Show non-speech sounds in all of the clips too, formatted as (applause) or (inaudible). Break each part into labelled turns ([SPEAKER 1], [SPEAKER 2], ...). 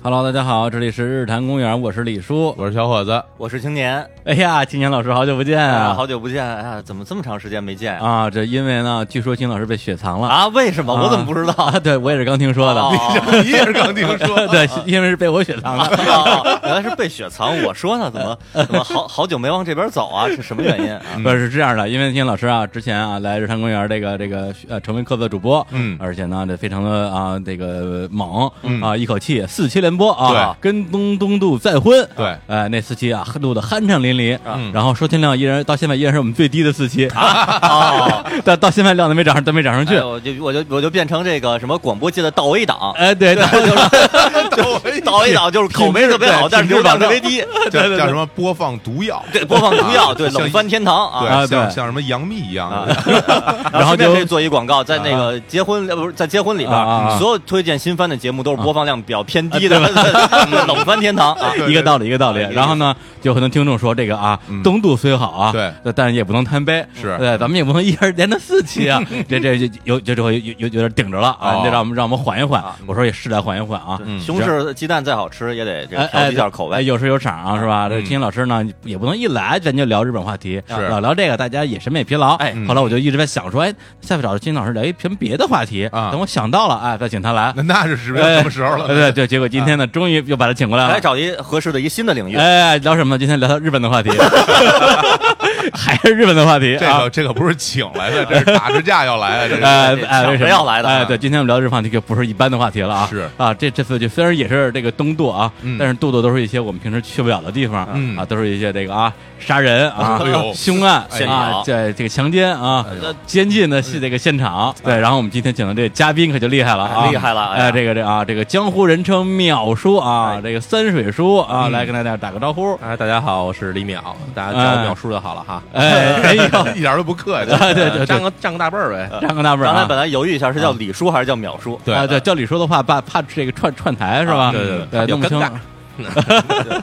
[SPEAKER 1] Hello，大家好，这里是日坛公园，我是李叔。
[SPEAKER 2] 我是小伙子，
[SPEAKER 3] 我是青年，
[SPEAKER 1] 哎呀，青年老师好久不见
[SPEAKER 3] 哎呀，
[SPEAKER 1] 啊！
[SPEAKER 3] 好久不见，哎呀，怎么这么长时间没见啊？
[SPEAKER 1] 啊，这因为呢，据说青老师被雪藏了。
[SPEAKER 3] 啊为什么？
[SPEAKER 1] 啊
[SPEAKER 3] 我怎么不知道？
[SPEAKER 1] (laughs) 啊，对我也是刚听说的。 (laughs)
[SPEAKER 3] 哦
[SPEAKER 2] 你也是刚听说，啊
[SPEAKER 1] 对，因为是被我雪藏的。
[SPEAKER 3] 哦原来是被雪藏，我说呢，怎么怎么好好久没往这边走啊？是什么原因啊？
[SPEAKER 1] (laughs) 不是是这样的，因为金老师啊，之前啊来日坛公园这个这个呃成为客座主播，
[SPEAKER 2] 嗯
[SPEAKER 1] 而且呢这非常的啊这个猛，啊一口气四期连播啊，跟东东度再婚，
[SPEAKER 2] 对
[SPEAKER 1] 呃那四期啊录的酣畅淋漓，
[SPEAKER 2] 嗯
[SPEAKER 1] 然后收听量依然到现在依然是我们最低的四期，
[SPEAKER 3] 哦，
[SPEAKER 1] 到到现在量都没涨上，都没涨上去
[SPEAKER 3] 哎，我就我就我就变成这个什么广播界的倒 A 党，
[SPEAKER 1] 哎对 (laughs) 对
[SPEAKER 3] 倒 A 党就是口碑特别好，
[SPEAKER 1] 对
[SPEAKER 3] 但是流量特别低，
[SPEAKER 1] (laughs)
[SPEAKER 2] 叫叫什么播放毒药，
[SPEAKER 3] 对，播放毒药，对，
[SPEAKER 2] 像
[SPEAKER 3] 冷翻天堂啊。
[SPEAKER 1] 啊
[SPEAKER 2] 对，像
[SPEAKER 1] 对啊
[SPEAKER 2] 像什么杨幂一样，
[SPEAKER 1] 然后
[SPEAKER 3] 顺便
[SPEAKER 1] 就
[SPEAKER 3] 可以做一广告，在那个结婚呃不是在结婚里边
[SPEAKER 1] 啊啊啊，
[SPEAKER 3] 所有推荐新番的节目都是播放量比较偏低的，冷翻天堂啊。
[SPEAKER 1] 一个道理一个道理。
[SPEAKER 3] 一个意思
[SPEAKER 1] 然后呢，就有很多听众说这个啊，
[SPEAKER 2] 嗯
[SPEAKER 1] 东渡虽好啊，
[SPEAKER 2] 对，
[SPEAKER 1] 但是也不能贪杯，
[SPEAKER 2] 是
[SPEAKER 1] 对，咱们也不能一人连着四期啊，这这就有就这回有有有点顶着了啊，
[SPEAKER 2] 哦
[SPEAKER 1] 得让我们让我们缓一缓
[SPEAKER 3] 啊。
[SPEAKER 1] 我说也是得缓一缓啊。
[SPEAKER 2] 嗯
[SPEAKER 3] 西红柿鸡蛋再好吃，也得这个
[SPEAKER 1] 哎
[SPEAKER 3] 调
[SPEAKER 1] 哎，
[SPEAKER 3] 一下口
[SPEAKER 1] 哎
[SPEAKER 3] 味。
[SPEAKER 1] 有时有赏啊，是吧？这
[SPEAKER 2] 嗯
[SPEAKER 1] 金老师呢，也不能一来咱就聊日本话题，
[SPEAKER 2] 是
[SPEAKER 1] 老聊这个，大家也审美疲劳。
[SPEAKER 3] 哎
[SPEAKER 2] 嗯
[SPEAKER 1] 后来我就一直在想说，哎，下次找金老师聊一什么别的话题
[SPEAKER 2] 啊
[SPEAKER 1] 等我想到了，哎，再请他来。
[SPEAKER 2] (laughs) 那那是什么什么时候了？
[SPEAKER 1] 哎对对，结果今天呢，终于又把他请过来了
[SPEAKER 3] 来。找一合适的一新的领域。
[SPEAKER 1] 哎，聊什么？今天聊到日本的话题，还是日本的话题
[SPEAKER 2] 这
[SPEAKER 1] 啊
[SPEAKER 2] 个？这个不是请来的，这是打着架要来的，这是
[SPEAKER 1] 哎
[SPEAKER 3] 这
[SPEAKER 1] 哎，为什
[SPEAKER 3] 抢
[SPEAKER 1] 么
[SPEAKER 3] 着要来的
[SPEAKER 1] 哎，
[SPEAKER 3] 啊
[SPEAKER 1] 对，今天我们聊的这话题就不是一般的话题了啊！
[SPEAKER 2] 是
[SPEAKER 1] 啊，这这次就虽然也是这个东渡啊，
[SPEAKER 2] 嗯
[SPEAKER 1] 但是渡渡都是一些我们平时去不了的地方，
[SPEAKER 2] 嗯
[SPEAKER 1] 啊，都是一些这个啊杀人啊
[SPEAKER 2] 哎、呦
[SPEAKER 1] 凶案
[SPEAKER 2] 现
[SPEAKER 1] 啊
[SPEAKER 3] 场、哎
[SPEAKER 1] 这这个强奸啊、
[SPEAKER 3] 呦
[SPEAKER 1] 监禁的戏这个现场。对，然后我们今天请的这嘉宾可就厉害了啊，
[SPEAKER 3] 厉害了哎呀
[SPEAKER 1] 哎，这个这啊，这个江湖人称淼叔啊，
[SPEAKER 3] 哎
[SPEAKER 1] 这个三水叔啊，来跟大家打个
[SPEAKER 2] (laughs)
[SPEAKER 1] 招呼。
[SPEAKER 4] 哎，大家好，我是李淼，大家叫我淼叔就好了哈。
[SPEAKER 1] 哎，哎呦，
[SPEAKER 2] 一点都不客气。
[SPEAKER 1] 哎对对
[SPEAKER 4] 呃
[SPEAKER 1] 对，
[SPEAKER 4] 占个占个大辈儿呗。
[SPEAKER 1] 张个大本儿
[SPEAKER 3] 刚才本
[SPEAKER 1] 啊。
[SPEAKER 3] 来犹豫一下，是叫李叔还是叫淼叔？
[SPEAKER 2] 对
[SPEAKER 1] 啊，对，照理说的话，怕怕这个串串台是吧？
[SPEAKER 2] 啊对对
[SPEAKER 1] 对，弄不
[SPEAKER 4] 比
[SPEAKER 1] 清
[SPEAKER 4] 较尴尬。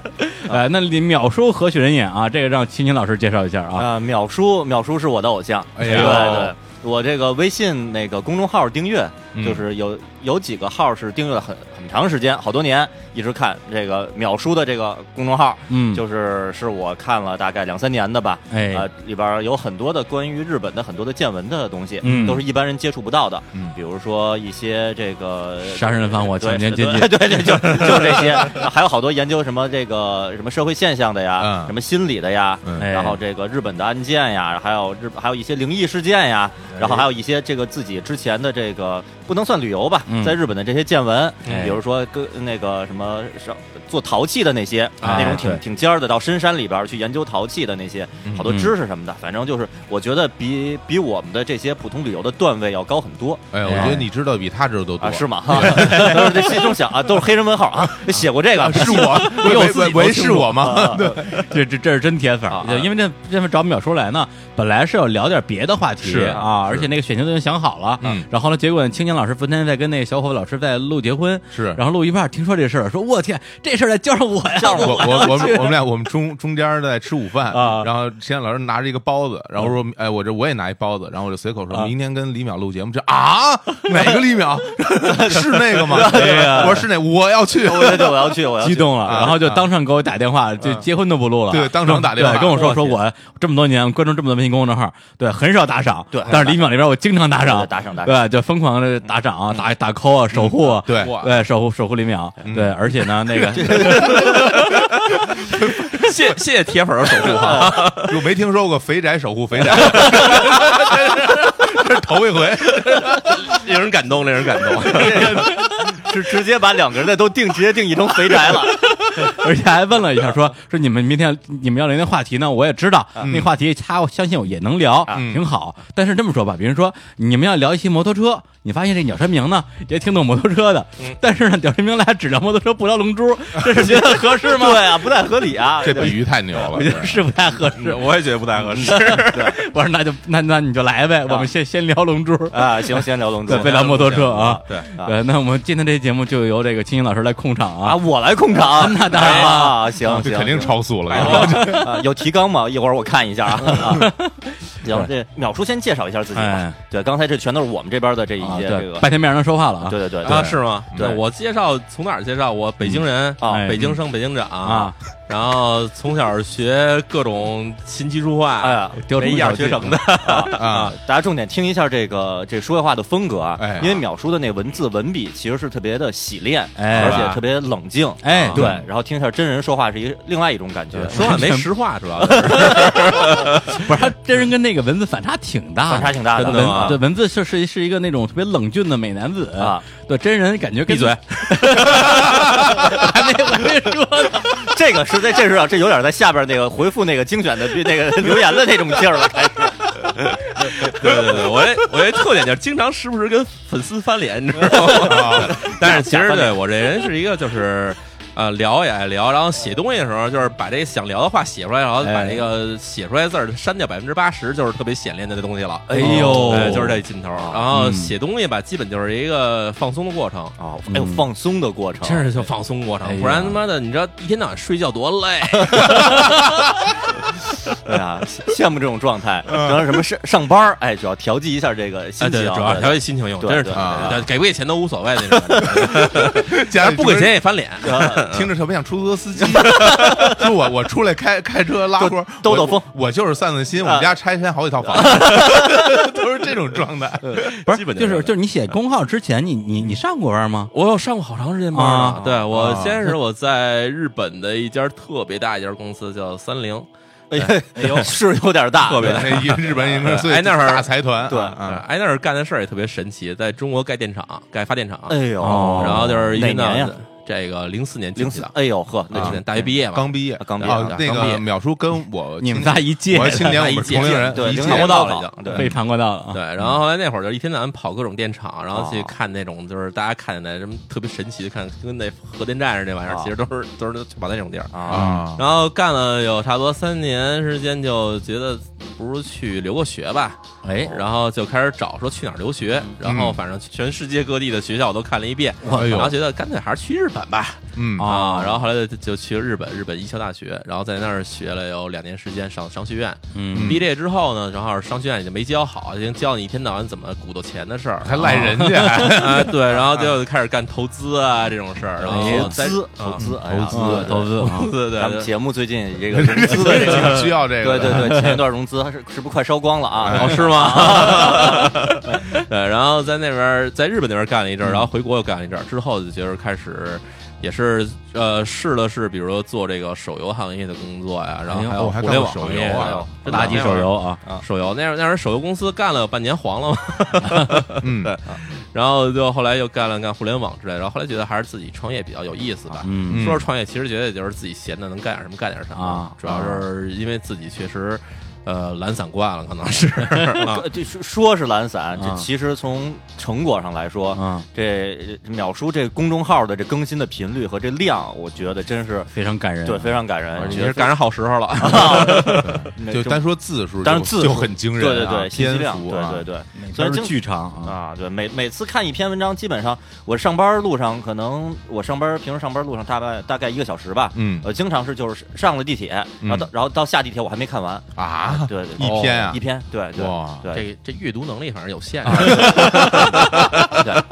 [SPEAKER 1] 哎，那李淼叔何许人也啊？这个让秦秦老师介绍一下啊。
[SPEAKER 3] 啊，淼叔，淼叔是我的偶像。
[SPEAKER 2] 哎
[SPEAKER 3] 对
[SPEAKER 2] 呀
[SPEAKER 3] 对，我这个微信那个公众号订阅，
[SPEAKER 2] 嗯
[SPEAKER 3] 就是有有几个号是订阅了很很长时间，好多年，一直看这个淼叔的这个公众号，
[SPEAKER 1] 嗯，
[SPEAKER 3] 就是是我看了大概两三年的吧。啊
[SPEAKER 1] 哎，，
[SPEAKER 3] 里边有很多的关于日本的很多的见闻的东西，
[SPEAKER 1] 嗯
[SPEAKER 3] 都是一般人接触不到的，
[SPEAKER 2] 嗯
[SPEAKER 3] 比如说一些这个
[SPEAKER 1] 杀人放火
[SPEAKER 3] 对
[SPEAKER 1] 强奸监禁
[SPEAKER 3] 对对对，就就这些，还有好多研究什么这个什么社会现象的呀，
[SPEAKER 2] 嗯
[SPEAKER 3] 什么心理的呀，
[SPEAKER 2] 嗯
[SPEAKER 1] 哎
[SPEAKER 3] 然后这个日本的案件呀，还有日还有一些灵异事件呀，
[SPEAKER 4] 哎
[SPEAKER 3] 然后还有一些这个自己之前的这个不能算旅游吧
[SPEAKER 1] 嗯，
[SPEAKER 3] 在日本的这些见闻
[SPEAKER 1] 哎，
[SPEAKER 3] 比如说跟那个什么上做陶器的那些，
[SPEAKER 1] 哎
[SPEAKER 4] 啊
[SPEAKER 3] 那种
[SPEAKER 1] 对
[SPEAKER 3] 挺挺尖儿的，到深山里边儿去研究陶器的那些，
[SPEAKER 4] 嗯
[SPEAKER 3] 好多知识什么的，反正就是我觉得比比我们的这些普通旅游的段位要高很多
[SPEAKER 2] 哎，我觉得你知道比他知道都多
[SPEAKER 3] 啊，是吗？ (laughs) 哈，都是这心中想啊，都是黑人问号啊，写过这个
[SPEAKER 2] 是
[SPEAKER 1] (laughs)
[SPEAKER 2] 我，
[SPEAKER 1] 我
[SPEAKER 2] 喂
[SPEAKER 1] 自己
[SPEAKER 2] 喂
[SPEAKER 1] 都
[SPEAKER 2] 喂，
[SPEAKER 1] 听
[SPEAKER 2] 是
[SPEAKER 1] 过
[SPEAKER 2] 我吗？
[SPEAKER 3] 啊，对
[SPEAKER 1] 这这这是真铁粉儿
[SPEAKER 3] 啊，
[SPEAKER 1] 对因为这这么找淼叔来呢，本来是要聊点别的话题
[SPEAKER 2] 是
[SPEAKER 1] 啊，而且那个选题都已经想好了，
[SPEAKER 2] 嗯
[SPEAKER 1] 然后呢，结果青年老师昨天在跟那个小伙老师在录结婚，
[SPEAKER 2] 是
[SPEAKER 1] 然后录一半儿听说这事儿，说我天，这事儿得叫上我呀，
[SPEAKER 3] 叫
[SPEAKER 2] 我
[SPEAKER 3] 我
[SPEAKER 2] 我我们我们俩我们中中间在吃午饭
[SPEAKER 1] 啊
[SPEAKER 2] 然后秦老师拿着一个包子，然后
[SPEAKER 4] 嗯
[SPEAKER 2] 说哎我这我也拿一包子，然后我就随口
[SPEAKER 1] 啊
[SPEAKER 2] 说明天跟李淼录节目，这啊哪个李
[SPEAKER 4] (laughs)
[SPEAKER 2] 淼是那个吗？
[SPEAKER 1] 对呀
[SPEAKER 2] 我说是那我要去，
[SPEAKER 3] 我对对，我要去，我要
[SPEAKER 1] 激
[SPEAKER 3] 去。
[SPEAKER 1] 动了，
[SPEAKER 2] 啊
[SPEAKER 1] 然后就当场给我打电话，就结婚都不录了，
[SPEAKER 2] 对当场打电话
[SPEAKER 1] 对跟我说
[SPEAKER 2] 我
[SPEAKER 1] 说我这么多年关注这么多微信公众号，对，很少打赏，
[SPEAKER 3] 对
[SPEAKER 1] 但是李淼那边我经常打赏，
[SPEAKER 3] 对打赏打
[SPEAKER 1] 对，
[SPEAKER 3] 赏
[SPEAKER 1] 就疯狂的打赏啊，打打 call 啊，守护啊，
[SPEAKER 2] 嗯对
[SPEAKER 4] 哇
[SPEAKER 1] 对，守护守护李淼，对，而且呢，
[SPEAKER 2] (laughs)
[SPEAKER 1] 那个
[SPEAKER 4] 呃谢谢谢铁粉儿的守护
[SPEAKER 3] (laughs)
[SPEAKER 4] 哈。
[SPEAKER 2] 就没听说过肥宅守护肥宅， (laughs) 这是头一回，
[SPEAKER 4] (laughs) 令人感动，令人感动。 (laughs)
[SPEAKER 3] 是直接把两个人的都定，直接定义成肥宅了。 (laughs)
[SPEAKER 1] 而且还问了一下，说 (laughs) 说你们明天你们要聊那话题呢，我也知道
[SPEAKER 3] 啊
[SPEAKER 1] 那话题，他我相信我也能聊，
[SPEAKER 3] 嗯
[SPEAKER 1] 挺好。但是这么说吧，比如说你们要聊一期摩托车，你发现这鸟山明呢 (laughs) 也挺懂摩托车的，
[SPEAKER 3] 嗯
[SPEAKER 1] 但是呢，鸟山明来只聊摩托车不聊龙珠， (laughs) 这
[SPEAKER 3] (laughs)
[SPEAKER 1] 是 (laughs) 觉得合适吗？
[SPEAKER 3] 对啊，不太合理啊。
[SPEAKER 2] 这
[SPEAKER 3] 对
[SPEAKER 2] 比喻太牛
[SPEAKER 1] 我
[SPEAKER 2] 了
[SPEAKER 1] 觉。得是不太合适。
[SPEAKER 4] 我也觉得不太合适。
[SPEAKER 1] 我说那就那那你就来呗，我们先先聊龙珠。 (laughs)
[SPEAKER 3] 啊，行，先聊龙珠
[SPEAKER 1] 对，，别聊摩托车啊！
[SPEAKER 2] 对
[SPEAKER 3] 啊
[SPEAKER 1] 对，那我们今天这节目就由这个青青老师来控场
[SPEAKER 3] 啊，
[SPEAKER 1] 啊！
[SPEAKER 3] 我来控场，
[SPEAKER 1] 那当然了
[SPEAKER 3] 啊，行，
[SPEAKER 2] 这
[SPEAKER 3] 行啊
[SPEAKER 2] 肯定
[SPEAKER 4] (laughs)
[SPEAKER 3] 行
[SPEAKER 2] 超速了，
[SPEAKER 3] 啊
[SPEAKER 1] (laughs)
[SPEAKER 3] 啊有提纲吗？一会儿我看一下啊。行，这淼叔先介绍一下自己吧
[SPEAKER 1] 哎。
[SPEAKER 3] 对，刚才这全都是我们这边的这一
[SPEAKER 1] 啊，
[SPEAKER 3] 些这
[SPEAKER 1] 对，
[SPEAKER 3] 个，
[SPEAKER 1] 半天没让人说话了啊，
[SPEAKER 3] 对对对
[SPEAKER 4] 啊，是吗？
[SPEAKER 3] 对
[SPEAKER 4] 那我介绍从哪儿介绍？我北京人
[SPEAKER 3] 嗯
[SPEAKER 1] 哎
[SPEAKER 4] 北京生，北京长
[SPEAKER 1] 啊，
[SPEAKER 4] 然后从小学各种琴棋书画，
[SPEAKER 3] 哎呀，
[SPEAKER 1] 丢
[SPEAKER 4] 没一样学成的。
[SPEAKER 1] (laughs)
[SPEAKER 2] 啊，
[SPEAKER 3] 大家重点听一下这个这说话的风格啊
[SPEAKER 2] 哎，
[SPEAKER 3] 因为淼叔的那文字文笔其实是特别的洗练，
[SPEAKER 1] 哎
[SPEAKER 3] 而且特别冷静，啊
[SPEAKER 1] 哎
[SPEAKER 3] 对
[SPEAKER 1] 对。
[SPEAKER 3] 然后听一下真人说话是一个另外一种感觉，
[SPEAKER 4] 说话没实话主要是，
[SPEAKER 1] 不是他真人跟那个文字反差挺大的，
[SPEAKER 3] 反差挺大的
[SPEAKER 1] 文
[SPEAKER 4] 真的吗
[SPEAKER 1] 对，文字是是是一个那种特别冷峻的美男子
[SPEAKER 3] 啊，
[SPEAKER 1] 对，真人感觉跟
[SPEAKER 4] 闭嘴，
[SPEAKER 1] (laughs) 还没还没说呢，
[SPEAKER 3] 这个是在这是啊，这有点在下边那个回复那个精选的那
[SPEAKER 4] (laughs)
[SPEAKER 3] 个留言的那种劲儿了，开始。
[SPEAKER 4] 对对对，我这我这特点就是经常时不时跟粉丝翻脸，你知道吗？ (laughs) 但是其实对我这人是一个就是。呃，聊也爱聊，然后写东西的时候，就是把这想聊的话写出来，然后把
[SPEAKER 1] 哎
[SPEAKER 4] 这个写出来的字儿删掉百分之八十，就是特别显练的东西了。
[SPEAKER 1] 哎呦
[SPEAKER 4] 对就是这劲头儿。然后
[SPEAKER 1] 嗯
[SPEAKER 4] 写东西吧，基本就是一个放松的过程，
[SPEAKER 3] 哦，还有
[SPEAKER 1] 嗯
[SPEAKER 3] 放松的过程，
[SPEAKER 4] 真是就放松过
[SPEAKER 1] 哎
[SPEAKER 4] 程。
[SPEAKER 1] 呀
[SPEAKER 4] 不然他妈的，你知道一天到晚睡觉多累，
[SPEAKER 3] 对啊，羡慕这种状态。主要是什么上上班儿，哎，主要调剂一下这个
[SPEAKER 4] 嗯哎
[SPEAKER 3] 心
[SPEAKER 4] 对，
[SPEAKER 3] 情，啊
[SPEAKER 4] 主要
[SPEAKER 3] 对 (laughs)
[SPEAKER 4] 调节心情用，
[SPEAKER 3] 对
[SPEAKER 4] 真是
[SPEAKER 3] 对
[SPEAKER 4] 挺好的
[SPEAKER 3] 对
[SPEAKER 4] 给不给钱都无所谓那种 (laughs)
[SPEAKER 2] (laughs)
[SPEAKER 4] 感
[SPEAKER 2] 家
[SPEAKER 4] 觉，
[SPEAKER 2] 里
[SPEAKER 4] 不给钱也翻脸。
[SPEAKER 2] (laughs) 听着特别像出租车司
[SPEAKER 3] (laughs)
[SPEAKER 2] 机。说我我出来开开车拉活，
[SPEAKER 3] 兜
[SPEAKER 2] 我
[SPEAKER 3] 兜风啊
[SPEAKER 2] 我就是散散心。我们家拆迁好几套房， (laughs) 都是这种状态。
[SPEAKER 3] 嗯
[SPEAKER 2] (laughs)
[SPEAKER 1] 不
[SPEAKER 4] 基
[SPEAKER 1] 是，
[SPEAKER 4] 本
[SPEAKER 1] 就
[SPEAKER 4] 就是是
[SPEAKER 1] 就是你写公号之前，你你你上过班吗？
[SPEAKER 4] (laughs) 我有上过好长时间班
[SPEAKER 1] 啊
[SPEAKER 4] 对我
[SPEAKER 2] 啊
[SPEAKER 4] 先是我在日本的一家特别大一家公司叫三菱，
[SPEAKER 3] 哎呦，是有点大，
[SPEAKER 4] 特别
[SPEAKER 2] 那一日本应该是
[SPEAKER 4] 哎那会儿
[SPEAKER 2] 大财团，
[SPEAKER 3] 对
[SPEAKER 4] 啊
[SPEAKER 2] 啊，
[SPEAKER 4] 哎那儿干的事儿也特别神奇，在中国盖电厂、盖发电厂，
[SPEAKER 3] 哎呦，
[SPEAKER 1] 哦
[SPEAKER 4] 然后就是
[SPEAKER 3] 哪
[SPEAKER 4] 云南
[SPEAKER 3] 年呀？
[SPEAKER 4] 这个零四年进
[SPEAKER 3] 零
[SPEAKER 4] 去
[SPEAKER 3] 四
[SPEAKER 4] 的，，
[SPEAKER 3] 哎呦呵，那
[SPEAKER 4] 零四
[SPEAKER 3] 是
[SPEAKER 4] 年大学毕业嘛，
[SPEAKER 2] 刚毕业，
[SPEAKER 3] 啊刚毕业
[SPEAKER 2] 哦那
[SPEAKER 4] 刚毕业
[SPEAKER 2] 个淼叔跟我
[SPEAKER 1] 你们仨一届
[SPEAKER 2] 我是青年，我们是同龄人，
[SPEAKER 3] 对，
[SPEAKER 2] 一届
[SPEAKER 3] 零年
[SPEAKER 4] 到
[SPEAKER 3] 到
[SPEAKER 4] 了
[SPEAKER 3] 了
[SPEAKER 4] 已，经
[SPEAKER 1] 被
[SPEAKER 3] 对，
[SPEAKER 1] 尝过到了啊，
[SPEAKER 4] 对，然后后来那会儿就一天到晚跑各种电厂，然后去
[SPEAKER 3] 哦
[SPEAKER 4] 看那种就是大家看起来什么特别神奇的，看跟那核电站似的那玩意儿，
[SPEAKER 3] 哦
[SPEAKER 4] 其实都是都是跑那种地儿。
[SPEAKER 3] 啊，
[SPEAKER 2] 啊，
[SPEAKER 4] 然后干了有差不多三年时间，就觉得不如去留个学吧，
[SPEAKER 1] 哎，
[SPEAKER 4] 然后就开始找说去哪儿留学，然后反正全世界各地的学校我都看了一遍，
[SPEAKER 2] 哎
[SPEAKER 4] 然后
[SPEAKER 2] 呦，
[SPEAKER 4] 觉得干脆还是去日本吧
[SPEAKER 2] 嗯
[SPEAKER 1] 啊
[SPEAKER 4] 啊，然后后来就就去了日本，日本医校大学，然后在那儿学了有两年时间上商学院，
[SPEAKER 1] 嗯，
[SPEAKER 4] 毕业之后呢，然后商学院已经没教好，已经教你一天到晚怎么鼓捣钱的事儿，
[SPEAKER 2] 还赖人家，哎
[SPEAKER 4] (laughs) 啊，对，然后就开始干投资啊这种事儿，然后
[SPEAKER 3] 投
[SPEAKER 4] 在
[SPEAKER 3] 资，
[SPEAKER 4] 啊
[SPEAKER 3] 投资，哎呀
[SPEAKER 1] 投资投资啊，
[SPEAKER 4] (laughs) 对对
[SPEAKER 3] 咱们
[SPEAKER 4] 对，
[SPEAKER 3] 节目最近这个融资的这个，
[SPEAKER 2] 需 (laughs) 要这
[SPEAKER 3] 对
[SPEAKER 2] 个，
[SPEAKER 3] 对对，前一段融资是是不是快烧光了啊？
[SPEAKER 4] 哦是吗？对，然后在那边儿在日本那边儿干了一阵儿，然后回国又干了一阵儿，之后就就是开始。也是呃，试了试，比如说做这个手游行业的工作呀，然后
[SPEAKER 1] 哎呦
[SPEAKER 4] 还
[SPEAKER 2] 我
[SPEAKER 4] 有
[SPEAKER 2] 还
[SPEAKER 4] 互
[SPEAKER 2] 干
[SPEAKER 4] 联
[SPEAKER 2] 过
[SPEAKER 4] 网
[SPEAKER 2] 手
[SPEAKER 4] 行
[SPEAKER 2] 游
[SPEAKER 4] 业
[SPEAKER 2] 啊
[SPEAKER 4] 呀，真的
[SPEAKER 1] 垃圾手，游啊，
[SPEAKER 4] 那会儿手游那会儿那会儿手游公司干了半年黄了嘛， (laughs)
[SPEAKER 2] 嗯，
[SPEAKER 4] 然后就后来又干了干互联网之类，然后后来觉得还是自己创业比较有意思吧。
[SPEAKER 1] 嗯
[SPEAKER 4] 说是创业，其实觉得也就是自己闲的能干点什么干点什么，
[SPEAKER 1] 啊
[SPEAKER 4] 主要是因为自己确实。呃，懒散惯了，可能 (laughs) 是啊
[SPEAKER 3] 呃这说说是懒散，这
[SPEAKER 1] 啊
[SPEAKER 3] 其实从成果上来说，
[SPEAKER 1] 啊，
[SPEAKER 3] 这淼叔这公众号的这更新的频率和这量，我觉得真是
[SPEAKER 1] 非常感人，啊
[SPEAKER 3] 对非常感人，
[SPEAKER 4] 你
[SPEAKER 3] 觉得
[SPEAKER 4] 是赶上好时候了。
[SPEAKER 3] 那
[SPEAKER 2] 就
[SPEAKER 3] 就
[SPEAKER 2] 单说字数就，
[SPEAKER 3] 单说字数
[SPEAKER 2] 就很惊
[SPEAKER 3] 对
[SPEAKER 2] 人啊，
[SPEAKER 3] 对对，信息量
[SPEAKER 2] 篇，幅啊
[SPEAKER 3] 对对对，所
[SPEAKER 1] 都
[SPEAKER 3] 以
[SPEAKER 1] 是
[SPEAKER 3] 经
[SPEAKER 1] 剧场啊，
[SPEAKER 3] 啊，对，每每次看一篇文章，基本上我上班路上，可能我上班平时上班路上大概大概一个小时吧，
[SPEAKER 2] 嗯
[SPEAKER 3] 呃，经常是就是上了地铁，然
[SPEAKER 1] 嗯
[SPEAKER 3] 后到然后到下地铁我还没
[SPEAKER 1] (laughs)
[SPEAKER 3] 看完，
[SPEAKER 2] 啊，
[SPEAKER 3] 对对，
[SPEAKER 2] 一篇啊
[SPEAKER 3] 一篇，对对
[SPEAKER 2] 哇
[SPEAKER 3] 对
[SPEAKER 4] 这这阅读能力反正有限，
[SPEAKER 3] 对，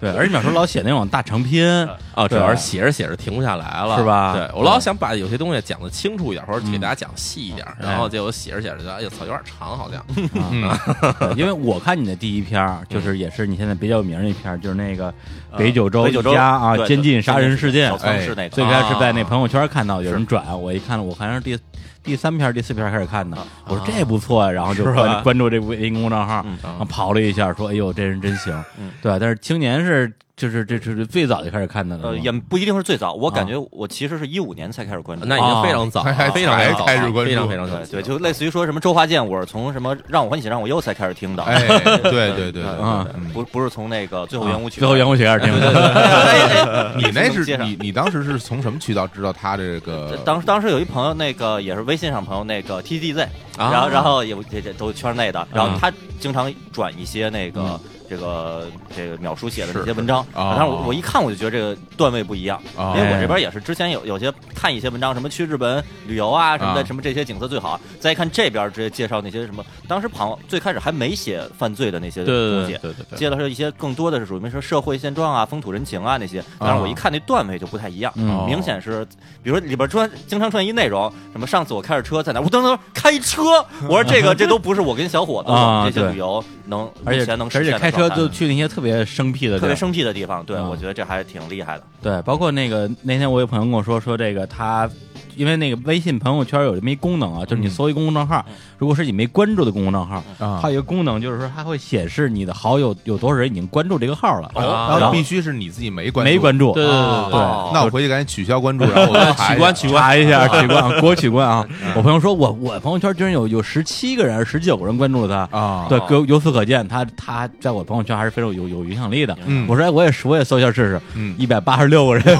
[SPEAKER 1] 对，而且淼叔老写那种大长篇，
[SPEAKER 4] 啊，主
[SPEAKER 1] 对
[SPEAKER 4] 要是写着写着停不下来了，
[SPEAKER 1] 是吧
[SPEAKER 4] 对嗯我老想把有些东西讲的清楚一点，或者给大家讲细一点，然后结果写着写着就哎呦操，有点长，好像
[SPEAKER 2] 嗯
[SPEAKER 1] 对 (laughs) 因为我看你的第一篇儿，就是也是你现在比较有名儿的一篇儿，就是那个北九州
[SPEAKER 3] 呃北九州
[SPEAKER 1] 一家啊
[SPEAKER 3] 对
[SPEAKER 1] 监禁杀人事件哎
[SPEAKER 3] 小，仓是那个，
[SPEAKER 1] 最开始在那朋友圈看到有
[SPEAKER 3] 是
[SPEAKER 1] 人转，我一看，我好像是第第三篇、第四篇开始看的
[SPEAKER 3] 啊，
[SPEAKER 1] 我说这不错呀，然后就关关注这微信公众号
[SPEAKER 3] 嗯，
[SPEAKER 1] 然后刨了一下，说哎呦，这人真行
[SPEAKER 3] 嗯，
[SPEAKER 1] 对吧。但是青年是就是这这是最早就开始看的了
[SPEAKER 3] 呃，
[SPEAKER 1] 嘛，
[SPEAKER 3] 也不一定是最早，我
[SPEAKER 1] 啊
[SPEAKER 3] 感觉我其实是一五年才开始关注，
[SPEAKER 4] 啊那已经非常早了
[SPEAKER 2] 还还，
[SPEAKER 4] 非常非
[SPEAKER 2] 还
[SPEAKER 4] 常早了，
[SPEAKER 2] 开始关注
[SPEAKER 4] 非常非常早
[SPEAKER 3] 对，对，就类似于说什么周华健，我是从什么《让我欢喜让我忧》才开始听的， (laughs)
[SPEAKER 2] 哎，对对对，
[SPEAKER 3] 嗯
[SPEAKER 2] 对
[SPEAKER 1] 啊，
[SPEAKER 2] 嗯
[SPEAKER 3] 不不是从那个《最后圆舞曲》，
[SPEAKER 1] 最后
[SPEAKER 3] (laughs)
[SPEAKER 1] 圆舞曲开始听的，
[SPEAKER 3] 哎，
[SPEAKER 2] 你那
[SPEAKER 3] 接
[SPEAKER 2] 是
[SPEAKER 3] 上
[SPEAKER 2] 你你当时是从什么渠道知道他这
[SPEAKER 4] 呃
[SPEAKER 2] 个？
[SPEAKER 3] 当当时有一朋友，那个也是微信上朋友，那个 T D Z，
[SPEAKER 4] 啊嗯
[SPEAKER 3] 然后然后也也也都圈内的，然后他经常转一些那个这个这个淼叔写的
[SPEAKER 4] 是哦
[SPEAKER 3] 这些文章。
[SPEAKER 2] 啊
[SPEAKER 3] 当然我我一看我就觉得这个段位不一样，
[SPEAKER 2] 啊
[SPEAKER 3] 因为
[SPEAKER 4] 哎
[SPEAKER 3] 我这边也是之前有有些看一些文章，什么去日本旅游啊什么
[SPEAKER 2] 啊
[SPEAKER 3] 的，什么这些景色最好。再一看这边直接介绍那些什么，当时旁最开始还没写犯罪的那些
[SPEAKER 4] 对
[SPEAKER 3] 东
[SPEAKER 4] 对
[SPEAKER 3] 西
[SPEAKER 4] 对，对对对，
[SPEAKER 3] 接的是一些更多的是属于说社会现状啊、风土人情啊那些。当然，我一看那段位就不太一样，
[SPEAKER 1] 嗯
[SPEAKER 3] 明显是，比如说里边穿经常穿一内容，什么上次我开着车在哪儿，我等等开
[SPEAKER 1] (laughs)
[SPEAKER 3] 车，我说这个这都不是我跟小伙子
[SPEAKER 1] 啊
[SPEAKER 3] 这些
[SPEAKER 1] 对
[SPEAKER 3] 旅游能
[SPEAKER 1] (laughs) 而
[SPEAKER 3] 目
[SPEAKER 1] 且
[SPEAKER 3] 前能
[SPEAKER 1] 而
[SPEAKER 3] 实现
[SPEAKER 1] 且
[SPEAKER 3] 的
[SPEAKER 1] 开车
[SPEAKER 3] 状态
[SPEAKER 1] 就去那些特别生僻的地
[SPEAKER 3] 特
[SPEAKER 1] 儿
[SPEAKER 3] 别，生僻的地方，对
[SPEAKER 1] 嗯
[SPEAKER 3] 我觉得这还挺厉害的。
[SPEAKER 1] 对，包括那个那天我有朋友跟我说说这个他。因为那个微信朋友圈有这么一功能啊，就是你
[SPEAKER 4] 嗯
[SPEAKER 1] 搜一公众账号，如果是你没关注的公众账号，
[SPEAKER 2] 啊
[SPEAKER 1] 它有一个功能就是说它会显示你的好友有多少人已经关注这个号了，
[SPEAKER 4] 啊
[SPEAKER 2] 然
[SPEAKER 3] 嗯
[SPEAKER 1] 然
[SPEAKER 2] 后
[SPEAKER 1] 后
[SPEAKER 2] 必须是你自己没关注，
[SPEAKER 1] 没关注，啊
[SPEAKER 4] 对对对对
[SPEAKER 3] 哦
[SPEAKER 2] 那我回去赶紧取消关注，然后我再查一下
[SPEAKER 4] 取关取关，嗯
[SPEAKER 1] 查一下取关，国取关啊！我朋友说我我朋友圈居然有有十七个人、还是十九个人关注了他。
[SPEAKER 2] 啊，
[SPEAKER 4] 哦
[SPEAKER 1] 对，由由此可见，他他在我朋友圈还是非常有有影响力的。
[SPEAKER 2] 嗯
[SPEAKER 1] 我说哎我也是我也搜一下试试，
[SPEAKER 2] 嗯
[SPEAKER 1] 一百八十六个人，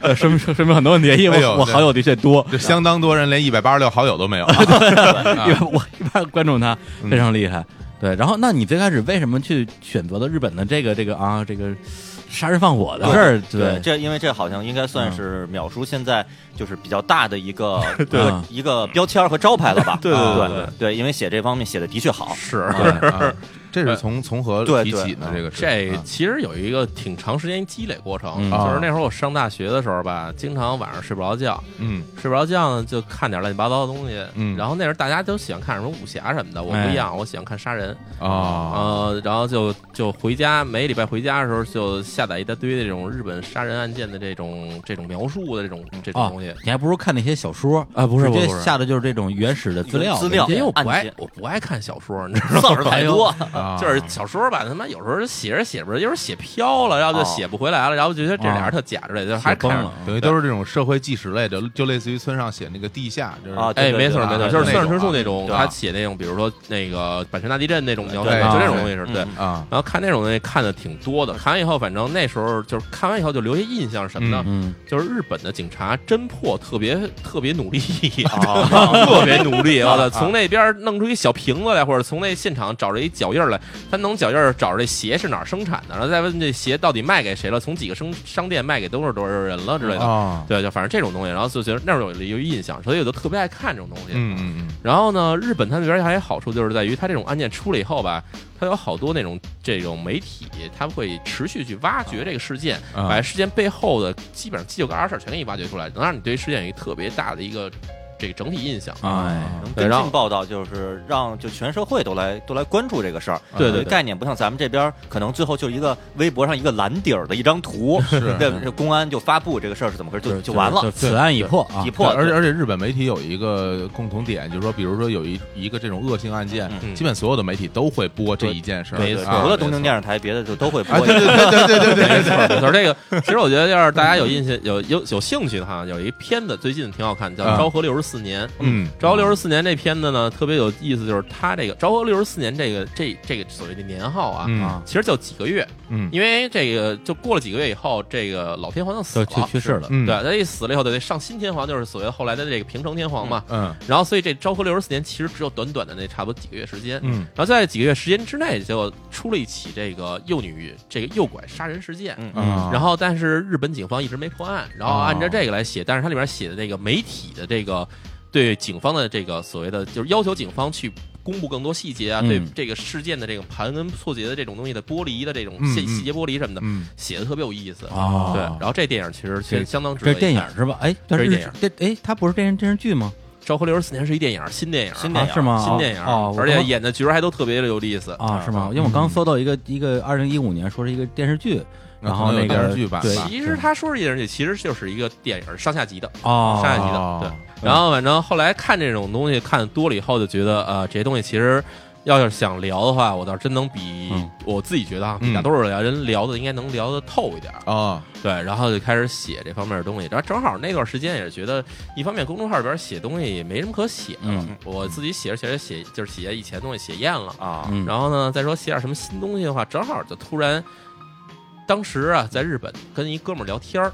[SPEAKER 1] 呃说明说明很多问题，因
[SPEAKER 2] 哎
[SPEAKER 1] 为
[SPEAKER 2] 呦
[SPEAKER 1] 我我好友的确多，
[SPEAKER 2] 就相当多人连一百八十六好友都没有，
[SPEAKER 1] 因为我一般关注他非常厉害。对，然后那你最开始为什么去选择了日本的这个这个啊这个杀人放火的事儿？对，
[SPEAKER 3] 嗯
[SPEAKER 1] 嗯
[SPEAKER 3] 这因为这好像应该算是淼叔现在就是比较大的一个
[SPEAKER 1] (laughs) 对
[SPEAKER 3] 呃一个标签儿和招牌
[SPEAKER 1] (laughs)
[SPEAKER 3] 了吧？啊
[SPEAKER 4] 对
[SPEAKER 3] 对
[SPEAKER 2] 对
[SPEAKER 4] 对
[SPEAKER 3] 对，因为写这方面写的的确好，
[SPEAKER 4] 是
[SPEAKER 2] 对啊这是从从何
[SPEAKER 3] 对
[SPEAKER 2] 提
[SPEAKER 3] 对
[SPEAKER 2] 起呢？
[SPEAKER 3] 啊
[SPEAKER 2] 这个是
[SPEAKER 4] 这
[SPEAKER 2] 啊
[SPEAKER 4] 其实有一个挺长时间积累过程，
[SPEAKER 1] 嗯
[SPEAKER 4] 就是那会儿我上大学的时候吧，经常晚上睡不着觉，
[SPEAKER 2] 嗯
[SPEAKER 4] 睡不着觉呢就看点乱七八糟的东西。
[SPEAKER 2] 嗯
[SPEAKER 4] 然后那时候大家都喜欢看什么武侠什么的，我不一样，我喜欢看杀人。
[SPEAKER 2] 啊
[SPEAKER 4] 呃，然后就就回家，每礼拜回家的时候就下载一大堆这种日本杀人案件的这种这种描述的这种这种
[SPEAKER 1] 啊
[SPEAKER 4] 东西。，
[SPEAKER 1] 你还不如看那些小说
[SPEAKER 4] 啊不是
[SPEAKER 1] 直接
[SPEAKER 4] 不是不是
[SPEAKER 1] 下的就是这种原始的资料
[SPEAKER 3] 资料
[SPEAKER 4] 因为我不
[SPEAKER 3] 案
[SPEAKER 4] 爱
[SPEAKER 3] 件，
[SPEAKER 4] 我不爱看小说，你知 (laughs) 道吗？
[SPEAKER 3] 字儿
[SPEAKER 1] 哎
[SPEAKER 3] 太多。
[SPEAKER 2] 啊，
[SPEAKER 4] 就是小说吧，他妈有时候写着写着，有时候写飘了，然后就写不回来了，然后就觉得这俩人特假之类的，就
[SPEAKER 1] 太
[SPEAKER 4] 还是
[SPEAKER 1] 哦崩
[SPEAKER 4] 看着
[SPEAKER 1] 了。
[SPEAKER 2] 等于都是这种社会纪实类的，就类似于村上写那个地下，就是
[SPEAKER 3] 啊对
[SPEAKER 4] 哎，
[SPEAKER 3] 对
[SPEAKER 4] 没错
[SPEAKER 3] 对
[SPEAKER 4] 没
[SPEAKER 2] 对
[SPEAKER 4] 错，就是
[SPEAKER 2] 对
[SPEAKER 4] 村上春树
[SPEAKER 2] 对
[SPEAKER 4] 那种，啊
[SPEAKER 3] 对
[SPEAKER 4] 他写那种，比如说那个阪神大地震那种描写，
[SPEAKER 2] 对
[SPEAKER 4] 就
[SPEAKER 1] 对
[SPEAKER 4] 这种东西是
[SPEAKER 3] 嗯
[SPEAKER 4] 对。 (laughs)
[SPEAKER 2] 啊
[SPEAKER 4] 然后看那种东西看的挺多的，看完以后，反正那时候就是看完以后就留下印象是什么呢？
[SPEAKER 1] 嗯，
[SPEAKER 4] 就是日本的警察侦破特别特别努力，
[SPEAKER 3] 啊
[SPEAKER 2] (laughs)
[SPEAKER 4] 特别努力，
[SPEAKER 2] 啊
[SPEAKER 4] 我操！从那边弄出一小瓶子来，或者从那现场找着一脚印儿来，他能脚印儿找着这鞋是哪儿生产的，然后再问这鞋到底卖给谁了，从几个商商店卖给多少多少人了之类的。
[SPEAKER 2] 啊，
[SPEAKER 4] 对，就反正这种东西，然后就觉得那时候有有印象，所以我就特别爱看这种东西。
[SPEAKER 2] 嗯嗯
[SPEAKER 4] 然后呢，日本它那边还有好处，就是在于它这种案件出了以后吧，它有好多那种这种媒体，它会持续去挖掘这个事件，
[SPEAKER 2] 嗯
[SPEAKER 4] 把事件背后的基本上七九个二十事儿全给你挖掘出来，能让你对事件有一个特别大的一个这个整体印象。
[SPEAKER 1] 哎，
[SPEAKER 3] 能
[SPEAKER 4] 对
[SPEAKER 3] 跟
[SPEAKER 4] 然后
[SPEAKER 3] 进报道，就是让就全社会都来都来关注这个事儿。
[SPEAKER 4] 嗯对对
[SPEAKER 3] 这概念不像咱们这边儿，可能最后就一个微博上一个蓝底儿的一张图，
[SPEAKER 2] 是
[SPEAKER 3] 这这公安就发布这个事儿是怎么回事，就就完了，
[SPEAKER 1] 此案已破啊
[SPEAKER 3] 已
[SPEAKER 2] 对，
[SPEAKER 3] 破。
[SPEAKER 2] 而且而且日本媒体有一个共同点，就是说，比如说有一一个这种恶性案件，
[SPEAKER 4] 嗯
[SPEAKER 2] 基本所有的媒体都会播这一件事儿，
[SPEAKER 3] 对
[SPEAKER 4] 没
[SPEAKER 3] 对
[SPEAKER 4] 错
[SPEAKER 2] 啊
[SPEAKER 3] 除了东京电视台，别的就都会播
[SPEAKER 2] 啊，。对对对对对对
[SPEAKER 4] 没
[SPEAKER 2] 对对，
[SPEAKER 4] 错 (laughs) 没错，这个其实我觉得要是大家有印象、有有有兴趣的哈，有一片子最近挺好看，叫
[SPEAKER 2] 啊
[SPEAKER 4] 《昭和六十四年》。
[SPEAKER 2] 嗯
[SPEAKER 4] 昭和六十四年这片子呢，特别有意思，就是它这个昭和六十四年这个这这个所谓的年号啊，
[SPEAKER 2] 嗯
[SPEAKER 1] 啊，
[SPEAKER 4] 其实就几个月，
[SPEAKER 2] 嗯
[SPEAKER 4] 因为这个就过了几个月以后，这个老天皇就死
[SPEAKER 1] 就
[SPEAKER 4] 了，
[SPEAKER 1] 去去世了。
[SPEAKER 2] 嗯
[SPEAKER 4] 对，他一死了以后，就得上新天皇，就是所谓后来的这个平成天皇嘛。
[SPEAKER 2] 嗯
[SPEAKER 4] 然后，所以这昭和六十四年其实只有短短的那差不多几个月时间。
[SPEAKER 2] 嗯
[SPEAKER 4] 然后在几个月时间之内，就出了一起这个幼女这个诱拐杀人事件。
[SPEAKER 3] 嗯
[SPEAKER 2] 啊，
[SPEAKER 4] 然后，但是日本警方一直没破案，然后
[SPEAKER 1] 啊
[SPEAKER 2] 哦
[SPEAKER 4] 按照这个来写，但是它里面写的这个媒体的这个对警方的这个所谓的就是要求警方去公布更多细节啊，
[SPEAKER 1] 嗯
[SPEAKER 4] 对这个事件的这种盘根错节的这种东西的剥离的这种
[SPEAKER 2] 嗯
[SPEAKER 4] 细
[SPEAKER 2] 嗯
[SPEAKER 4] 细节剥离什么的，
[SPEAKER 2] 嗯
[SPEAKER 4] 写的特别有意思
[SPEAKER 1] 哦
[SPEAKER 4] 对，然后这电影其实其
[SPEAKER 1] 这
[SPEAKER 4] 实相当值
[SPEAKER 1] 这
[SPEAKER 4] 得。
[SPEAKER 1] 是电影，是吧？哎，
[SPEAKER 4] 这是
[SPEAKER 1] 日
[SPEAKER 4] 电影
[SPEAKER 1] 这哎，它不是电视电视剧吗？
[SPEAKER 4] 《昭和六十四年》是一电影，新电影，
[SPEAKER 3] 新
[SPEAKER 1] 啊，
[SPEAKER 3] 电影
[SPEAKER 1] 是吗？
[SPEAKER 4] 新电影，
[SPEAKER 1] 哦，
[SPEAKER 4] 而且
[SPEAKER 1] 也
[SPEAKER 4] 演的角儿还都特别的有意思
[SPEAKER 1] 啊，是吗？因为我
[SPEAKER 4] 嗯
[SPEAKER 1] 刚搜到一个一个二零一五年说是一个电视剧，然后那
[SPEAKER 2] 那可能有电
[SPEAKER 1] 个
[SPEAKER 2] 视剧版
[SPEAKER 1] 对
[SPEAKER 2] 吧
[SPEAKER 4] 其实他说是一电视剧，其实就是一个电影上下集的，
[SPEAKER 1] 哦
[SPEAKER 4] 上下集
[SPEAKER 2] 哦
[SPEAKER 4] 的。对，然后反正后来看这种东西看多了以后，就觉得呃，这些东西其实要是想聊的话，我倒是真能比
[SPEAKER 1] 嗯
[SPEAKER 4] 我自己觉得啊，
[SPEAKER 2] 嗯
[SPEAKER 4] 比大多数人聊的应该能聊得透一点。
[SPEAKER 2] 啊，
[SPEAKER 4] 对，然后就开始写这方面的东西。然后正好那段时间也是觉得，一方面公众号里边写东西也没什么可写的了，
[SPEAKER 1] 嗯
[SPEAKER 4] 我自己写着写着写就是写以前的东西写厌了。
[SPEAKER 3] 啊，
[SPEAKER 1] 嗯，
[SPEAKER 4] 然后呢，再说写点什么新东西的话，正好就突然，当时啊，在日本跟一哥们儿聊天儿，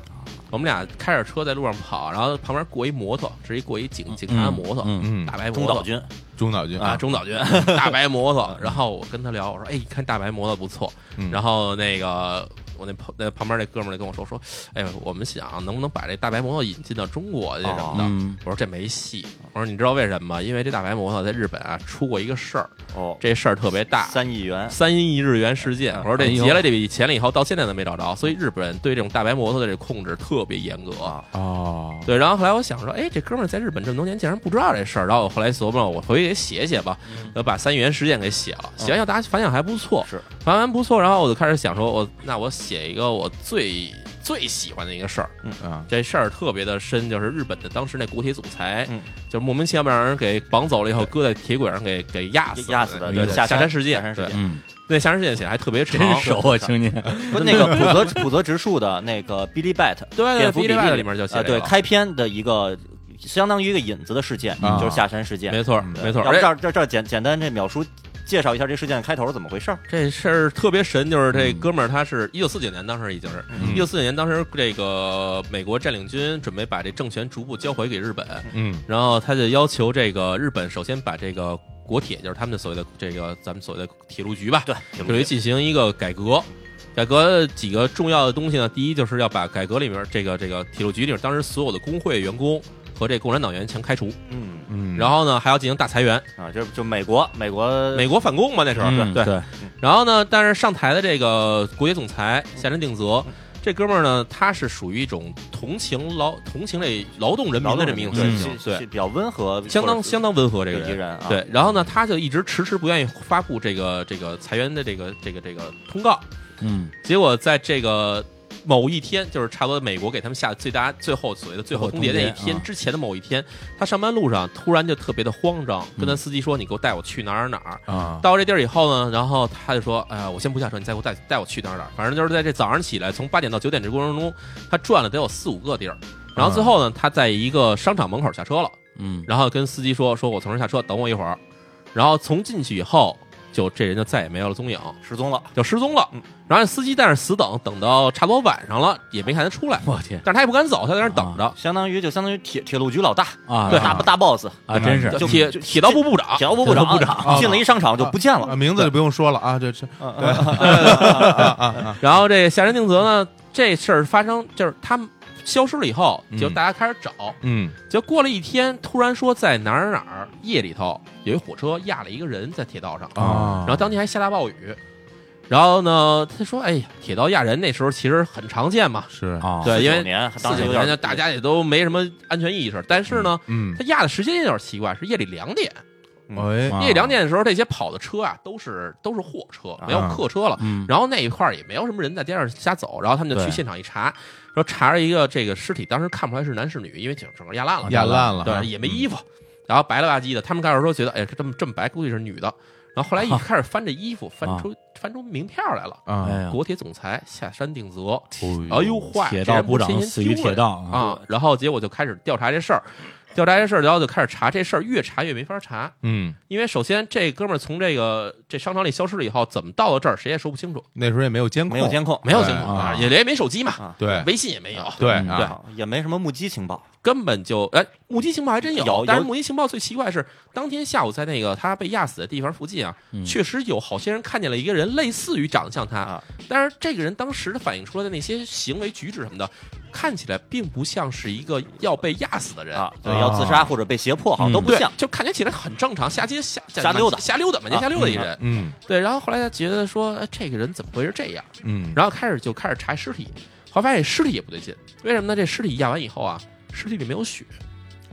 [SPEAKER 4] 我们俩开着车在路上跑，然后旁边过一摩托，直接过一警警察摩托，
[SPEAKER 1] 嗯
[SPEAKER 2] 嗯
[SPEAKER 4] 大，白
[SPEAKER 3] 中
[SPEAKER 4] 摩
[SPEAKER 3] 岛
[SPEAKER 4] 托。
[SPEAKER 3] 君
[SPEAKER 2] 中岛君
[SPEAKER 4] 啊，，中岛君，大白摩托。然后我跟他聊，我说：“哎，你看大白摩托不错。
[SPEAKER 2] 嗯
[SPEAKER 4] 然后那个我那旁那旁边那哥们儿就跟我说说：“哎，我们想能不能把这大白摩托引进到中国去什么的？”
[SPEAKER 1] 嗯
[SPEAKER 4] 我说：“这没戏。”我说：“你知道为什么吗？因为这大白摩托在日本啊出过一个事儿，
[SPEAKER 3] 哦，
[SPEAKER 4] 这事儿特别大，
[SPEAKER 3] 三亿元，
[SPEAKER 4] 三亿日元事件。我说这
[SPEAKER 1] 哎呦
[SPEAKER 4] 结了这笔钱了以后，到现在都没找着，所以日本人对这种大白摩托的这控制特别严格。
[SPEAKER 3] 啊
[SPEAKER 2] 嗯
[SPEAKER 1] 哦，
[SPEAKER 4] 对，然后后来我想说，哎，这哥们儿在日本这么多年，竟然不知道这事儿。然后我后来琢磨，我回去给写写吧， (laughs) 呃，把三元事件给写了，写完以后大家反响还不错，
[SPEAKER 3] 嗯是
[SPEAKER 4] 反响不错。然后我就开始想说，我那我写一个我最最喜欢的一个事儿，
[SPEAKER 2] 啊，
[SPEAKER 4] 这事儿特别的深，就是日本的当时那国铁总裁，
[SPEAKER 3] 嗯
[SPEAKER 4] 就莫名其妙让人给绑走了以后，搁在铁轨上给给压死了，
[SPEAKER 3] 压死的
[SPEAKER 4] 对
[SPEAKER 3] 对
[SPEAKER 4] 下
[SPEAKER 3] 下
[SPEAKER 4] 山
[SPEAKER 3] 山
[SPEAKER 4] 事件，
[SPEAKER 3] 下山事
[SPEAKER 4] 对
[SPEAKER 3] 件
[SPEAKER 4] (laughs)
[SPEAKER 1] 嗯，
[SPEAKER 4] 那下山事件写的还特别长，
[SPEAKER 1] 真熟啊，青年，
[SPEAKER 3] 不，那个浦泽浦泽直树的那个 Billy Bat，
[SPEAKER 4] (laughs) 对
[SPEAKER 3] 蝙
[SPEAKER 4] 对，
[SPEAKER 3] 蝠比
[SPEAKER 4] 比
[SPEAKER 3] 利
[SPEAKER 4] 利外里面就写
[SPEAKER 3] 呃，
[SPEAKER 4] 这个
[SPEAKER 3] 对，开篇的一个相当于一个引子的事件，
[SPEAKER 2] 啊
[SPEAKER 3] 就是下山事件。
[SPEAKER 4] 没错
[SPEAKER 2] 嗯
[SPEAKER 4] 没错，
[SPEAKER 3] 要不
[SPEAKER 4] 而且
[SPEAKER 3] 这儿这儿这儿简简单这描述介绍一下这事件的开头是怎么回事儿？
[SPEAKER 4] 这事儿特别神，就是这
[SPEAKER 3] 嗯
[SPEAKER 4] 哥们儿他是一九四九年，当时已经是
[SPEAKER 2] 嗯
[SPEAKER 4] 一九四九年，当时这个美国占领军准备把这政权逐步交回给日本，
[SPEAKER 2] 嗯
[SPEAKER 4] 然后他就要求这个日本首先把这个国铁，就是他们的所谓的这个咱们所谓的铁路局吧，
[SPEAKER 3] 对，
[SPEAKER 4] 铁路局进行一个改革。改革几个重要的东西呢，第一就是要把改革里面这个这个铁路局里面当时所有的工会员工和这共产党员全开除，
[SPEAKER 3] 嗯
[SPEAKER 2] 嗯，
[SPEAKER 4] 然
[SPEAKER 2] 后
[SPEAKER 4] 后呢还要进行大裁员。
[SPEAKER 3] 啊，就就美国美国
[SPEAKER 4] 美国反攻嘛那时候，
[SPEAKER 1] 嗯
[SPEAKER 4] 对
[SPEAKER 1] 对，
[SPEAKER 4] 然后呢，但是上台的这个国铁总裁夏山定则
[SPEAKER 3] 嗯，
[SPEAKER 4] 这哥们儿呢，他是属于一种同情劳同情类劳动人
[SPEAKER 3] 劳
[SPEAKER 4] 民
[SPEAKER 3] 动
[SPEAKER 4] 的这
[SPEAKER 3] 人
[SPEAKER 4] 么一
[SPEAKER 3] 民
[SPEAKER 4] 种
[SPEAKER 1] 嗯
[SPEAKER 3] 对
[SPEAKER 4] 心情
[SPEAKER 3] 是，是
[SPEAKER 4] 对，
[SPEAKER 3] 比较温和，
[SPEAKER 4] 相当相当温和这个
[SPEAKER 3] 一
[SPEAKER 4] 人。
[SPEAKER 3] 人啊，
[SPEAKER 4] 对，然后呢，他就一直迟迟不愿意发布这个这个裁员的这个这个这个通告。
[SPEAKER 1] 嗯，
[SPEAKER 4] 结果在这个某一天，就是差不多美国给他们下最大最后所谓的最后通牒嗯那一
[SPEAKER 1] 啊
[SPEAKER 4] 天之前的某一天，他上班路上突然就特别的慌张，跟他司机说：“你给我带我去哪儿哪儿。”
[SPEAKER 2] 啊，
[SPEAKER 4] 到这地儿以后呢，然后他就说：“哎、呀，我先不下车，你再给我带带我去哪儿哪儿。”反正就是在这早上起来，从八点到九点这过程中，他转了得有四五个地儿。然后最后呢，他在一个商场门口下车了，
[SPEAKER 1] 嗯，
[SPEAKER 4] 然后跟司机说：“说我从这儿下车，等我一会儿。”然后从进去以后，就这人就再也没有了踪影，
[SPEAKER 3] 失踪了，
[SPEAKER 4] 就失踪了
[SPEAKER 3] 嗯。
[SPEAKER 4] 然后司机在那儿死等，等到差不多晚上了，也没看他出来，
[SPEAKER 1] 我天
[SPEAKER 4] 但是他也不敢走，他在那儿等着。
[SPEAKER 3] 相当于就相当于铁铁路局老大，
[SPEAKER 1] 啊，
[SPEAKER 3] 大
[SPEAKER 1] 啊
[SPEAKER 3] 大 boss，
[SPEAKER 1] 啊，真是
[SPEAKER 4] 就铁
[SPEAKER 3] 就
[SPEAKER 4] 铁道部啊部长，
[SPEAKER 3] 铁路部
[SPEAKER 1] 铁路
[SPEAKER 3] 长
[SPEAKER 1] 部长
[SPEAKER 3] 进了一商场就不见了
[SPEAKER 2] 啊，，名字就不用说了啊，这这
[SPEAKER 3] 嗯嗯嗯
[SPEAKER 4] 然后这夏山定则呢，这事儿发生就是他消失了以后，就
[SPEAKER 2] 嗯
[SPEAKER 4] 大家开始找，
[SPEAKER 2] 嗯
[SPEAKER 4] 结果过了一天，突然说在哪儿哪儿哪儿夜里头有一火车压了一个人在铁道上，
[SPEAKER 2] 啊
[SPEAKER 4] 哦然，后当天还下大暴雨。然后呢，他说：“哎呀，铁道压人那时候其实很常见嘛，
[SPEAKER 2] 是，
[SPEAKER 1] 啊，
[SPEAKER 4] 对，因
[SPEAKER 3] 49
[SPEAKER 4] 为
[SPEAKER 3] 年
[SPEAKER 4] 四
[SPEAKER 3] 当时
[SPEAKER 4] 九
[SPEAKER 3] 有
[SPEAKER 4] 年
[SPEAKER 3] 点
[SPEAKER 4] 呢，大家也都没什么安全意识。但是呢，
[SPEAKER 2] 嗯，
[SPEAKER 4] 他压的时间有点奇怪，是夜里两点。
[SPEAKER 2] 哎，
[SPEAKER 1] 啊
[SPEAKER 4] 夜里两点的时候，这些跑的车啊都是都是货车，没有
[SPEAKER 2] 啊
[SPEAKER 4] 客车了。
[SPEAKER 1] 嗯，
[SPEAKER 4] 然后那一块儿也没有什么人在街上瞎走，然后他们就去
[SPEAKER 1] 对
[SPEAKER 4] 现场一查，说查了一个这个尸体，当时看不出来是男是女，因为整整个压烂了，
[SPEAKER 2] 压烂了啊
[SPEAKER 4] 对，也没衣服，然后白了吧唧的。他们开始说觉得，哎，这么这么白，估计是女的。然后后来一
[SPEAKER 1] 啊
[SPEAKER 4] 开始翻这衣服，翻出翻出名片来了，
[SPEAKER 2] 啊，
[SPEAKER 1] 哎呀，
[SPEAKER 4] 国铁总裁下山定则。
[SPEAKER 1] 哎
[SPEAKER 4] 哎呦，坏！
[SPEAKER 1] 铁
[SPEAKER 4] 这
[SPEAKER 1] 道
[SPEAKER 4] 人
[SPEAKER 1] 部
[SPEAKER 4] 不
[SPEAKER 1] 长
[SPEAKER 4] 先
[SPEAKER 1] 死于
[SPEAKER 4] 丢
[SPEAKER 1] 铁
[SPEAKER 4] 人
[SPEAKER 1] 道
[SPEAKER 4] 啊！然后结果就开始调查这事儿，调查这事儿，然后就开始查这事儿，越查越没法查，
[SPEAKER 2] 嗯，
[SPEAKER 4] 因为首先这哥们儿从这个这商场里消失了以后，怎么到了这儿，谁也说不清楚。
[SPEAKER 2] 那时候也没有监控，
[SPEAKER 3] 没有监控，
[SPEAKER 4] 没有
[SPEAKER 2] 对
[SPEAKER 4] 监控
[SPEAKER 1] 啊
[SPEAKER 4] 也连没手机嘛，
[SPEAKER 3] 啊，
[SPEAKER 2] 对
[SPEAKER 4] 微信也没有，
[SPEAKER 2] 对
[SPEAKER 1] 嗯
[SPEAKER 2] 啊，
[SPEAKER 3] 啊也没什么目击情报，
[SPEAKER 4] 根本就哎，目击情报还真有，
[SPEAKER 3] 有
[SPEAKER 4] 但是
[SPEAKER 3] 有
[SPEAKER 4] 目击情报最奇怪是，当天下午在那个他被压死的地方附近啊，
[SPEAKER 1] 嗯
[SPEAKER 4] 确实有好些人看见了一个人，类似于长得像他，
[SPEAKER 3] 啊
[SPEAKER 4] 但是这个人当时的反映出来的那些行为举止什么的，看起来并不像是一个要被压死的人。
[SPEAKER 3] 啊，对，
[SPEAKER 2] 啊
[SPEAKER 3] 要自杀或者被胁迫，好像都不
[SPEAKER 4] 嗯对
[SPEAKER 3] 像，，
[SPEAKER 4] 就看起来很正常，下街下
[SPEAKER 3] 瞎溜达啊
[SPEAKER 4] 瞎溜达，满街瞎溜达一人。
[SPEAKER 2] 嗯
[SPEAKER 4] 对，然后后来他觉得说，哎这个人怎么会是这样？
[SPEAKER 2] 嗯，
[SPEAKER 4] 然后开始就开始查尸体，后来发现尸体也不对劲，为什么呢？这尸体压完以后啊，尸体里没有血，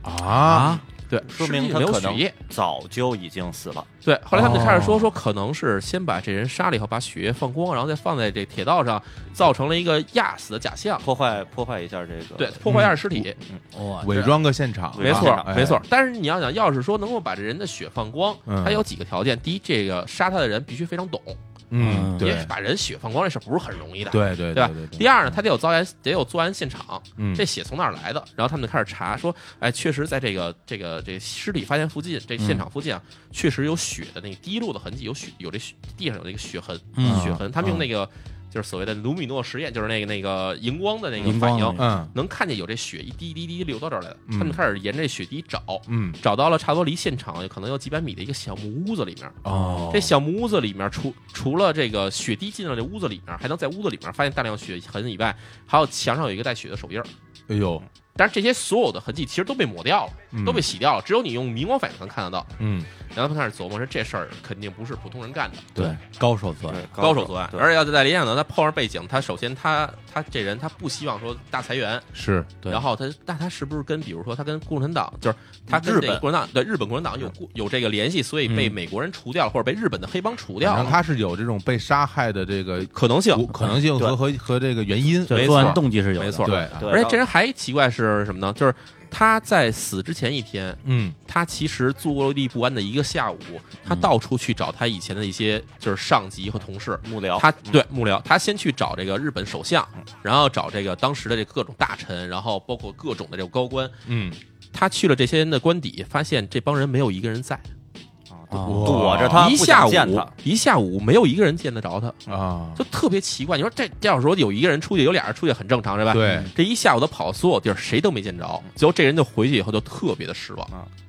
[SPEAKER 2] 啊，
[SPEAKER 4] 对，
[SPEAKER 3] 说
[SPEAKER 4] 尸
[SPEAKER 3] 明
[SPEAKER 4] 体
[SPEAKER 3] 他
[SPEAKER 4] 没有
[SPEAKER 3] 可
[SPEAKER 4] 血
[SPEAKER 3] 能
[SPEAKER 4] 液，
[SPEAKER 3] 早就已经死了。
[SPEAKER 4] 对。后来他们就开始说
[SPEAKER 2] 哦
[SPEAKER 4] 说，可能是先把这人杀了以后，把血液放光，然后再放在这铁道上，造成了一个压死的假象，
[SPEAKER 3] 破坏破坏一下这个，
[SPEAKER 4] 对，破坏一下尸体，
[SPEAKER 3] 嗯
[SPEAKER 1] 哇，
[SPEAKER 2] 伪装个现场，啊哎
[SPEAKER 4] 没
[SPEAKER 3] 伪装
[SPEAKER 4] 错
[SPEAKER 3] 现
[SPEAKER 2] 场
[SPEAKER 4] 没错。但是你要想，要是说能够把这人的血放光，
[SPEAKER 2] 嗯
[SPEAKER 4] 他有几个条件，第一，这个杀他的人必须非常懂，
[SPEAKER 2] 嗯，
[SPEAKER 4] 因
[SPEAKER 2] 对
[SPEAKER 4] 为，把人血放光这事儿不是很容易的，
[SPEAKER 2] 对对
[SPEAKER 4] 对吧
[SPEAKER 2] 对
[SPEAKER 4] 第二呢，他得有作案，得有作案现场，
[SPEAKER 2] 嗯
[SPEAKER 4] 这血从哪儿来的？然后他们就开始查，说，哎，确实在这个这个这尸体发现附近，这现场附近
[SPEAKER 2] 嗯
[SPEAKER 4] 啊，确实有血的那个滴落的痕迹，有血，有这血地上有那个血痕，
[SPEAKER 1] 嗯
[SPEAKER 4] 血痕。他们用那个就是所谓的卢米诺实验，就是那个那个荧光的那个
[SPEAKER 1] 荧
[SPEAKER 4] 反
[SPEAKER 1] 光
[SPEAKER 4] 应，
[SPEAKER 2] 嗯
[SPEAKER 4] 能看见有这血一滴一滴一滴流到这儿来了。
[SPEAKER 2] 嗯
[SPEAKER 4] 他们开始沿着这血滴找，
[SPEAKER 2] 嗯
[SPEAKER 4] 找到了差不多离现场有可能有几百米的一个小木屋子里面。
[SPEAKER 2] 哦
[SPEAKER 4] 这小木屋子里面除除了这个血滴进到这屋子里面，还能在屋子里面发现大量血痕以外，还有墙上有一个带血的手印儿。
[SPEAKER 2] 哎呦，
[SPEAKER 4] 但是这些所有的痕迹其实都被抹掉了，
[SPEAKER 2] 嗯
[SPEAKER 4] 都被洗掉了，只有你用明光反应能看得到。
[SPEAKER 2] 嗯
[SPEAKER 4] 然后他们开始琢磨说这事儿肯定不是普通人干的，
[SPEAKER 1] 对，高手作案，
[SPEAKER 3] 对
[SPEAKER 4] 高手
[SPEAKER 3] 手
[SPEAKER 4] 作案。
[SPEAKER 3] 对
[SPEAKER 4] 而且要在联想到他碰上背景，他首先他他这人他不希望说大裁员，
[SPEAKER 2] 是
[SPEAKER 1] 对
[SPEAKER 4] 然后他那他是不是跟比如说他跟共产党就是他跟
[SPEAKER 3] 日
[SPEAKER 4] 这个
[SPEAKER 3] 本
[SPEAKER 4] 共产党对日本共产党有过有这个联系，所以被美国人除掉了，或者被日本的黑帮除掉
[SPEAKER 2] 然后
[SPEAKER 4] 了
[SPEAKER 2] 他是有这种被杀害的这个
[SPEAKER 4] 可能性。
[SPEAKER 2] 可能性和和和这个原因，
[SPEAKER 1] 对
[SPEAKER 4] 没
[SPEAKER 1] 作案
[SPEAKER 4] 错
[SPEAKER 1] 动机是有的，
[SPEAKER 4] 没错
[SPEAKER 2] 对，
[SPEAKER 3] 对，
[SPEAKER 4] 而且这人还奇怪是什么呢？就是他在死之前一天，
[SPEAKER 2] 嗯
[SPEAKER 4] 他其实坐立不安的一个下午，他到处去找他以前的一些就是上级和同事。
[SPEAKER 3] 幕僚，嗯
[SPEAKER 4] 他对幕僚，他先去找这个日本首相，然后找这个当时的这各种大臣，然后包括各种的这种高官。
[SPEAKER 2] 嗯，
[SPEAKER 4] 他去了这些人的官邸，发现这帮人没有一个人在，啊
[SPEAKER 3] 嗯
[SPEAKER 1] 哦
[SPEAKER 3] 躲着他，
[SPEAKER 4] 一
[SPEAKER 3] 不想
[SPEAKER 4] 下午
[SPEAKER 3] 见他，
[SPEAKER 4] 一下午没有一个人见得着他，
[SPEAKER 2] 啊，
[SPEAKER 4] 就特别奇怪。你说这这要说有一个人出去，有俩人出去很正常是吧？
[SPEAKER 2] 对，
[SPEAKER 4] 这一下午他跑所有地儿，谁都没见着，结果这人就回去以后就特别的失望。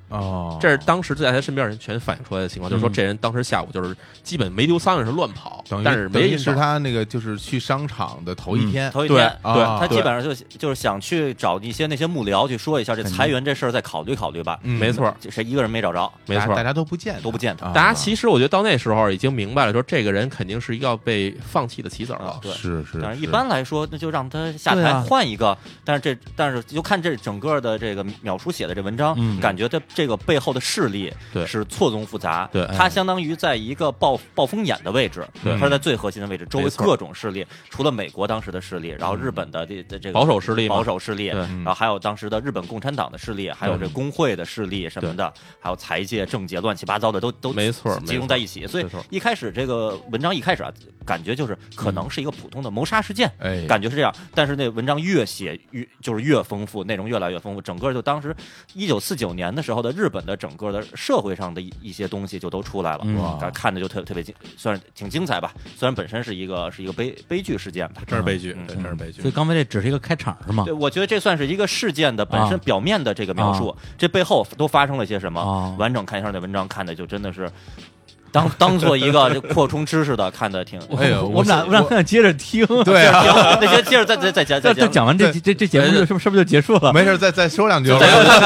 [SPEAKER 2] 哦，嗯
[SPEAKER 4] 这是当时在他身边人全反映出来的情况，就是说这人当时下午就是基本没丢三个是乱跑
[SPEAKER 2] 等，于
[SPEAKER 4] 但是
[SPEAKER 2] 等
[SPEAKER 4] 没
[SPEAKER 2] 于
[SPEAKER 4] 人
[SPEAKER 2] 是
[SPEAKER 4] 找
[SPEAKER 2] 他那个就是去商场的
[SPEAKER 1] 嗯
[SPEAKER 2] 头一天，
[SPEAKER 3] 头一
[SPEAKER 4] 对
[SPEAKER 3] 天。
[SPEAKER 2] 啊
[SPEAKER 4] 对
[SPEAKER 3] 他基
[SPEAKER 2] 对
[SPEAKER 3] 本上就就是想去找一些那些幕僚去说一下这裁员这事儿，再考虑考虑吧。
[SPEAKER 2] 嗯
[SPEAKER 4] 没错
[SPEAKER 3] 这谁一个人没找着，
[SPEAKER 4] 没
[SPEAKER 2] 大
[SPEAKER 4] 错
[SPEAKER 2] 大。家都不见他
[SPEAKER 3] 都不见他。
[SPEAKER 2] 啊
[SPEAKER 4] 大家其实我觉得到那时候已经明白了，说这个人肯定是一个要被放弃的棋子儿了
[SPEAKER 3] 啊。对
[SPEAKER 2] 是是，
[SPEAKER 3] 但是，
[SPEAKER 2] 是
[SPEAKER 3] 一般来说，那就让他下
[SPEAKER 1] 对
[SPEAKER 3] 台
[SPEAKER 1] 啊
[SPEAKER 3] 换一个。但是这，但是就看这整个的这个淼叔写的这文章，
[SPEAKER 1] 嗯
[SPEAKER 3] 感觉他这个背后的势力
[SPEAKER 4] 对
[SPEAKER 3] 是错综复杂。
[SPEAKER 4] 对
[SPEAKER 3] 他相当于在一个暴暴风眼的位置，
[SPEAKER 2] 对
[SPEAKER 3] 他是在最核心的位置，周围
[SPEAKER 4] 没错嗯
[SPEAKER 3] 各种势力，除了美国当时的势力，然后日本的这这这个
[SPEAKER 4] 保守势力嘛
[SPEAKER 3] 保守势力，
[SPEAKER 4] 对
[SPEAKER 2] 嗯
[SPEAKER 3] 然后还有当时的日本共产党的势力，还有这
[SPEAKER 4] 嗯
[SPEAKER 3] 工会的势力什么的，还有财界、政界乱七八糟的都都
[SPEAKER 4] 没错
[SPEAKER 3] 集中在一起。所以
[SPEAKER 4] 没错
[SPEAKER 3] 一开始这个文章一开始啊，感觉就是可能是一个普通的谋杀事件。
[SPEAKER 2] 哎，
[SPEAKER 3] 感觉是这样，但是那文章越写越就是越丰富，内容越来越丰富，整个就当时一九四九年的时候的日本的整个的社会上的一一些东西就都出来了，
[SPEAKER 1] 嗯
[SPEAKER 3] 哇，但看着就特特别精，算是挺精彩吧。虽然本身是一个是一个悲悲剧事件吧，
[SPEAKER 4] 这是悲剧，
[SPEAKER 3] 嗯
[SPEAKER 4] 对，这是悲剧 (laughs)
[SPEAKER 1] 所以。刚才这只是一个开场是吗
[SPEAKER 3] 对，？我觉得这算是一个事件的本身
[SPEAKER 1] 啊
[SPEAKER 3] 表面的这个描述，这背后都发生了些什么？
[SPEAKER 1] 啊
[SPEAKER 3] 完整看一下那文章，看的就真的是当当做一个扩充知识的，看的挺。
[SPEAKER 2] 哎呦
[SPEAKER 1] 我们俩
[SPEAKER 2] 我
[SPEAKER 1] 我们俩想接着听，
[SPEAKER 2] 对啊，
[SPEAKER 3] 那些接着再再再 (laughs) 讲
[SPEAKER 1] 但
[SPEAKER 3] 再
[SPEAKER 1] 但
[SPEAKER 3] 讲，
[SPEAKER 1] 讲完这
[SPEAKER 2] 对
[SPEAKER 1] 这这节目
[SPEAKER 4] 对
[SPEAKER 1] 是不是是不是就结束了？
[SPEAKER 2] 没事，再再说两句，
[SPEAKER 3] 再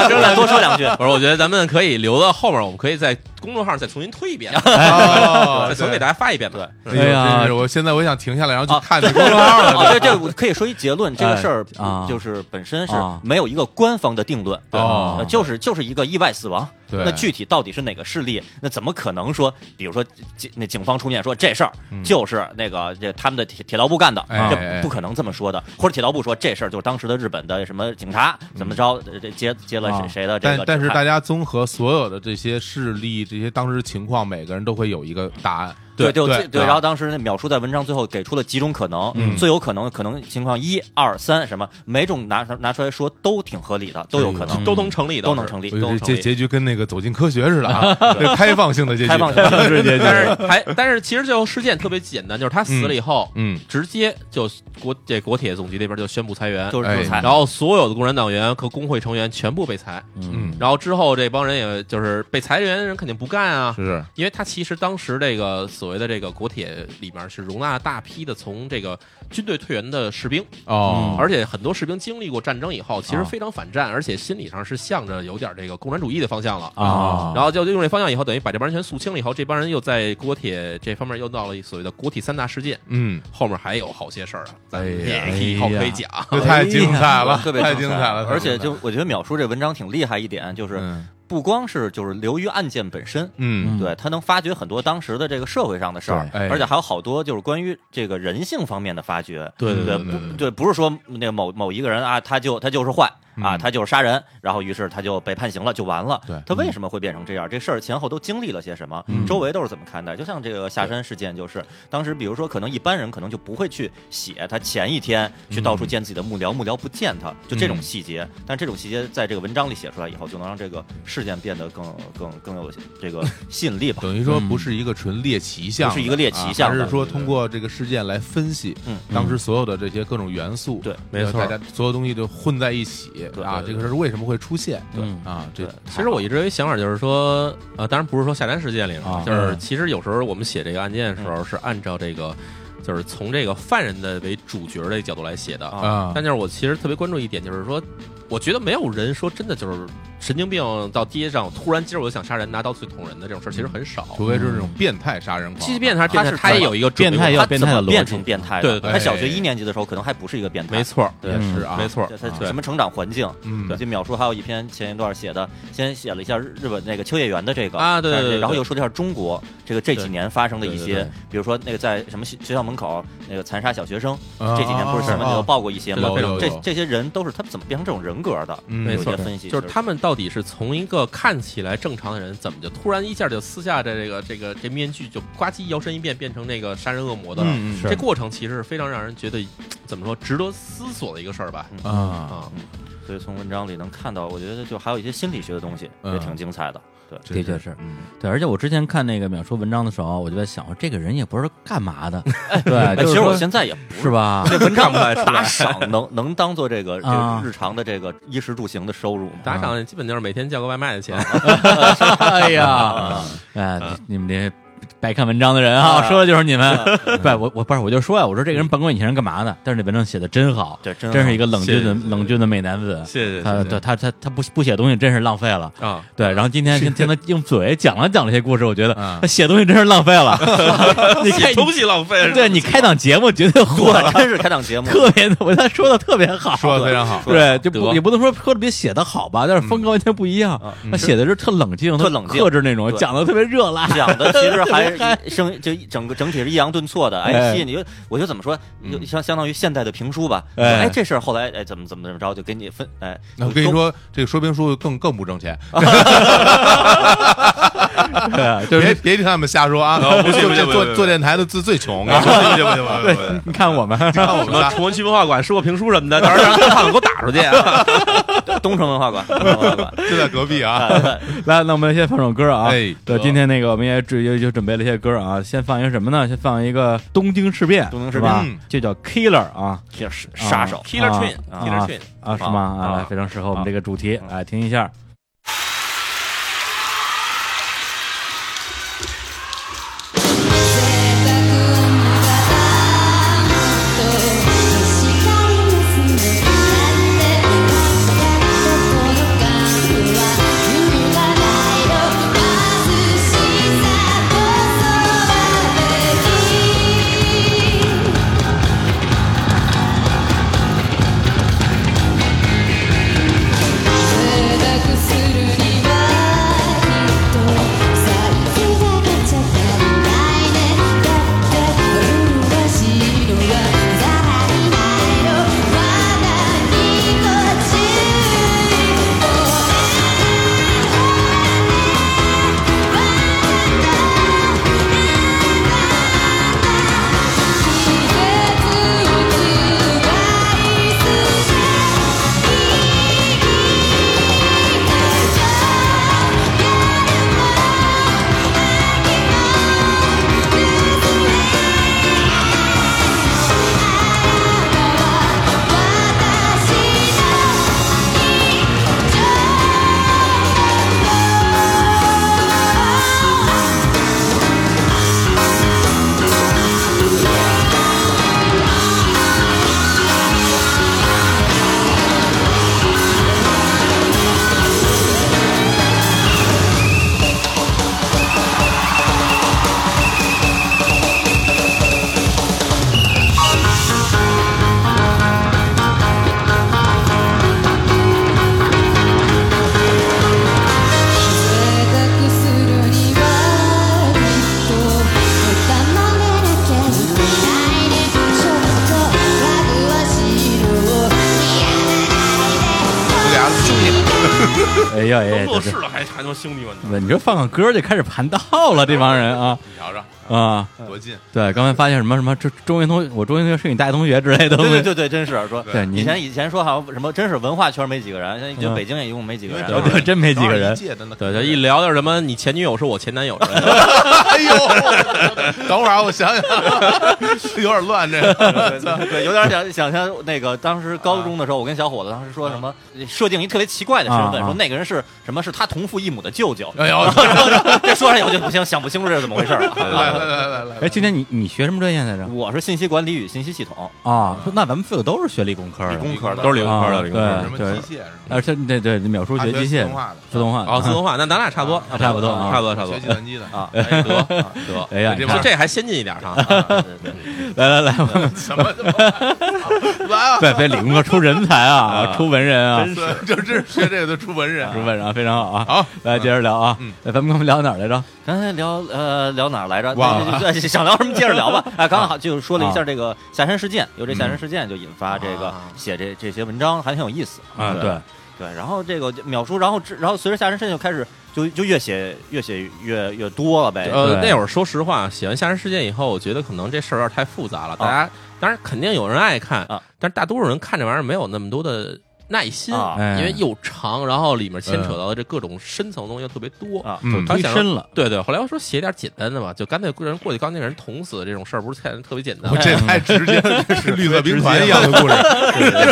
[SPEAKER 3] 再再多说两句。
[SPEAKER 4] 不是，我觉得咱们可以留到后面，我们可以在公众号上再重新推一遍，
[SPEAKER 2] (laughs)
[SPEAKER 4] 啊
[SPEAKER 2] 哦
[SPEAKER 4] (laughs) 再重新给大家发一遍吧。嗯
[SPEAKER 2] 哎呦
[SPEAKER 1] 哎呀
[SPEAKER 2] 真是我现在我想停下来，然后
[SPEAKER 3] 啊
[SPEAKER 2] 去看那
[SPEAKER 3] (laughs)
[SPEAKER 2] 公众号了。
[SPEAKER 3] 啊，对，这我可以说一结论，这个事儿
[SPEAKER 1] 哎啊
[SPEAKER 3] 就是本身是
[SPEAKER 1] 啊
[SPEAKER 3] 没有一个官方的定论，
[SPEAKER 2] 对
[SPEAKER 3] 呃就是就是一个意外死亡。
[SPEAKER 2] 对
[SPEAKER 3] 那具体到底是哪个势力？那怎么可能说，比如说警那警方出面说这事儿就是那个这他们的铁铁道部干的，
[SPEAKER 2] 哎哎
[SPEAKER 3] 这不可能这么说的，或者铁道部说这事儿就是当时的日本的什么警察怎么着，呃这接接了谁
[SPEAKER 1] 啊
[SPEAKER 3] 谁的这
[SPEAKER 2] 但
[SPEAKER 3] 个
[SPEAKER 2] 但是
[SPEAKER 3] 指派
[SPEAKER 2] 大家综合所有的这些事例、这些当时情况，每个人都会有一个答案。
[SPEAKER 3] 对，就
[SPEAKER 2] 对啊嗯
[SPEAKER 3] 最对，然后当时那淼叔在文章最后给出了几种可能，最有可能可能情况一二三什么，每种拿拿出来说都挺合理的，都有可能，
[SPEAKER 2] 嗯
[SPEAKER 4] 都能成立，
[SPEAKER 2] (laughs)
[SPEAKER 3] 都能成立，
[SPEAKER 2] 所以
[SPEAKER 3] 都能
[SPEAKER 2] 这
[SPEAKER 3] 成
[SPEAKER 2] 结
[SPEAKER 3] 立。
[SPEAKER 2] 结局跟那个《走进科学》似的
[SPEAKER 3] (laughs)
[SPEAKER 2] 啊，这开放性的结局，
[SPEAKER 3] 开放性的
[SPEAKER 2] (laughs) 性结
[SPEAKER 4] 但是还但是其实最后事件特别简单，就是他死了以后，
[SPEAKER 2] 嗯，
[SPEAKER 4] 直接就国这国铁总局那边就宣布裁员，
[SPEAKER 3] 就是
[SPEAKER 2] 哎
[SPEAKER 3] 制裁，
[SPEAKER 4] 然后所有的共产党员和工会成员全部被裁，
[SPEAKER 2] 嗯，
[SPEAKER 4] 然后之后这帮人也就是被裁员的人肯定不干啊，
[SPEAKER 2] 嗯是
[SPEAKER 3] 嗯
[SPEAKER 4] 因为他其实当时这个所谓的这个国铁里面是容纳了大批的从这个军队退员的士兵，
[SPEAKER 2] 哦，
[SPEAKER 4] 而且很多士兵经历过战争以后，其实
[SPEAKER 1] 啊
[SPEAKER 4] 非常反战，而且心理上是向着有点这个共产主义的方向了。
[SPEAKER 2] 哦
[SPEAKER 1] 啊
[SPEAKER 4] 然后就用这方向以后，等于把这帮人全肃清了以后，这帮人又在国铁这方面又闹了所谓的国体三大事件，
[SPEAKER 2] 嗯，
[SPEAKER 4] 后面还有好些事儿啊，咱们
[SPEAKER 2] 哎呀
[SPEAKER 4] 也以后可以讲。
[SPEAKER 2] 这太精彩了，
[SPEAKER 3] 哎特别
[SPEAKER 2] 太精彩了，嗯
[SPEAKER 3] 而且
[SPEAKER 2] 太精
[SPEAKER 3] 就我觉得淼叔这文章挺厉害一点，就
[SPEAKER 2] 彩了
[SPEAKER 3] 是不光是就是流于案件本身，
[SPEAKER 2] 嗯嗯
[SPEAKER 3] 对他能发掘很多当时的这个社会上的事儿，
[SPEAKER 2] 对哎
[SPEAKER 3] 而且还有好多就是关于这个人性方面的发掘。
[SPEAKER 2] 对对
[SPEAKER 3] 对
[SPEAKER 2] 对对
[SPEAKER 3] 不对，不是说那个某某一个人啊，他就他就是坏，
[SPEAKER 2] 嗯
[SPEAKER 3] 啊，他就是杀人，然后于是他就被判刑了，就完了。
[SPEAKER 2] 对
[SPEAKER 3] 他为什么会变成这样？这事儿前后都经历了些什么？
[SPEAKER 1] 嗯
[SPEAKER 3] 周围都是怎么看待？就像这个下山事件，就是当时比如说，可能一般人可能就不会去写他前一天去到处见自己的幕僚，幕僚不见他，就这种细节。但这种细节在这个文章里写出来以后，就能让这个事件变得更更更有这个吸引力吧。
[SPEAKER 2] 等于说不是一个纯猎奇项
[SPEAKER 3] 嗯
[SPEAKER 2] 的，
[SPEAKER 3] 不是一个猎奇项
[SPEAKER 2] 啊
[SPEAKER 3] 的
[SPEAKER 2] 而是说通过这个事件来分析
[SPEAKER 3] 嗯
[SPEAKER 2] 当时所有的这些各种元素，
[SPEAKER 3] 对
[SPEAKER 2] 然后
[SPEAKER 4] 没错
[SPEAKER 2] 大家所有东西都混在一起
[SPEAKER 3] 对
[SPEAKER 2] 啊，
[SPEAKER 3] 对
[SPEAKER 2] 这个事儿为什么会出现？
[SPEAKER 1] 对
[SPEAKER 2] 啊，这
[SPEAKER 3] 对
[SPEAKER 4] 其实我一直有一想法，就是说，呃，当然不是说下单事件里
[SPEAKER 1] 啊
[SPEAKER 4] 了，就是其实有时候我们写这个案件的时候是按照这个，就是从这个犯人的为主角的角度来写的。
[SPEAKER 3] 啊
[SPEAKER 2] 啊，
[SPEAKER 4] 但就是我其实特别关注一点，就是说，我觉得没有人说真的就是神经病到街上突然今儿我就想杀人拿刀去捅人的这种事儿，其实很少。
[SPEAKER 2] 除非是这种变态杀人狂，啊
[SPEAKER 4] 即便他是变态，
[SPEAKER 3] 他是
[SPEAKER 4] 他也有一个准
[SPEAKER 1] 嗯
[SPEAKER 4] 备
[SPEAKER 1] 变态
[SPEAKER 4] 过
[SPEAKER 1] 要
[SPEAKER 3] 他
[SPEAKER 1] 变
[SPEAKER 3] 怎
[SPEAKER 1] 态的
[SPEAKER 3] 么
[SPEAKER 1] 逻
[SPEAKER 3] 变
[SPEAKER 1] 辑
[SPEAKER 3] 成变态
[SPEAKER 4] 对对
[SPEAKER 3] 的？
[SPEAKER 4] 对
[SPEAKER 3] 他小学
[SPEAKER 2] 哎
[SPEAKER 3] 一年级的时候可能还不是一个变态，
[SPEAKER 4] 没错儿，
[SPEAKER 3] 对
[SPEAKER 2] 也是啊，
[SPEAKER 4] 没错儿，
[SPEAKER 3] 对他
[SPEAKER 2] 啊
[SPEAKER 3] 什么成长环境，
[SPEAKER 2] 嗯，
[SPEAKER 3] 就秒叔还有一篇前一段写的，先写了一下日本那个秋叶原的这个
[SPEAKER 4] 啊对对对对
[SPEAKER 3] 然后又说了一下中国这个这几年发生的一
[SPEAKER 4] 对对
[SPEAKER 3] 些
[SPEAKER 4] 对，
[SPEAKER 3] 比如说那个在什么学学校门口那个残杀小学生，
[SPEAKER 2] 啊
[SPEAKER 3] 这几年不是新闻
[SPEAKER 2] 啊
[SPEAKER 3] 就报过一些吗
[SPEAKER 4] 有？
[SPEAKER 2] 有有
[SPEAKER 3] 这
[SPEAKER 2] 有
[SPEAKER 3] 这些人都是他们怎么变成这种人格的？
[SPEAKER 2] 嗯
[SPEAKER 3] 有
[SPEAKER 4] 没
[SPEAKER 3] 一
[SPEAKER 4] 错
[SPEAKER 3] 些分析
[SPEAKER 4] 就是他们到底是从一个看起来正常的人，怎么就突然一下就撕下这这个这个这面具，就呱唧摇身一变变成那个杀人恶魔的？
[SPEAKER 2] 嗯嗯
[SPEAKER 1] 是
[SPEAKER 4] 这过程其实是非常让人觉得怎么说值得思索的一个事儿吧？
[SPEAKER 3] 嗯
[SPEAKER 2] 啊，
[SPEAKER 4] 啊，
[SPEAKER 3] 所以从文章里能看到，我觉得就还有一些心理学的东西
[SPEAKER 2] 嗯
[SPEAKER 3] 也挺精彩的。
[SPEAKER 1] 的确是，
[SPEAKER 2] 嗯
[SPEAKER 1] 对，而且我之前看那个秒叔文章的时候，我就在想，这个人也不是干嘛的，对，
[SPEAKER 3] 哎
[SPEAKER 1] 就
[SPEAKER 3] 其
[SPEAKER 1] 是
[SPEAKER 3] 实我
[SPEAKER 1] 说
[SPEAKER 3] 现在也不
[SPEAKER 4] (laughs)
[SPEAKER 1] 是吧？
[SPEAKER 3] 这文章
[SPEAKER 4] 看不太出来
[SPEAKER 3] 打赏能能当做这个这
[SPEAKER 1] 啊
[SPEAKER 3] 个日常的这个衣食住行的收入吗？
[SPEAKER 4] 打赏基本就是每天叫个外卖的钱。
[SPEAKER 1] 哎
[SPEAKER 3] 嗯
[SPEAKER 1] 呀，哎，你们这白看文章的人啊，说的就是你们。不，我我不是，我就说呀，我说这个人甭管以前是干嘛的，但是这文章写的真好，
[SPEAKER 3] 对真
[SPEAKER 1] 真是
[SPEAKER 3] 好
[SPEAKER 1] 一个冷峻的
[SPEAKER 4] 谢谢
[SPEAKER 1] 冷峻的美男子。
[SPEAKER 4] 谢谢
[SPEAKER 1] 他
[SPEAKER 4] 谢谢
[SPEAKER 1] 他他他他不不写东西真是浪费了。
[SPEAKER 4] 啊，
[SPEAKER 1] 对，然后今天听听他用嘴讲了讲这些故事，我觉得
[SPEAKER 2] 嗯
[SPEAKER 1] 他 (laughs) 写东西真是浪费了。你看
[SPEAKER 4] 写，东西浪费。
[SPEAKER 1] 对你开档节目绝对火，
[SPEAKER 3] 对，真 (laughs) 是开档
[SPEAKER 4] (laughs)
[SPEAKER 3] 节目，
[SPEAKER 1] 特别，我觉得他说的特别好，
[SPEAKER 2] 说的非常好，
[SPEAKER 1] 对，就不
[SPEAKER 4] 得
[SPEAKER 1] 也不能说说的比写的好吧，但是风格完全不一样
[SPEAKER 3] 嗯。
[SPEAKER 1] 他写的是特冷静、
[SPEAKER 3] 特
[SPEAKER 1] 特
[SPEAKER 3] 冷静
[SPEAKER 1] 克制那种，
[SPEAKER 3] 对
[SPEAKER 1] 讲的特别热辣。
[SPEAKER 3] 讲的其实还
[SPEAKER 1] (laughs)
[SPEAKER 3] 是生就整个整体是抑扬顿挫的，
[SPEAKER 1] 哎嗯
[SPEAKER 3] 哎，吸引你就我就怎么说，就相相当于现代的评书吧，说
[SPEAKER 1] 哎
[SPEAKER 3] 哎，这事儿后来哎怎么怎么怎么着，就给你分哎，
[SPEAKER 2] 嗯那我跟你说，这个说评书更更不挣钱，
[SPEAKER 1] (laughs) 对，就
[SPEAKER 2] 别
[SPEAKER 1] 是
[SPEAKER 2] 别听他们瞎说啊！
[SPEAKER 4] 哦不信不
[SPEAKER 2] 就
[SPEAKER 4] 信不信不
[SPEAKER 2] 做
[SPEAKER 4] 信
[SPEAKER 2] 做电台的最最穷， (laughs)
[SPEAKER 4] 啊，不行不行不行不行。
[SPEAKER 1] 你看我们，
[SPEAKER 2] 看我
[SPEAKER 4] 什
[SPEAKER 2] 们
[SPEAKER 4] 么
[SPEAKER 2] 仨
[SPEAKER 4] 崇文区文化馆、说过评书什么的，到时候让胖子给我打出去。啊 (laughs)
[SPEAKER 3] 东城文化馆，东城文化
[SPEAKER 1] (laughs)
[SPEAKER 3] 馆，
[SPEAKER 2] 就在隔壁啊，
[SPEAKER 1] (laughs) 来，那我们先放首歌啊。
[SPEAKER 2] 哎
[SPEAKER 1] 对，今天那个我们也准也就准备了一些歌啊，先放一个什么呢？先放一个《东京事变》，
[SPEAKER 3] 东京
[SPEAKER 1] 是
[SPEAKER 3] 事
[SPEAKER 1] 吧
[SPEAKER 2] 变？
[SPEAKER 1] 就叫 Killer 啊，
[SPEAKER 3] 这是杀手，
[SPEAKER 4] Killer
[SPEAKER 1] 啊
[SPEAKER 4] Train，
[SPEAKER 1] 啊
[SPEAKER 4] Killer Train
[SPEAKER 1] 啊，是吗？
[SPEAKER 3] 啊
[SPEAKER 1] 啊，非常适合我们这个主题，来听一下。
[SPEAKER 5] 「せっかく無駄だもっとしたいですね」「だって確かにここの感覚は揺るがないよ」「貧しさとそばべき」「せいだくす
[SPEAKER 2] 啊
[SPEAKER 1] 哎呀哎呀，
[SPEAKER 4] 都乐
[SPEAKER 1] 这
[SPEAKER 4] 视
[SPEAKER 1] 是
[SPEAKER 4] 了还还他妈兄弟们呢，
[SPEAKER 1] 你说放个歌就开始盘道了，这帮人啊
[SPEAKER 4] 你瞧着
[SPEAKER 1] 啊！
[SPEAKER 2] 多近，
[SPEAKER 1] 对，刚才发现什么什么周周云同我周云同学是你大学同学之类的东
[SPEAKER 3] 对
[SPEAKER 1] 西，
[SPEAKER 3] 对对对，真是说
[SPEAKER 1] 对
[SPEAKER 3] 以
[SPEAKER 1] 你
[SPEAKER 3] 前以前说好像什么，真是文化圈没几个人，现在就
[SPEAKER 1] 嗯
[SPEAKER 3] 北京也一啊共没几个人。
[SPEAKER 2] 因为
[SPEAKER 1] 对真没几个人
[SPEAKER 2] (laughs) 当然一届的那
[SPEAKER 4] 对，就一聊就是什么你前女友是我前男友之类的，
[SPEAKER 2] 哎呦，等会儿啊我想想， (laughs) 有点乱这个。
[SPEAKER 3] 对对对，有点想想像那个当时高中的时候，我跟小伙子当时说什么设定一特别奇怪的身份，
[SPEAKER 1] 啊啊
[SPEAKER 3] 说那个人是什么是他同父异母的舅舅，
[SPEAKER 2] 哎呦，
[SPEAKER 3] 这说上以后就不行，想不清楚这是怎么回事儿
[SPEAKER 2] 来
[SPEAKER 3] 了。
[SPEAKER 2] 来来来来，
[SPEAKER 1] 哎，今天你你学什么专业来着？
[SPEAKER 3] 我是信息管理与信息系统，
[SPEAKER 1] 啊，不那咱们四个都是学理工科
[SPEAKER 2] 理
[SPEAKER 1] 的，
[SPEAKER 2] 工科的
[SPEAKER 4] 都是理工科的
[SPEAKER 1] 啊
[SPEAKER 4] 理工科的。
[SPEAKER 2] 什么
[SPEAKER 1] 对
[SPEAKER 2] 机械是吗？
[SPEAKER 1] 而且对对，淼叔学机械
[SPEAKER 2] 啊学自动化的
[SPEAKER 1] 自动化
[SPEAKER 4] 哦，自动化，那咱俩差不多，
[SPEAKER 1] 啊差不多啊
[SPEAKER 4] 差不多，差不
[SPEAKER 2] 学计
[SPEAKER 4] 多。
[SPEAKER 2] 算机的
[SPEAKER 3] 啊
[SPEAKER 2] 哎
[SPEAKER 4] 得
[SPEAKER 2] 得
[SPEAKER 4] 得，
[SPEAKER 1] 哎呀，
[SPEAKER 2] 这
[SPEAKER 1] 你
[SPEAKER 2] 帮
[SPEAKER 1] 看
[SPEAKER 4] 这这还先进一点儿哈。
[SPEAKER 3] 对对对，
[SPEAKER 1] 来来来，我们
[SPEAKER 2] 什么他妈来啊！
[SPEAKER 1] (laughs) 对，非理工科出人才啊，
[SPEAKER 4] 啊
[SPEAKER 1] 出文人啊，
[SPEAKER 2] 对，就是学这个的出文人
[SPEAKER 1] 出。文人啊，非常好啊。
[SPEAKER 2] 好，
[SPEAKER 1] 来接着聊啊，哎咱们刚才聊哪儿来着？
[SPEAKER 3] 刚才聊呃聊哪儿来着？
[SPEAKER 2] 忘了
[SPEAKER 3] 对，对对想聊什么接着聊吧。哎，刚好就是说了一下这个下山事件，由这下山事件就引发这个写这这些文章还很有意思
[SPEAKER 1] 啊，
[SPEAKER 3] 对对。然后这个秒叔，然后之然后随着下山事件就开始就就越写越写越越多了呗。
[SPEAKER 4] 呃，
[SPEAKER 1] 哎对
[SPEAKER 4] 那会儿说实话，写完《吓人事件》以后，我觉得可能这事儿有点太复杂了，
[SPEAKER 1] 哦
[SPEAKER 4] 大家当然肯定有人爱看
[SPEAKER 3] 啊，
[SPEAKER 4] 但是大多数人看这玩意儿没有那么多的耐心，
[SPEAKER 3] 啊
[SPEAKER 1] 哎嗯
[SPEAKER 4] 因为又长，然后里面牵扯到的这各种深层的东西又特别多
[SPEAKER 3] 啊
[SPEAKER 1] 就
[SPEAKER 2] 嗯
[SPEAKER 4] 他
[SPEAKER 1] 推
[SPEAKER 4] 想
[SPEAKER 1] 哦深了，
[SPEAKER 4] 对对，后来我说写点简单的吧，就干脆人过去刚那人捅死这种事儿，不是太特别简单
[SPEAKER 2] 我
[SPEAKER 4] 吗？
[SPEAKER 2] 这太直接了，这是绿色兵团一样的故事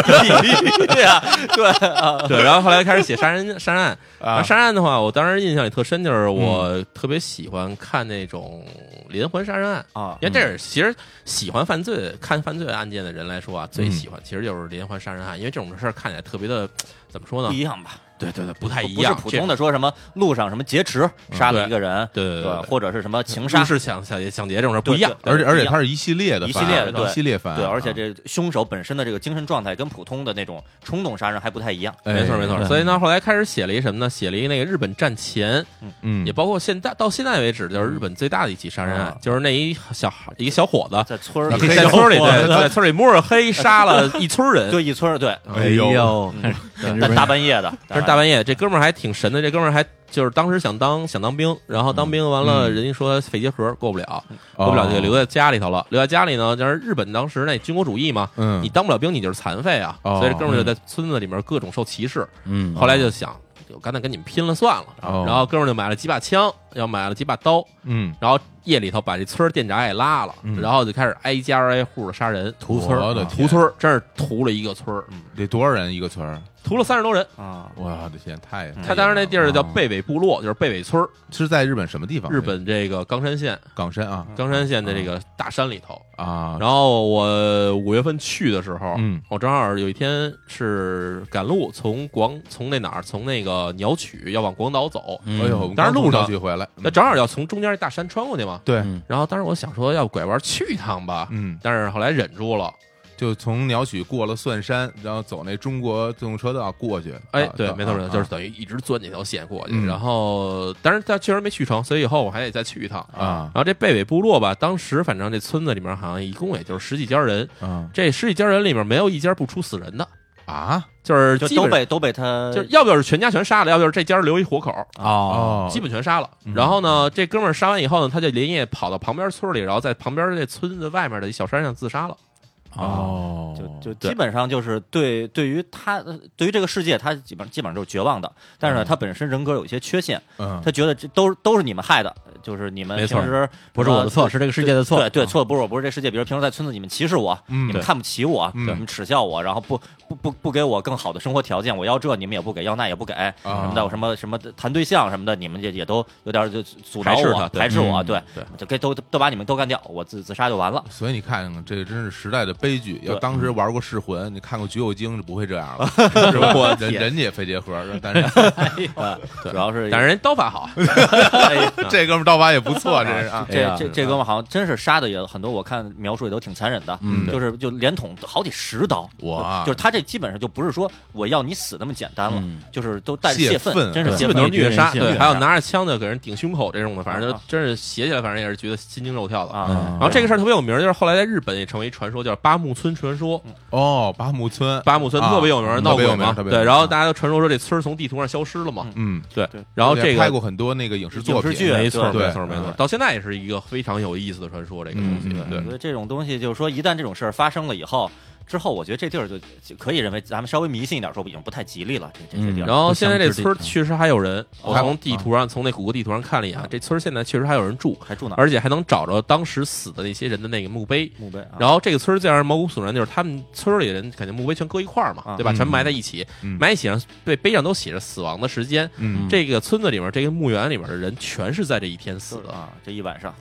[SPEAKER 3] 对啊，对啊，
[SPEAKER 4] 对，然后后来开始写杀人杀人案，然
[SPEAKER 2] 啊
[SPEAKER 4] 后！杀人案的话，我当时印象里特深，
[SPEAKER 1] 嗯
[SPEAKER 4] 就是我特别喜欢看那种连环杀人案。
[SPEAKER 3] 啊
[SPEAKER 4] 因为这是其实喜欢犯罪、看犯罪案件的人来说啊，
[SPEAKER 3] 嗯
[SPEAKER 4] 最喜欢其实就是连环杀人案，因为这种事儿看起来特别的，怎么说
[SPEAKER 3] 不
[SPEAKER 4] 呢
[SPEAKER 3] 一？样吧？
[SPEAKER 4] 对对对，不太一
[SPEAKER 3] 不是
[SPEAKER 4] 样，
[SPEAKER 3] 普通的说什么路上什么劫持杀了一个人，
[SPEAKER 4] 这。对对对，
[SPEAKER 3] 或者是什么情
[SPEAKER 4] 入
[SPEAKER 3] 杀，
[SPEAKER 4] 室抢抢劫抢劫这种事儿不一样。
[SPEAKER 3] 对
[SPEAKER 2] 而且而且它是一系列的
[SPEAKER 3] 一
[SPEAKER 2] 犯
[SPEAKER 3] 系列
[SPEAKER 2] 案，
[SPEAKER 3] 的对
[SPEAKER 2] 一系列
[SPEAKER 4] 啊
[SPEAKER 2] 犯案，
[SPEAKER 3] 对，而且这凶手本身的这个精神状态跟普通的那种冲动杀人还不太一样。
[SPEAKER 2] 哎
[SPEAKER 4] 没错没错，
[SPEAKER 3] 嗯
[SPEAKER 1] 对
[SPEAKER 4] 所以呢，后来开始写了一什么呢？写了一那个日本战前，
[SPEAKER 2] 嗯
[SPEAKER 4] 也，包括现在到现在为止，就是日本最大的一起杀人案
[SPEAKER 3] 啊，
[SPEAKER 4] 就是那一小孩一个小伙子
[SPEAKER 3] 在村儿
[SPEAKER 2] 啊可以
[SPEAKER 3] 里，
[SPEAKER 4] 在村里
[SPEAKER 2] 小伙子
[SPEAKER 4] 对在村里摸着黑杀了一村人，
[SPEAKER 3] 对一村儿对，
[SPEAKER 2] 哎呦
[SPEAKER 1] 呦，
[SPEAKER 3] 嗯
[SPEAKER 1] 看看日
[SPEAKER 3] 大
[SPEAKER 1] 本
[SPEAKER 3] 大半夜的，
[SPEAKER 4] 但 (laughs) 是大半夜，这哥们儿还挺神的。这哥们儿还就是当时想当想当兵，然后当兵完了，人家说肺结核过不了，过不了就留在家里头了。留在家里呢，就是日本当时那军国主义嘛，
[SPEAKER 2] 嗯
[SPEAKER 4] 你当不了兵，你就是残废啊。
[SPEAKER 2] 哦
[SPEAKER 4] 所以这哥们儿就在村子里面各种受歧视。
[SPEAKER 1] 嗯，
[SPEAKER 4] 后来就想，我干脆跟你们拼了算了。
[SPEAKER 2] 哦
[SPEAKER 4] 然后哥们儿就买了几把枪，要买了几把刀，
[SPEAKER 2] 嗯，
[SPEAKER 4] 然后夜里头把这村儿店长也拉了，
[SPEAKER 2] 嗯
[SPEAKER 4] 然后就开始挨家挨户的杀人，屠
[SPEAKER 2] 村儿
[SPEAKER 4] 儿
[SPEAKER 2] 我的
[SPEAKER 4] 啊
[SPEAKER 2] 天
[SPEAKER 4] 屠村儿，嗯真是屠了一个村儿，
[SPEAKER 2] 得多少人一个村儿？
[SPEAKER 4] 屠了三十多人。
[SPEAKER 3] 啊，
[SPEAKER 2] 我的天，太
[SPEAKER 4] 嗯他当时那地儿叫
[SPEAKER 2] 啊
[SPEAKER 4] 贝尾部落，就是贝尾村儿。
[SPEAKER 2] 是在日本什么地方？
[SPEAKER 4] 日本这个冈山县，
[SPEAKER 2] 冈山啊
[SPEAKER 4] 冈山县的这个大山里头。
[SPEAKER 2] 啊，
[SPEAKER 4] 然后我五月份去的时候，
[SPEAKER 2] 嗯
[SPEAKER 4] 我正好有一天是赶路，从广从那哪儿，从那个鸟取要往广岛走，
[SPEAKER 1] 嗯
[SPEAKER 2] 哎呦，我们
[SPEAKER 4] 当时
[SPEAKER 2] 刚
[SPEAKER 4] 路
[SPEAKER 2] 从
[SPEAKER 4] 上
[SPEAKER 2] 小区回来，嗯
[SPEAKER 4] 那正好要从中间那大山穿过去嘛。
[SPEAKER 2] 对，
[SPEAKER 1] 嗯
[SPEAKER 4] 然后当时我想说要拐弯去一趟吧，
[SPEAKER 2] 嗯，啊
[SPEAKER 4] 但是后来忍住了。
[SPEAKER 2] 就从鸟取过了蒜山，然后走那中国自动车道过去。
[SPEAKER 4] 哎
[SPEAKER 2] 啊，
[SPEAKER 4] 对，
[SPEAKER 2] 到
[SPEAKER 4] 没错没
[SPEAKER 2] 啊
[SPEAKER 4] 错，就是等于一直钻那条线过去。
[SPEAKER 2] 嗯
[SPEAKER 4] 然后，但是但确实没去成，所以以后我还得再去一趟。
[SPEAKER 2] 啊
[SPEAKER 4] 然后这贝尾部落吧，当时反正这村子里面好像一共也就是十几家人，
[SPEAKER 2] 啊
[SPEAKER 4] 这十几家人里面没有一家不出死人的，
[SPEAKER 2] 啊
[SPEAKER 4] 就是
[SPEAKER 3] 就
[SPEAKER 4] 基
[SPEAKER 3] 都
[SPEAKER 4] 本
[SPEAKER 3] 被都被他
[SPEAKER 4] 就是要不就是全家全杀了，要不就是这家留一活口，
[SPEAKER 1] 哦，
[SPEAKER 2] 哦，
[SPEAKER 4] 基本全杀了。
[SPEAKER 2] 嗯
[SPEAKER 4] 然后呢，这哥们儿杀完以后呢，他就连夜跑到旁边村里，然后在旁边这村子外面的一小山上自杀了。
[SPEAKER 2] 哦，
[SPEAKER 3] 就就
[SPEAKER 4] 对
[SPEAKER 3] 基本上就是对对于他呃对于这个世界，他基本基本上就是绝望的。但
[SPEAKER 4] 嗯
[SPEAKER 3] 是呢，他本身人格有一些缺陷，
[SPEAKER 2] 嗯
[SPEAKER 3] 他觉得这都都是你们害的，就是你们
[SPEAKER 4] 没错
[SPEAKER 3] 平时
[SPEAKER 1] 不是我的错，是这个世界的错，哦
[SPEAKER 3] 对
[SPEAKER 4] 嗯
[SPEAKER 3] 对，错不是我，不是这世界。比如平时在村子，你们歧视我，
[SPEAKER 2] 嗯
[SPEAKER 3] 你
[SPEAKER 2] 对
[SPEAKER 3] 们看不起我，
[SPEAKER 2] 嗯
[SPEAKER 3] 你们耻笑我，然后不不不不给我更好的生活条件，我要这你们也不给，要那也不给，什么的，什么什么谈对象什么的，你们也也都有点就阻挠
[SPEAKER 4] 排斥
[SPEAKER 3] 我
[SPEAKER 4] 他，对
[SPEAKER 3] 排斥我，
[SPEAKER 4] 嗯
[SPEAKER 3] 对
[SPEAKER 4] 对，
[SPEAKER 3] 就给都都把你们都干掉，我自自杀就完了。
[SPEAKER 2] 所以你看看，这真是时代的悲剧。要
[SPEAKER 3] 对嗯
[SPEAKER 2] 当时玩过《噬魂》，你看过《橘右京》，就不会这
[SPEAKER 3] (laughs)
[SPEAKER 2] 样了，是吧？人
[SPEAKER 3] 天
[SPEAKER 2] 人家也肺结核，
[SPEAKER 3] (laughs)
[SPEAKER 2] 但是 (laughs)
[SPEAKER 3] 啊，主要是
[SPEAKER 4] 但是人刀法
[SPEAKER 1] (laughs)
[SPEAKER 4] 好，啊
[SPEAKER 3] 哎
[SPEAKER 2] 这哥们儿刀法也不错，这是啊，
[SPEAKER 1] 哎呀
[SPEAKER 3] 这这这哥们儿好像真是杀的也很多，我看描述也都挺残忍的，
[SPEAKER 1] 嗯
[SPEAKER 3] 就是就连捅好几十刀，
[SPEAKER 2] 哇
[SPEAKER 3] 就是他这基本上就不是说我要你死那么简单了，
[SPEAKER 1] 嗯
[SPEAKER 3] 就是都带着
[SPEAKER 2] 泄
[SPEAKER 3] 泄
[SPEAKER 2] 愤
[SPEAKER 3] 真是
[SPEAKER 2] 对
[SPEAKER 4] 基
[SPEAKER 3] 泄
[SPEAKER 4] 本
[SPEAKER 3] 愤
[SPEAKER 4] 都是虐杀，
[SPEAKER 1] 对
[SPEAKER 4] 对，
[SPEAKER 1] 对
[SPEAKER 4] 还有拿着枪的给人顶胸口这种的，反正就
[SPEAKER 3] 啊
[SPEAKER 4] 真是写起来，反正也是觉得心惊肉跳的。
[SPEAKER 3] 啊
[SPEAKER 1] 嗯
[SPEAKER 4] 然后这个事儿特别有名儿，就是后来在日本也成为一传说，叫八木村传说。坡，
[SPEAKER 2] 哦，八木村，
[SPEAKER 4] 八木村特别有名，
[SPEAKER 2] 啊
[SPEAKER 4] 闹
[SPEAKER 2] 特别
[SPEAKER 4] 鬼
[SPEAKER 2] 有
[SPEAKER 4] 嘛。
[SPEAKER 2] 名，特别有
[SPEAKER 4] 对，
[SPEAKER 2] 名
[SPEAKER 4] 然后大家都传说说这村儿从地图上消失了嘛。
[SPEAKER 2] 嗯，
[SPEAKER 4] 对
[SPEAKER 3] 对，
[SPEAKER 4] 然后
[SPEAKER 2] 而且
[SPEAKER 4] 这
[SPEAKER 2] 拍
[SPEAKER 4] 个
[SPEAKER 2] 过很多那个影视作品，
[SPEAKER 3] 影视剧
[SPEAKER 4] 没错，
[SPEAKER 2] 对
[SPEAKER 4] 没错，没错
[SPEAKER 2] 嗯，
[SPEAKER 4] 到现在也是一个非常有意思的传说，这个东西。
[SPEAKER 2] 嗯嗯
[SPEAKER 4] 对
[SPEAKER 2] 嗯，
[SPEAKER 3] 所以这种东西就是说，一旦这种事儿发生了以后，之后我觉得这地儿就就可以认为咱们稍微迷信一点说，已经不太吉利了。这这些地
[SPEAKER 1] 嗯
[SPEAKER 3] 儿，
[SPEAKER 4] 然后现在这村儿确实还有人，我
[SPEAKER 2] 哦还啊嗯
[SPEAKER 4] 从地图上从那谷歌地图上看了一眼啊，这村儿现在确实还有人住，
[SPEAKER 3] 还住哪儿？
[SPEAKER 4] 而且还能找着当时死的那些人的那个墓碑。
[SPEAKER 3] 墓碑啊，
[SPEAKER 4] 然后这个村儿最让人毛骨悚然就是，他们村儿里人肯定墓碑全搁一块儿嘛，
[SPEAKER 3] 啊
[SPEAKER 4] 对吧？
[SPEAKER 2] 嗯
[SPEAKER 4] 全埋在一起，
[SPEAKER 2] 嗯
[SPEAKER 4] 埋一起上对碑上都写着死亡的时间。
[SPEAKER 2] 嗯，
[SPEAKER 4] 这个村子里面，这个墓园里面的人全是在这一天死
[SPEAKER 3] 就是
[SPEAKER 4] 的，
[SPEAKER 3] 啊，这一晚上，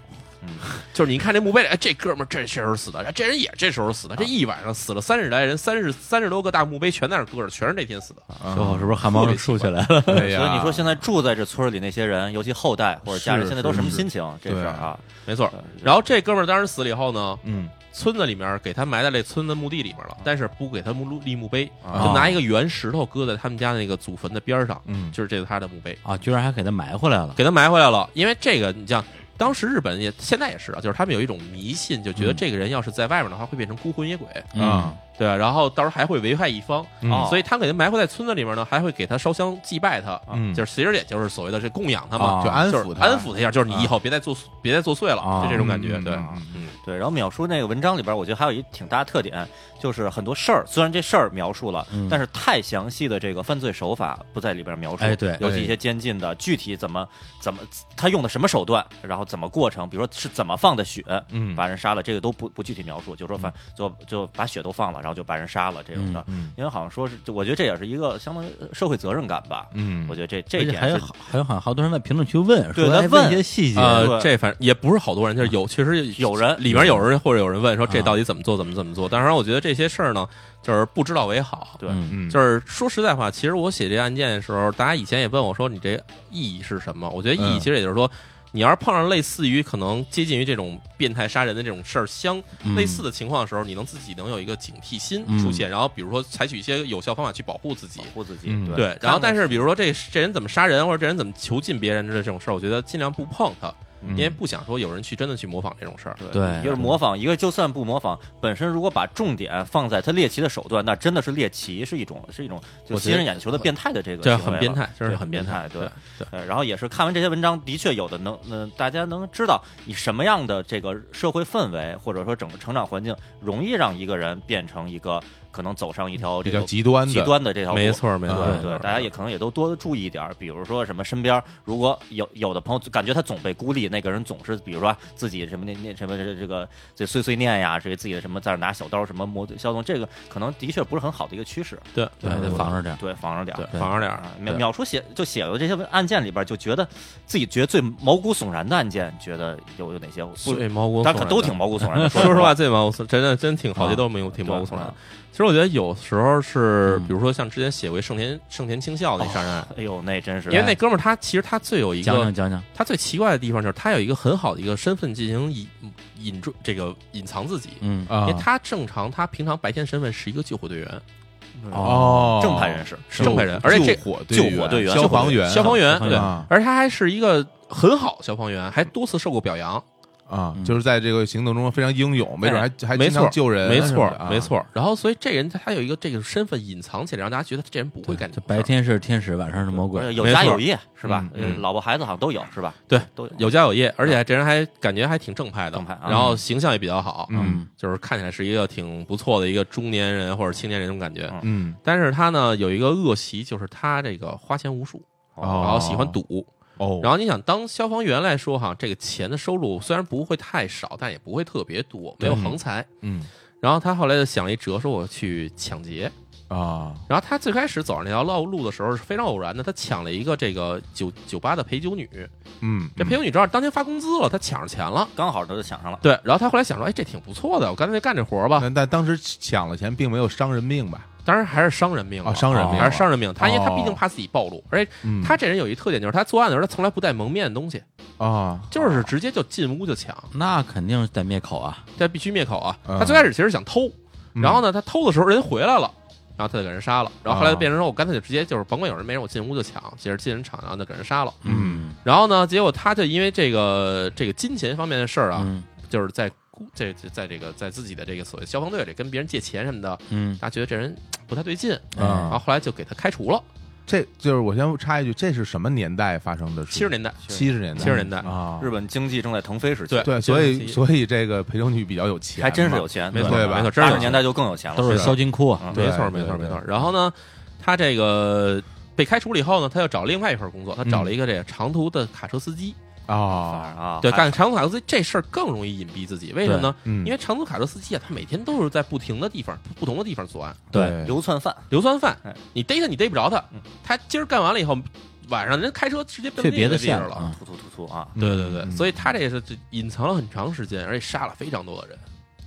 [SPEAKER 4] 就是你看这墓碑里，哎，这哥们儿这时候死的，哎这人也这时候死
[SPEAKER 2] 啊
[SPEAKER 4] 的，这一晚上死了三十来人，三十三十多个大墓碑全在那儿搁着，全是那天死的。
[SPEAKER 2] 啊
[SPEAKER 1] 最后是不是汗毛
[SPEAKER 4] 特
[SPEAKER 1] 就
[SPEAKER 4] 别
[SPEAKER 1] 竖
[SPEAKER 4] 奇
[SPEAKER 1] 起
[SPEAKER 4] 怪
[SPEAKER 1] 来了？
[SPEAKER 3] 所
[SPEAKER 2] 哎呀
[SPEAKER 3] 以
[SPEAKER 4] 啊
[SPEAKER 3] 你说现在住在这村儿里那些人，尤其后代或者家人，
[SPEAKER 2] 是
[SPEAKER 3] 现在都
[SPEAKER 2] 是
[SPEAKER 3] 什么
[SPEAKER 2] 是
[SPEAKER 3] 心情？这
[SPEAKER 2] 对
[SPEAKER 3] 事儿啊，
[SPEAKER 4] 没错。然后这哥们儿当时死了以后呢，
[SPEAKER 2] 嗯，
[SPEAKER 4] 村子里面给他埋在这村子墓地里面了，但是不给他墓录立墓碑，
[SPEAKER 2] 啊
[SPEAKER 4] 就拿一个圆石头搁在他们家那个祖坟的边儿上，
[SPEAKER 2] 嗯
[SPEAKER 4] 就是这是他的墓碑，
[SPEAKER 1] 啊，居然还给他埋回来了。
[SPEAKER 4] 给他埋回来了。因为这个，你像当时日本也现在也是啊，就是他们有一种迷信，就觉得这个人要是在外面的话会变成孤魂野鬼，
[SPEAKER 1] 嗯
[SPEAKER 3] 嗯
[SPEAKER 2] 啊，
[SPEAKER 4] 对吧？然后到时候还会危害一方，
[SPEAKER 2] 嗯
[SPEAKER 3] 哦
[SPEAKER 4] 所以他给他埋回在村子里面呢，还会给他烧香祭拜他，啊
[SPEAKER 2] 嗯
[SPEAKER 4] 就是其实也就是所谓的这供养他嘛，
[SPEAKER 1] 啊
[SPEAKER 2] 就安
[SPEAKER 4] 就是
[SPEAKER 2] 抚他，
[SPEAKER 4] 哦安抚他一下，就是你以后别再作别再作祟了，
[SPEAKER 1] 啊
[SPEAKER 4] 就这种感觉，
[SPEAKER 2] 嗯
[SPEAKER 4] 对，
[SPEAKER 2] 嗯
[SPEAKER 4] 嗯。
[SPEAKER 3] 对，然后淼叔那个文章里边，我觉得还有一挺大的特点，就是很多事儿，虽然这事儿描述了，
[SPEAKER 1] 嗯
[SPEAKER 3] 但是太详细的这个犯罪手法不在里边描述。
[SPEAKER 1] 哎对
[SPEAKER 3] 尤其一些监禁的，具体怎么怎么他用的什么手段，然后怎么过程，比如说是怎么放的血，
[SPEAKER 2] 嗯
[SPEAKER 3] 把人杀了，这个都不不具体描述，就说反就就把血都放了，然后就把人杀了这种的。
[SPEAKER 2] 嗯
[SPEAKER 3] 因为好像说是，就我觉得这也是一个相当于社会责任感吧。
[SPEAKER 2] 嗯
[SPEAKER 3] 我觉得这这
[SPEAKER 1] 而
[SPEAKER 3] 一
[SPEAKER 1] 且
[SPEAKER 3] 点
[SPEAKER 1] 还有
[SPEAKER 3] 是
[SPEAKER 1] 好还有好像好多人在评论区问，
[SPEAKER 3] 对
[SPEAKER 1] 说
[SPEAKER 3] 他
[SPEAKER 1] 哎
[SPEAKER 3] 问
[SPEAKER 1] 一些细节，
[SPEAKER 4] 呃，
[SPEAKER 3] 对
[SPEAKER 4] 这反正也不是好多人，就是 (laughs) 有确实
[SPEAKER 3] 有人
[SPEAKER 4] 里面有人嗯或者有人问说这到底怎么做，怎么怎么做。当然，我觉得这些事儿呢，就是不知道为好。
[SPEAKER 3] 对
[SPEAKER 1] 嗯
[SPEAKER 2] 嗯，
[SPEAKER 4] 就是是说实在话，其实我写这案件的时候，大家以前也问我说你这意义是什么？我觉得意义
[SPEAKER 2] 嗯
[SPEAKER 4] 其实也就是说，你要是碰上类似于可能接近于这种变态杀人的这种事儿相
[SPEAKER 1] 嗯
[SPEAKER 4] 类似的情况的时候，你能自己能有一个警惕心
[SPEAKER 1] 嗯
[SPEAKER 4] 出现，然后比如说采取一些有效方法去保护自己
[SPEAKER 3] 保。护自己。
[SPEAKER 2] 嗯
[SPEAKER 3] 对
[SPEAKER 4] 对，然后
[SPEAKER 3] 看看
[SPEAKER 4] 但是比如说这这人怎么杀人，或者这人怎么囚禁别人的这种事儿，我觉得尽量不碰他，因为不想说有人去真的去模仿这种事儿。
[SPEAKER 1] 对
[SPEAKER 4] 嗯
[SPEAKER 3] 一个是模仿，一个就算不模仿，本身如果把重点放在他猎奇的手段，那真的是猎奇，是一种是一种就
[SPEAKER 4] 我
[SPEAKER 3] 吸
[SPEAKER 4] 觉得
[SPEAKER 3] 人眼球的变态的这个
[SPEAKER 4] 这
[SPEAKER 3] 行为
[SPEAKER 4] 很
[SPEAKER 3] 了
[SPEAKER 4] 变态，真是
[SPEAKER 3] 对
[SPEAKER 4] 很
[SPEAKER 3] 变
[SPEAKER 4] 变态。
[SPEAKER 3] 对
[SPEAKER 4] 对对
[SPEAKER 3] 呃然后也是看完这些文章，的确有的能，嗯、大家能知道以什么样的这个社会氛围，或者说整个成长环境，容易让一个人变成一个可能走上一
[SPEAKER 4] 嗯
[SPEAKER 3] 条
[SPEAKER 2] 比
[SPEAKER 3] 这
[SPEAKER 2] 较
[SPEAKER 3] 个
[SPEAKER 2] 极端的，
[SPEAKER 3] 极端的这条路。
[SPEAKER 4] 没错没错
[SPEAKER 3] 对，
[SPEAKER 4] 没
[SPEAKER 3] 对，
[SPEAKER 4] 错
[SPEAKER 3] 大家也可能也都多注意一点儿，比如说什么身边儿如果有有的朋友感觉他总被孤立，那个人总是比如说自己什么那那什么这这个这碎碎念呀，这个自己的什么在那儿拿小刀什么磨削动，这个可能的确不是很好的一个趋势，
[SPEAKER 4] 对
[SPEAKER 1] 对
[SPEAKER 4] 对
[SPEAKER 1] 得防着点儿。
[SPEAKER 3] 对，防着点儿。
[SPEAKER 4] 啊对，防着点儿
[SPEAKER 3] 啊，秒秒叔写就写了这些案件里边儿，就觉得自己觉得最毛骨悚然的案件，觉得有有哪些？不，
[SPEAKER 4] 最毛骨悚
[SPEAKER 3] 咱
[SPEAKER 4] 然
[SPEAKER 3] 可
[SPEAKER 4] 的。
[SPEAKER 3] 都挺毛骨悚然
[SPEAKER 4] (laughs)
[SPEAKER 3] 的。
[SPEAKER 4] 说实话，最毛骨悚，真的真挺好，
[SPEAKER 3] 啊
[SPEAKER 4] 这都没有挺毛骨悚然
[SPEAKER 3] 对
[SPEAKER 4] 的。其实我觉得有时候是，
[SPEAKER 1] 嗯
[SPEAKER 4] 比如说像之前写过一盛田盛田清孝那杀人案，
[SPEAKER 3] 哎呦，那真是
[SPEAKER 4] 因为那哥们儿他其实他最有一
[SPEAKER 1] 讲
[SPEAKER 4] 个
[SPEAKER 1] 讲讲讲，
[SPEAKER 4] 他最奇怪的地方就是他有一个很好的一个身份进行隐隐住这个隐藏自己，
[SPEAKER 1] 嗯
[SPEAKER 4] 因
[SPEAKER 2] 啊
[SPEAKER 4] 为，他正常他平常白天身份是一个救火队员，
[SPEAKER 1] 呃
[SPEAKER 2] 哦，
[SPEAKER 3] 正派人士，
[SPEAKER 4] 是正派人，而且这
[SPEAKER 2] 救火
[SPEAKER 3] 救火队员
[SPEAKER 2] 消防员、
[SPEAKER 4] 消防员
[SPEAKER 1] 消防
[SPEAKER 4] 对
[SPEAKER 1] 员，
[SPEAKER 2] 啊
[SPEAKER 4] 而他还是一个很好消防员，还多次受过表扬。
[SPEAKER 2] 啊，
[SPEAKER 1] 嗯
[SPEAKER 2] 就是在这个行动中非常英勇，没准还还
[SPEAKER 4] 哎没
[SPEAKER 2] 经常
[SPEAKER 4] 错，
[SPEAKER 2] 救人，
[SPEAKER 4] 没错
[SPEAKER 2] 是吧，啊
[SPEAKER 4] 没，错。然后，所以这人他他有一个这个身份隐藏起来，让大家觉得这人不会干这
[SPEAKER 1] 就
[SPEAKER 4] 种
[SPEAKER 1] 白
[SPEAKER 4] 事儿
[SPEAKER 1] 天是天使，晚上是魔
[SPEAKER 3] 而且
[SPEAKER 1] 鬼，
[SPEAKER 3] 有
[SPEAKER 4] 没
[SPEAKER 3] 家
[SPEAKER 4] 错
[SPEAKER 3] 有业是吧？
[SPEAKER 2] 嗯
[SPEAKER 3] 呃老婆孩子好像都有是吧？
[SPEAKER 4] 对
[SPEAKER 3] 都有
[SPEAKER 4] 有家有业，而且这人还感觉还挺正派的，
[SPEAKER 3] 正派啊
[SPEAKER 4] 然后形象也比较好，
[SPEAKER 2] 嗯
[SPEAKER 4] 就是看起来是一个挺不错的一个中年人或者青年人这种感觉。
[SPEAKER 3] 嗯
[SPEAKER 2] 嗯，
[SPEAKER 4] 但是他呢有一个恶习，就是他这个花钱无数，
[SPEAKER 2] 哦
[SPEAKER 4] 然后喜欢赌。
[SPEAKER 2] 哦，
[SPEAKER 4] 然后你想，当消防员来说哈，这个钱的收入虽然不会太少，但也不会特别多，没有横财。
[SPEAKER 2] 嗯
[SPEAKER 4] 然后他后来就想了一辙，说我去抢劫。
[SPEAKER 2] 啊，
[SPEAKER 4] 然后他最开始走上这条道路的时候是非常偶然的，他抢了一个这个酒酒吧的陪酒女，
[SPEAKER 2] 嗯，
[SPEAKER 4] 这陪酒女正好当天发工资了，他抢着钱了。
[SPEAKER 3] 刚好他就抢上了。
[SPEAKER 4] 对，然后他后来想说，哎，这挺不错的，我干脆干这活儿吧。
[SPEAKER 2] 但但当时抢了钱，并没有伤人命吧？
[SPEAKER 4] 当然还是伤人命了
[SPEAKER 2] 啊，伤人命了
[SPEAKER 4] 还是伤人命。他因为他
[SPEAKER 2] 哦
[SPEAKER 4] 毕竟怕自己暴露，而且
[SPEAKER 2] 嗯
[SPEAKER 4] 他这人有一特点，就是他作案的时候他从来不带蒙面的东西，
[SPEAKER 2] 啊，
[SPEAKER 4] 就是直接就进屋就抢，
[SPEAKER 1] 那肯定得灭口啊。
[SPEAKER 4] 这必须灭口啊。
[SPEAKER 2] 嗯
[SPEAKER 4] 他最开始其实想偷，
[SPEAKER 2] 嗯
[SPEAKER 4] 然后呢，他偷的时候人回来了。然后他就给人杀了，然后后来
[SPEAKER 2] 啊
[SPEAKER 4] 变成说，我干脆就直接就是甭管有人没人，我进屋就抢，接着进人抢，然后就给人杀了。
[SPEAKER 1] 嗯
[SPEAKER 4] 然后呢，结果他就因为这个这个金钱方面的事儿啊，
[SPEAKER 1] 嗯
[SPEAKER 4] 就是在孤这这在这个在自己的这个所谓消防队里跟别人借钱什么的，
[SPEAKER 1] 嗯
[SPEAKER 4] 大家觉得这人不太对劲，然后
[SPEAKER 2] 啊，
[SPEAKER 4] 后来就给他开除了。
[SPEAKER 2] 这就是我先插一句，这是什么年代发生的事？
[SPEAKER 4] 七十年代，
[SPEAKER 2] 七十年代，
[SPEAKER 4] 七十年代
[SPEAKER 2] 啊，
[SPEAKER 3] 日本经济正在腾飞时期，
[SPEAKER 4] 对
[SPEAKER 2] 对，所以所以这个裴正宇比较有钱嘛，
[SPEAKER 3] 还真是有钱，
[SPEAKER 4] 没错
[SPEAKER 2] 对吧
[SPEAKER 4] 没错，真
[SPEAKER 3] 八
[SPEAKER 4] 是
[SPEAKER 3] 十
[SPEAKER 4] 有钱
[SPEAKER 3] 年代就更有钱了，
[SPEAKER 1] 都是
[SPEAKER 2] 是
[SPEAKER 1] 萧金窟啊，
[SPEAKER 2] 对
[SPEAKER 4] 没错，
[SPEAKER 2] 对
[SPEAKER 4] 没错，
[SPEAKER 2] 对
[SPEAKER 4] 没错。然后呢，他这个被开除了以后呢，他又找另外一份工作，他找了一个这个长途的卡车司机。
[SPEAKER 3] 反
[SPEAKER 2] 啊，
[SPEAKER 3] 而啊，
[SPEAKER 4] 对，
[SPEAKER 3] 还
[SPEAKER 4] 干长途卡车司机这事儿更容易隐蔽自己，为什么呢？
[SPEAKER 2] 嗯，
[SPEAKER 4] 因为长途卡车司机啊，他每天都是在不停的地方、不同的地方作案，
[SPEAKER 1] 对，
[SPEAKER 3] 流窜犯，
[SPEAKER 4] 流窜犯
[SPEAKER 3] 哎。
[SPEAKER 4] 你逮他，你逮不着他
[SPEAKER 3] 嗯，
[SPEAKER 4] 他今儿干完了以后，晚上人家开车直接奔
[SPEAKER 1] 去
[SPEAKER 4] 另
[SPEAKER 1] 别
[SPEAKER 4] 一个
[SPEAKER 1] 的
[SPEAKER 4] 地
[SPEAKER 1] 县
[SPEAKER 4] 儿
[SPEAKER 1] 了
[SPEAKER 4] 了。
[SPEAKER 1] 啊，
[SPEAKER 3] 突突突突啊，
[SPEAKER 4] 对对对，
[SPEAKER 2] 嗯
[SPEAKER 4] 所以他这是这隐藏了很长时间，而且杀了非常多的人。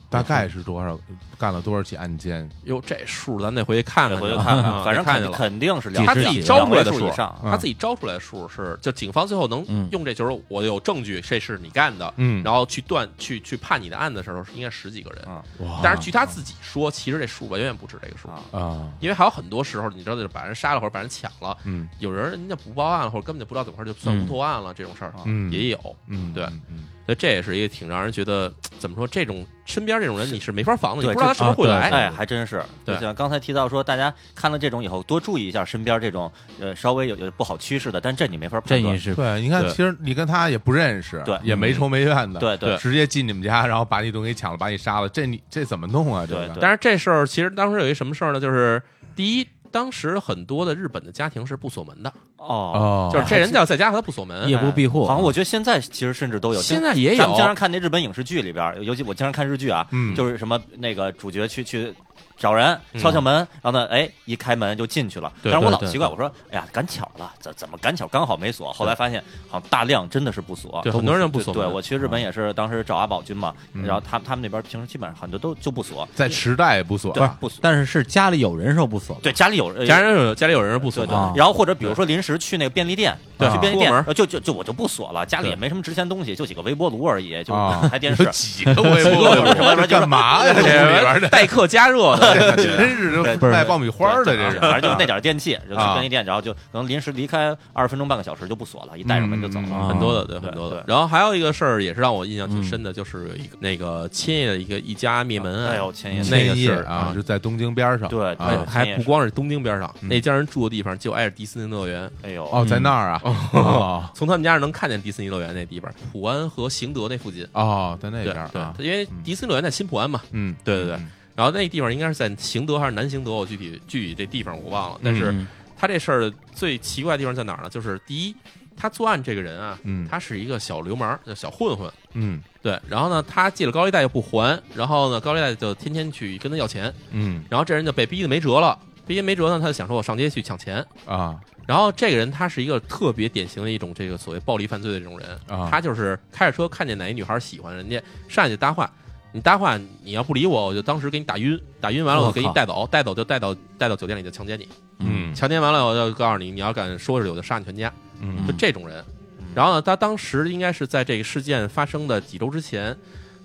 [SPEAKER 2] 大概是多少干了多少起案件？
[SPEAKER 4] 哟，这数咱得回去看看
[SPEAKER 3] 回
[SPEAKER 4] 去
[SPEAKER 3] 头
[SPEAKER 4] 了，
[SPEAKER 3] 看
[SPEAKER 4] 啊
[SPEAKER 3] 看，反正
[SPEAKER 4] 得看
[SPEAKER 3] 肯
[SPEAKER 4] 见
[SPEAKER 3] 肯定
[SPEAKER 4] 了。
[SPEAKER 3] 是
[SPEAKER 1] 几
[SPEAKER 3] 两
[SPEAKER 1] 十
[SPEAKER 4] 他自己招出来的
[SPEAKER 3] 两
[SPEAKER 4] 数
[SPEAKER 3] 位数以上，
[SPEAKER 2] 嗯
[SPEAKER 4] 他自己招出来的数是，就警方最后能
[SPEAKER 1] 嗯
[SPEAKER 4] 用这就是我有证据，这是你干的，
[SPEAKER 2] 嗯
[SPEAKER 4] 然后去断去去判你的案子的时候，是应该十几个人。
[SPEAKER 3] 嗯
[SPEAKER 2] 哇
[SPEAKER 4] 但是据他自己说，其实这数吧远远不止这个数，
[SPEAKER 3] 啊，
[SPEAKER 2] 啊，
[SPEAKER 4] 因为还有很多时候，你知道，就是把人杀了或者把人抢了，
[SPEAKER 2] 嗯
[SPEAKER 4] 有人人家不报案了，或者根本就不知道怎么回事，就算无
[SPEAKER 1] 嗯
[SPEAKER 4] 头案了，这种事儿
[SPEAKER 2] 嗯
[SPEAKER 4] 也有。
[SPEAKER 2] 嗯，
[SPEAKER 4] 对
[SPEAKER 2] 嗯，嗯
[SPEAKER 4] 所以这也是一个挺让人觉得怎么说，这种身边这种人你是没法防的，你
[SPEAKER 3] 对
[SPEAKER 4] 不知道他
[SPEAKER 3] 这
[SPEAKER 4] 什么时候会
[SPEAKER 1] 啊
[SPEAKER 4] 来。
[SPEAKER 1] 对
[SPEAKER 3] 哎，还真是，
[SPEAKER 4] 对
[SPEAKER 3] 就像刚才提到说，大家看了这种以后，多注意一下身边这种呃稍微有有不好趋势的，但这你没法
[SPEAKER 1] 这
[SPEAKER 3] 判
[SPEAKER 1] 你
[SPEAKER 3] 断。
[SPEAKER 1] 是
[SPEAKER 2] 对，你看，
[SPEAKER 4] 对
[SPEAKER 2] 其实你跟他也不认识，
[SPEAKER 3] 对
[SPEAKER 2] 也没仇没怨的，
[SPEAKER 3] 对对
[SPEAKER 2] 直接进你们家，然后把你东西抢了，把你杀了，这你这怎么弄啊？这
[SPEAKER 3] 对
[SPEAKER 2] 个
[SPEAKER 3] 对
[SPEAKER 4] 但是这事儿其实当时有一什么事儿呢？就是第一，当时很多的日本的家庭是不锁门的，
[SPEAKER 3] 哦，
[SPEAKER 2] 哦，
[SPEAKER 4] 就是这人叫在家和他不锁门。
[SPEAKER 1] 夜不闭户
[SPEAKER 3] 好像我觉得现在其实甚至都有，
[SPEAKER 4] 现在也哎有
[SPEAKER 3] 咱们经常看那日本影视剧里边儿，尤其我经常看日剧啊，
[SPEAKER 2] 嗯
[SPEAKER 3] 就是什么那个主角去去找人敲敲门，然后呢，哎，一开门就进去了。
[SPEAKER 4] 嗯对
[SPEAKER 3] 但是我老
[SPEAKER 1] 对对
[SPEAKER 3] 奇怪，我说，哎呀，赶巧了，怎怎么赶巧刚好没锁？后来发现好像大量真的是不锁，
[SPEAKER 4] 对
[SPEAKER 3] 都
[SPEAKER 4] 很多人不锁
[SPEAKER 3] 对，
[SPEAKER 4] 门
[SPEAKER 3] 我去日本也是，当时找阿保君嘛，
[SPEAKER 2] 嗯
[SPEAKER 3] 然后他他们那边平时基本上很多都就不锁，
[SPEAKER 2] 在池袋也不锁，
[SPEAKER 3] 对，不锁，
[SPEAKER 1] 但是是家里有人时候不锁，
[SPEAKER 3] 对，家里有呃
[SPEAKER 4] 啊家人有家里有人是不锁
[SPEAKER 3] 对
[SPEAKER 4] 门
[SPEAKER 3] 对
[SPEAKER 1] 啊
[SPEAKER 4] 的，，
[SPEAKER 3] 然后或者比如说临时去那个便利店，
[SPEAKER 2] 对
[SPEAKER 3] 去便利店
[SPEAKER 4] 出门，
[SPEAKER 3] 呃就就就我就不锁了，家里也
[SPEAKER 4] 对
[SPEAKER 3] 没什么值钱东西，就几个微波炉而已，就
[SPEAKER 2] 啊，
[SPEAKER 3] 台电视
[SPEAKER 2] 有，几个
[SPEAKER 3] 几
[SPEAKER 2] 微波
[SPEAKER 3] 个微波炉
[SPEAKER 2] 炉，这干嘛呀？这屋里边 (laughs)
[SPEAKER 4] 这
[SPEAKER 2] 的，
[SPEAKER 4] 待客加热
[SPEAKER 2] 这
[SPEAKER 4] 的，
[SPEAKER 2] 真是
[SPEAKER 3] 对
[SPEAKER 2] 这
[SPEAKER 1] 对
[SPEAKER 2] 卖爆米花的，
[SPEAKER 3] 对
[SPEAKER 2] 这是，
[SPEAKER 3] 反正就是那点儿电器，就去
[SPEAKER 2] 啊
[SPEAKER 3] 便利店，然后就可能临时离开二十分钟半个小时就不锁了，一带上门就走
[SPEAKER 2] 嗯
[SPEAKER 3] 了。
[SPEAKER 1] 啊
[SPEAKER 4] 很多的，对，
[SPEAKER 3] 对
[SPEAKER 4] 很多的
[SPEAKER 3] 对。
[SPEAKER 4] 然后还有一个事儿也是让我印象挺深的，就是有一个那个千叶的一个一家灭门案，
[SPEAKER 3] 哎呦，千叶
[SPEAKER 4] 那个
[SPEAKER 2] 千叶
[SPEAKER 4] 是
[SPEAKER 2] 啊
[SPEAKER 4] 啊，
[SPEAKER 2] 就在东京边上，
[SPEAKER 3] 对
[SPEAKER 2] 啊
[SPEAKER 4] 还
[SPEAKER 3] 对
[SPEAKER 4] 还不光是东京边上，
[SPEAKER 2] 嗯
[SPEAKER 4] 那家人住的地方就挨着迪士尼乐园，
[SPEAKER 3] 哎呦，
[SPEAKER 2] 哦，在那儿啊，哦
[SPEAKER 4] 从他们家是能看见迪士尼乐园那地方，普安和行德那附近。
[SPEAKER 2] (laughs) 哦，在那
[SPEAKER 4] 对
[SPEAKER 2] 边儿啊，
[SPEAKER 4] 对，因为迪士尼乐园在新普安嘛，
[SPEAKER 2] 嗯，
[SPEAKER 4] 对对对
[SPEAKER 2] 嗯，
[SPEAKER 4] 然后那地方应该是在行德还是南行德，我具体具体这地方我忘了。但是
[SPEAKER 1] 嗯
[SPEAKER 4] 他这事儿最奇怪的地方在哪儿呢？就是第一，他作案这个人啊，
[SPEAKER 2] 嗯
[SPEAKER 4] 他是一个小流氓，叫小混混。
[SPEAKER 2] 嗯
[SPEAKER 4] 对，然后呢，他借了高利贷又不还，然后呢，高利贷就天天去跟他要钱，
[SPEAKER 2] 嗯
[SPEAKER 4] 然后这人就被逼得没辙了，逼得没辙呢，他就想说我上街去抢钱。
[SPEAKER 2] 啊
[SPEAKER 4] 然后这个人他是一个特别典型的一种这个所谓暴力犯罪的这种人，
[SPEAKER 2] 啊
[SPEAKER 4] 他就是开着车看见哪一女孩喜欢人家，上去就搭话，你搭话你要不理我，我就当时给你打晕，打晕完了
[SPEAKER 1] 我
[SPEAKER 4] 我给你
[SPEAKER 1] 靠
[SPEAKER 4] 带走，带走就带到带到酒店里就强奸你，
[SPEAKER 2] 嗯
[SPEAKER 4] 强奸完了我就告诉你，你要敢说出去我就杀你全家，
[SPEAKER 2] 嗯
[SPEAKER 4] 就这种人。嗯然后呢，他当时应该是在这个事件发生的几周之前，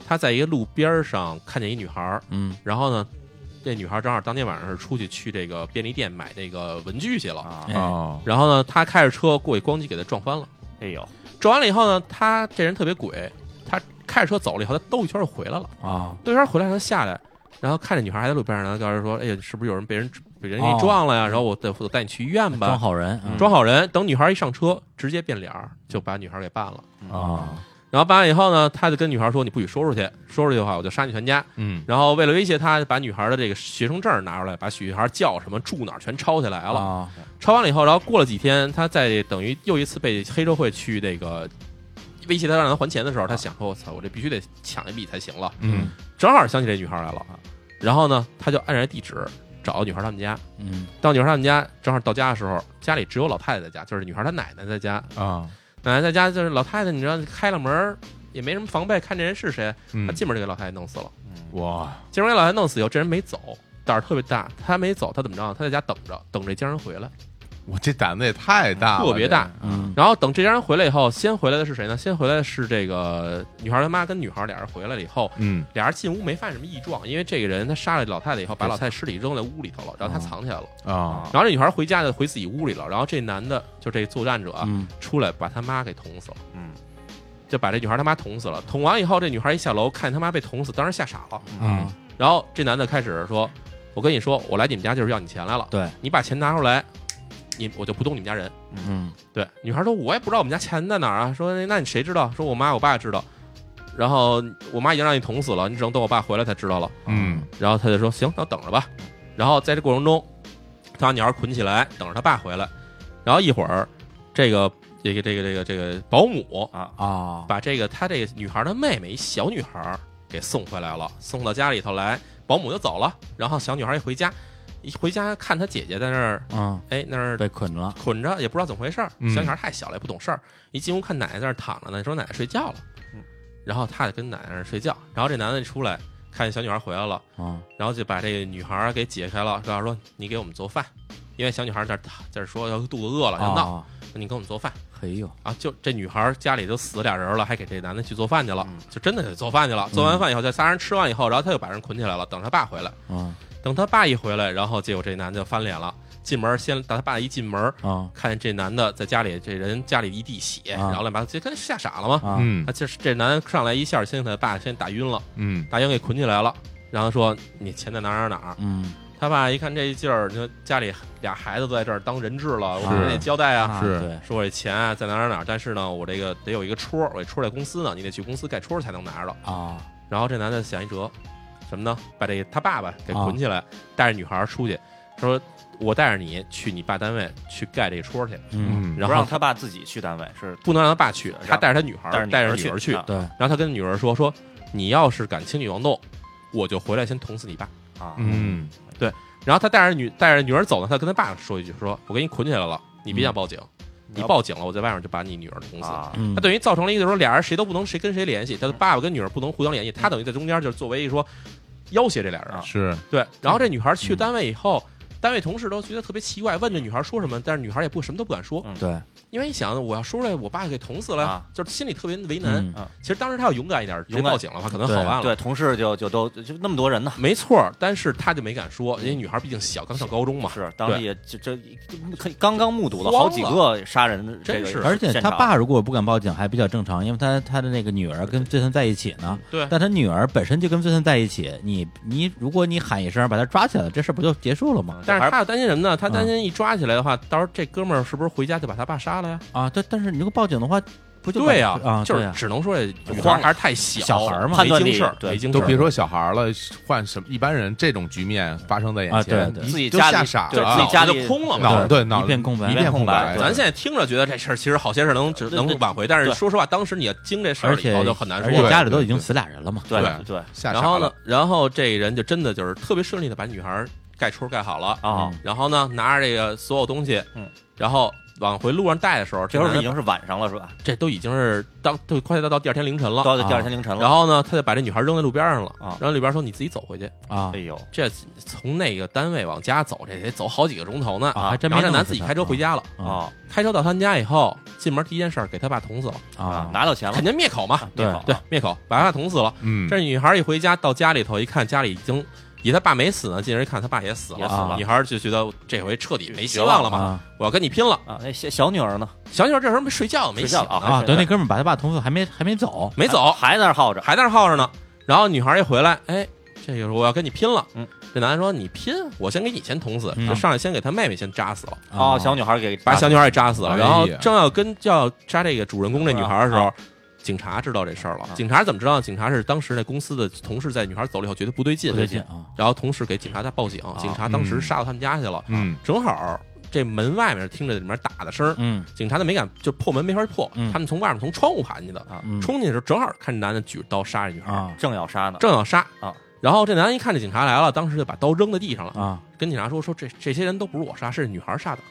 [SPEAKER 4] 他在一个路边儿上看见一女孩儿，
[SPEAKER 1] 嗯
[SPEAKER 4] 然后呢，这女孩儿正好当天晚上是出去去这个便利店买这个文具去了，
[SPEAKER 1] 嗯哎
[SPEAKER 3] 啊，
[SPEAKER 2] 哦
[SPEAKER 4] 然后呢，他开着车过去，咣叽给他撞翻了。
[SPEAKER 3] 哎呦，
[SPEAKER 4] 撞完了以后呢，他这人特别鬼，他开着车走了以后，他兜一圈就回来了，
[SPEAKER 1] 啊，
[SPEAKER 4] 兜一圈回来他下来，然后看见女孩还在路边上，然后告诉她说：“哎呀，是不是有人被人被人给撞了呀？”然后我带我带你去医院吧。
[SPEAKER 1] 哦装好人
[SPEAKER 4] 装好人，等女孩一上车，直接变脸儿，就把女孩给办了。
[SPEAKER 3] 嗯
[SPEAKER 1] 啊，
[SPEAKER 4] 然后办完以后呢，他就跟女孩说：“你不许说出去，说出去的话我就杀你全家。”
[SPEAKER 2] 嗯
[SPEAKER 4] 然后为了威胁她，把女孩的这个学生证拿出来，把女孩叫什么、住哪儿全抄起来了。
[SPEAKER 1] 啊
[SPEAKER 4] 抄完了以后，然后过了几天，他在等于又一次被黑社会去那个威胁他让他还钱的时候，他想说：“我操，我这必须得抢一笔才行了。
[SPEAKER 2] 嗯”
[SPEAKER 4] 正好想起这女孩来了，啊然后呢，他就按人家地址找到女孩他们家。
[SPEAKER 1] 嗯
[SPEAKER 4] 到女孩他们家，正好到家的时候，家里只有老太太在家，就是女孩她奶奶在家。
[SPEAKER 2] 啊
[SPEAKER 4] 奶奶在家就是老太太，你知道开了门儿也没什么防备，看这人是谁，
[SPEAKER 2] 嗯
[SPEAKER 4] 她进门就给老太太弄死了。
[SPEAKER 2] 哇
[SPEAKER 4] 进门给老太太弄死以后，这人没走，胆儿特别大，他没走，他怎么着？他在家等着，等这家人回来。
[SPEAKER 2] 我这胆子也太大了，
[SPEAKER 4] 特别
[SPEAKER 3] 啊
[SPEAKER 4] 大
[SPEAKER 2] 这
[SPEAKER 1] 嗯
[SPEAKER 4] 然后等这家人回来以后，先回来的是谁呢？先回来的是这个女孩她妈跟女孩俩人回来了以后，
[SPEAKER 2] 嗯
[SPEAKER 4] 俩人进屋没发现什么异状，因为这个人他杀了老太太以后，把老太太尸体扔在屋里头了，然
[SPEAKER 1] 嗯
[SPEAKER 4] 后他藏起来了。
[SPEAKER 2] 啊
[SPEAKER 4] 然后这女孩回家就回自己屋里了，然后这男的就这作战者
[SPEAKER 1] 嗯
[SPEAKER 4] 出来把他妈给捅死了。
[SPEAKER 3] 嗯，
[SPEAKER 4] 就把这女孩他妈捅死了。捅完以后，这女孩一下楼看见他妈被捅死，当时吓傻了。
[SPEAKER 2] 嗯
[SPEAKER 4] 然后这男的开始说：“我跟你说，我来你们家就是要你钱来了，
[SPEAKER 1] 对，
[SPEAKER 4] 你把钱拿出来，你我就不动你们家人。”
[SPEAKER 1] 嗯，
[SPEAKER 4] 对，女孩说：“我也不知道我们家钱在哪儿啊。”说：“那你谁知道？”说：“我妈我爸知道。”然后我妈已经让你捅死了，你只能等我爸回来才知道了。
[SPEAKER 2] 嗯
[SPEAKER 4] 然后他就说：“行，那我等着吧。”然后在这过程中，他把女孩捆起来，等着他爸回来。然后一会儿，这个这个这个这个这个保姆
[SPEAKER 1] 啊，
[SPEAKER 4] 把这个他这个女孩的妹妹一小女孩儿给送回来了，送到家里头来，保姆就走了。然后小女孩一回家，一回家看她姐姐在那儿，
[SPEAKER 1] 嗯，
[SPEAKER 4] 哎，那儿
[SPEAKER 1] 被捆了，
[SPEAKER 4] 捆着，也不知道怎么回事儿。
[SPEAKER 2] 嗯
[SPEAKER 4] 小女孩太小了，也不懂事儿。一进屋看奶奶在那儿躺着呢，说奶奶睡觉了
[SPEAKER 3] 嗯。
[SPEAKER 4] 然后他就跟奶奶那儿睡觉，然后这男的一出来，看见小女孩回来了，
[SPEAKER 1] 嗯
[SPEAKER 4] 然后就把这个女孩儿给解开了，告诉说你给我们做饭，因为小女孩儿在这儿在这儿说要肚子饿了要闹，
[SPEAKER 1] 啊，
[SPEAKER 4] 你给我们做饭
[SPEAKER 1] 嘿呦，
[SPEAKER 4] 啊！就这女孩儿家里就死俩人了，还给这男的去做饭去了
[SPEAKER 3] 嗯，
[SPEAKER 4] 就真的给做饭去了。做完饭以后，这仨人吃完以后，然后他又把人捆起来了，等他爸回来。
[SPEAKER 1] 嗯
[SPEAKER 4] 等他爸一回来，然后结果这男的就翻脸了，进门儿先打他爸一进门儿，
[SPEAKER 1] 啊
[SPEAKER 4] 看见这男的在家里，这人家里一地血，
[SPEAKER 1] 啊
[SPEAKER 4] 然后乱七八糟，这跟吓傻了吗？
[SPEAKER 1] 啊，
[SPEAKER 2] 嗯
[SPEAKER 4] 啊，就是这男的上来一下，先给他爸先打晕了，
[SPEAKER 2] 嗯
[SPEAKER 4] 打晕给捆起来了，然后说你钱在哪儿哪儿哪儿。
[SPEAKER 1] 嗯，
[SPEAKER 4] 他爸一看这劲儿，你说家里俩孩子都在这儿当人质了，我
[SPEAKER 1] 是
[SPEAKER 4] 得交代啊。
[SPEAKER 1] 啊
[SPEAKER 2] 是
[SPEAKER 1] 对，
[SPEAKER 4] 说我这钱啊在哪儿哪儿哪儿，但是呢，我这个得有一个戳，我这戳在公司呢，你得去公司盖戳才能拿着了。
[SPEAKER 1] 啊
[SPEAKER 4] 然后这男的想一辙，什么呢？把这个他爸爸给
[SPEAKER 1] 啊
[SPEAKER 4] 捆起来，带着女孩儿出去，说我带着你去你爸单位去盖这个戳去。
[SPEAKER 1] 嗯
[SPEAKER 2] 嗯
[SPEAKER 3] 不
[SPEAKER 4] 然后
[SPEAKER 3] 让他爸自己去单位，是
[SPEAKER 4] 不能让他爸去，
[SPEAKER 3] 让
[SPEAKER 4] 他带着他女孩儿，带
[SPEAKER 3] 带
[SPEAKER 4] 着
[SPEAKER 3] 女
[SPEAKER 4] 女儿去。
[SPEAKER 3] 去
[SPEAKER 4] 然
[SPEAKER 3] 啊
[SPEAKER 1] 对
[SPEAKER 4] 后他跟女儿说：“说你要是敢轻举妄动，我就回来先捅死你爸。
[SPEAKER 3] 啊，
[SPEAKER 2] 嗯
[SPEAKER 4] 然”后他带着女带着女儿走呢，他跟他爸说一句：“说我给你捆起来了，你别想报警，
[SPEAKER 3] 你
[SPEAKER 4] 你
[SPEAKER 3] 要
[SPEAKER 4] 报警了，我在外面就把你女儿捅死。
[SPEAKER 3] 啊，
[SPEAKER 1] 嗯
[SPEAKER 4] 他等于造成了一个，就是说俩人谁都不能谁跟谁联系，他的爸爸跟女儿不能互相联系，他等于在中间就是作为一个说要挟这俩人。
[SPEAKER 2] 是
[SPEAKER 4] 对，然后这女孩去单位以后，单位同事都觉得特别奇怪，问这女孩说什么，但是女孩也不什么都不敢说，
[SPEAKER 1] 对，
[SPEAKER 4] 因为一想我要说出来，我爸给捅死了，
[SPEAKER 3] 啊
[SPEAKER 4] 就是心里特别为难。
[SPEAKER 1] 嗯
[SPEAKER 4] 其实当时他要勇敢一点，直接
[SPEAKER 3] 勇敢
[SPEAKER 4] 报警的话，可能好办了。
[SPEAKER 3] 对，同事就就都就那么多人呢，
[SPEAKER 4] 没错儿，但是他就没敢说，因为女孩毕竟小，刚上高中嘛。
[SPEAKER 3] 是当时也这这可以刚刚目睹了
[SPEAKER 4] 慌
[SPEAKER 3] 好几个杀人的这
[SPEAKER 4] 真
[SPEAKER 3] 个
[SPEAKER 4] 是
[SPEAKER 3] 现场，
[SPEAKER 1] 而且他爸如果不敢报警还比较正常，因为他他的那个女儿跟罪犯在一起呢。
[SPEAKER 4] 对
[SPEAKER 1] 但他女儿本身就跟罪犯在一起，你你如果你喊一声把他抓起来，这事儿不就结束了吗？
[SPEAKER 4] 但
[SPEAKER 3] 还
[SPEAKER 4] 是他要担心什么呢？他担心一抓起来的话，到时候这哥们儿是不是回家就把他爸杀了呀？
[SPEAKER 1] 啊，但但是你如果报警的话，不就
[SPEAKER 4] 对呀
[SPEAKER 1] 呀、啊，
[SPEAKER 4] 就
[SPEAKER 1] 对
[SPEAKER 4] 是
[SPEAKER 1] 呀
[SPEAKER 4] 只能说这女
[SPEAKER 3] 慌
[SPEAKER 4] 孩
[SPEAKER 3] 了
[SPEAKER 4] 还是太小，
[SPEAKER 1] 小孩儿嘛
[SPEAKER 4] 没经事儿
[SPEAKER 3] 判断力，对
[SPEAKER 4] 没经事
[SPEAKER 2] 都
[SPEAKER 4] 儿。
[SPEAKER 2] 别说小孩儿了，换什么一般人这种局面发生在眼
[SPEAKER 1] 啊
[SPEAKER 2] 前，
[SPEAKER 1] 对
[SPEAKER 2] 你
[SPEAKER 3] 自己
[SPEAKER 2] 就
[SPEAKER 3] 家
[SPEAKER 2] 吓
[SPEAKER 3] 里
[SPEAKER 2] 傻
[SPEAKER 3] 对
[SPEAKER 2] 了，
[SPEAKER 3] 自己家
[SPEAKER 4] 脑子
[SPEAKER 3] 里
[SPEAKER 4] 啊就空了嘛
[SPEAKER 2] 脑子对脑
[SPEAKER 1] 一片空白
[SPEAKER 2] 一片
[SPEAKER 3] 空白
[SPEAKER 2] 白，
[SPEAKER 4] 咱现在听着觉得这事儿其实好些事儿能只
[SPEAKER 3] 对
[SPEAKER 4] 能
[SPEAKER 3] 对
[SPEAKER 4] 挽回，但是
[SPEAKER 3] 对
[SPEAKER 4] 说实话，当时你要经这事儿
[SPEAKER 1] 而
[SPEAKER 4] 以
[SPEAKER 1] 且
[SPEAKER 4] 后就很难
[SPEAKER 1] 而
[SPEAKER 4] 说
[SPEAKER 1] 且
[SPEAKER 4] 了。
[SPEAKER 1] 家里都已经死俩人了嘛。
[SPEAKER 3] 对
[SPEAKER 2] 对
[SPEAKER 3] 对
[SPEAKER 2] 吓傻
[SPEAKER 4] 然后呢
[SPEAKER 2] 了，，
[SPEAKER 4] 然后这人就真的就是特别顺利的把女孩儿盖戳盖好了，
[SPEAKER 1] 嗯
[SPEAKER 3] 啊，
[SPEAKER 4] 然后呢拿着这个所有东西，
[SPEAKER 3] 嗯，
[SPEAKER 4] 然后往回路上带的时候，
[SPEAKER 3] 这
[SPEAKER 4] 这
[SPEAKER 3] 时候
[SPEAKER 4] 男的
[SPEAKER 3] 已经是晚上了是吧？
[SPEAKER 4] 这都已经是当都快到到第二天凌晨了。
[SPEAKER 3] 到第二天凌晨了，
[SPEAKER 4] 啊然后呢，他就把这女孩扔在路边上了，
[SPEAKER 3] 啊
[SPEAKER 4] 然后里边说你自己走回去。
[SPEAKER 1] 啊
[SPEAKER 3] 哎呦，
[SPEAKER 4] 这从那个单位往家走，这得走好几个钟头呢。
[SPEAKER 1] 啊，还真
[SPEAKER 4] 然
[SPEAKER 1] 没
[SPEAKER 4] 后这
[SPEAKER 1] 弄
[SPEAKER 4] 男
[SPEAKER 1] 死
[SPEAKER 4] 自己
[SPEAKER 1] 他
[SPEAKER 4] 开车回家了，
[SPEAKER 1] 啊
[SPEAKER 3] 啊
[SPEAKER 4] 开车到他们家以后，进门第一件事儿给他爸捅死了，
[SPEAKER 3] 啊
[SPEAKER 1] 啊，
[SPEAKER 3] 拿到钱了
[SPEAKER 4] 肯，定灭口嘛，
[SPEAKER 3] 啊别跑了
[SPEAKER 4] 对，灭口，把他爸捅死了。
[SPEAKER 2] 嗯，
[SPEAKER 4] 这女孩一回家到家里头一看，家里已经以他爸没死呢，进人一看他爸也死
[SPEAKER 3] 也
[SPEAKER 4] 了，
[SPEAKER 3] 死了
[SPEAKER 4] 女孩就觉得这回彻底没希望了嘛，
[SPEAKER 1] 啊
[SPEAKER 4] 我要跟你拼了。
[SPEAKER 3] 啊，那小小女儿呢？
[SPEAKER 4] 小女孩这时候没睡觉，没
[SPEAKER 3] 睡
[SPEAKER 4] 醒
[SPEAKER 3] 觉了
[SPEAKER 4] 呢，
[SPEAKER 1] 啊！等
[SPEAKER 3] 对
[SPEAKER 1] 那哥们儿把他爸捅死，还没还没走，
[SPEAKER 4] 没走，
[SPEAKER 3] 还在那儿耗着，
[SPEAKER 4] 还在那儿耗着呢。然后女孩一回来，哎，这个我要跟你拼了。
[SPEAKER 3] 嗯，
[SPEAKER 4] 这男的说你拼，我先给你先捅死，
[SPEAKER 1] 嗯
[SPEAKER 4] 就上来先给他妹妹先扎死了，
[SPEAKER 1] 啊
[SPEAKER 3] 哦，小女孩给
[SPEAKER 4] 把小女孩给扎死了。
[SPEAKER 2] 哎呀
[SPEAKER 4] 然后正要跟就要扎这个主人公这女孩的时候。警察知道这事儿了
[SPEAKER 3] 啊，
[SPEAKER 4] 警察怎么知道？警察是当时那公司的同事在女孩走了以后觉得不对劲，
[SPEAKER 1] 不对劲啊！
[SPEAKER 4] 然后同事给警察在报警，警察当时杀到他们家去了，
[SPEAKER 2] 嗯
[SPEAKER 4] 正好这门外面听着里面打的声儿，
[SPEAKER 1] 嗯
[SPEAKER 4] 警察就没敢就破门没法破，
[SPEAKER 1] 嗯
[SPEAKER 4] 他们从外面从窗户爬进去的，
[SPEAKER 1] 嗯
[SPEAKER 4] 冲进去的时候正好看这男的举着刀杀这女孩，
[SPEAKER 1] 啊
[SPEAKER 3] 正要杀呢，
[SPEAKER 4] 正要杀
[SPEAKER 3] 啊。
[SPEAKER 4] 然后这男的一看这警察来了，当时就把刀扔在地上了，
[SPEAKER 1] 啊！
[SPEAKER 4] 跟警察说：“说这这些人都不是我杀，是女孩杀的，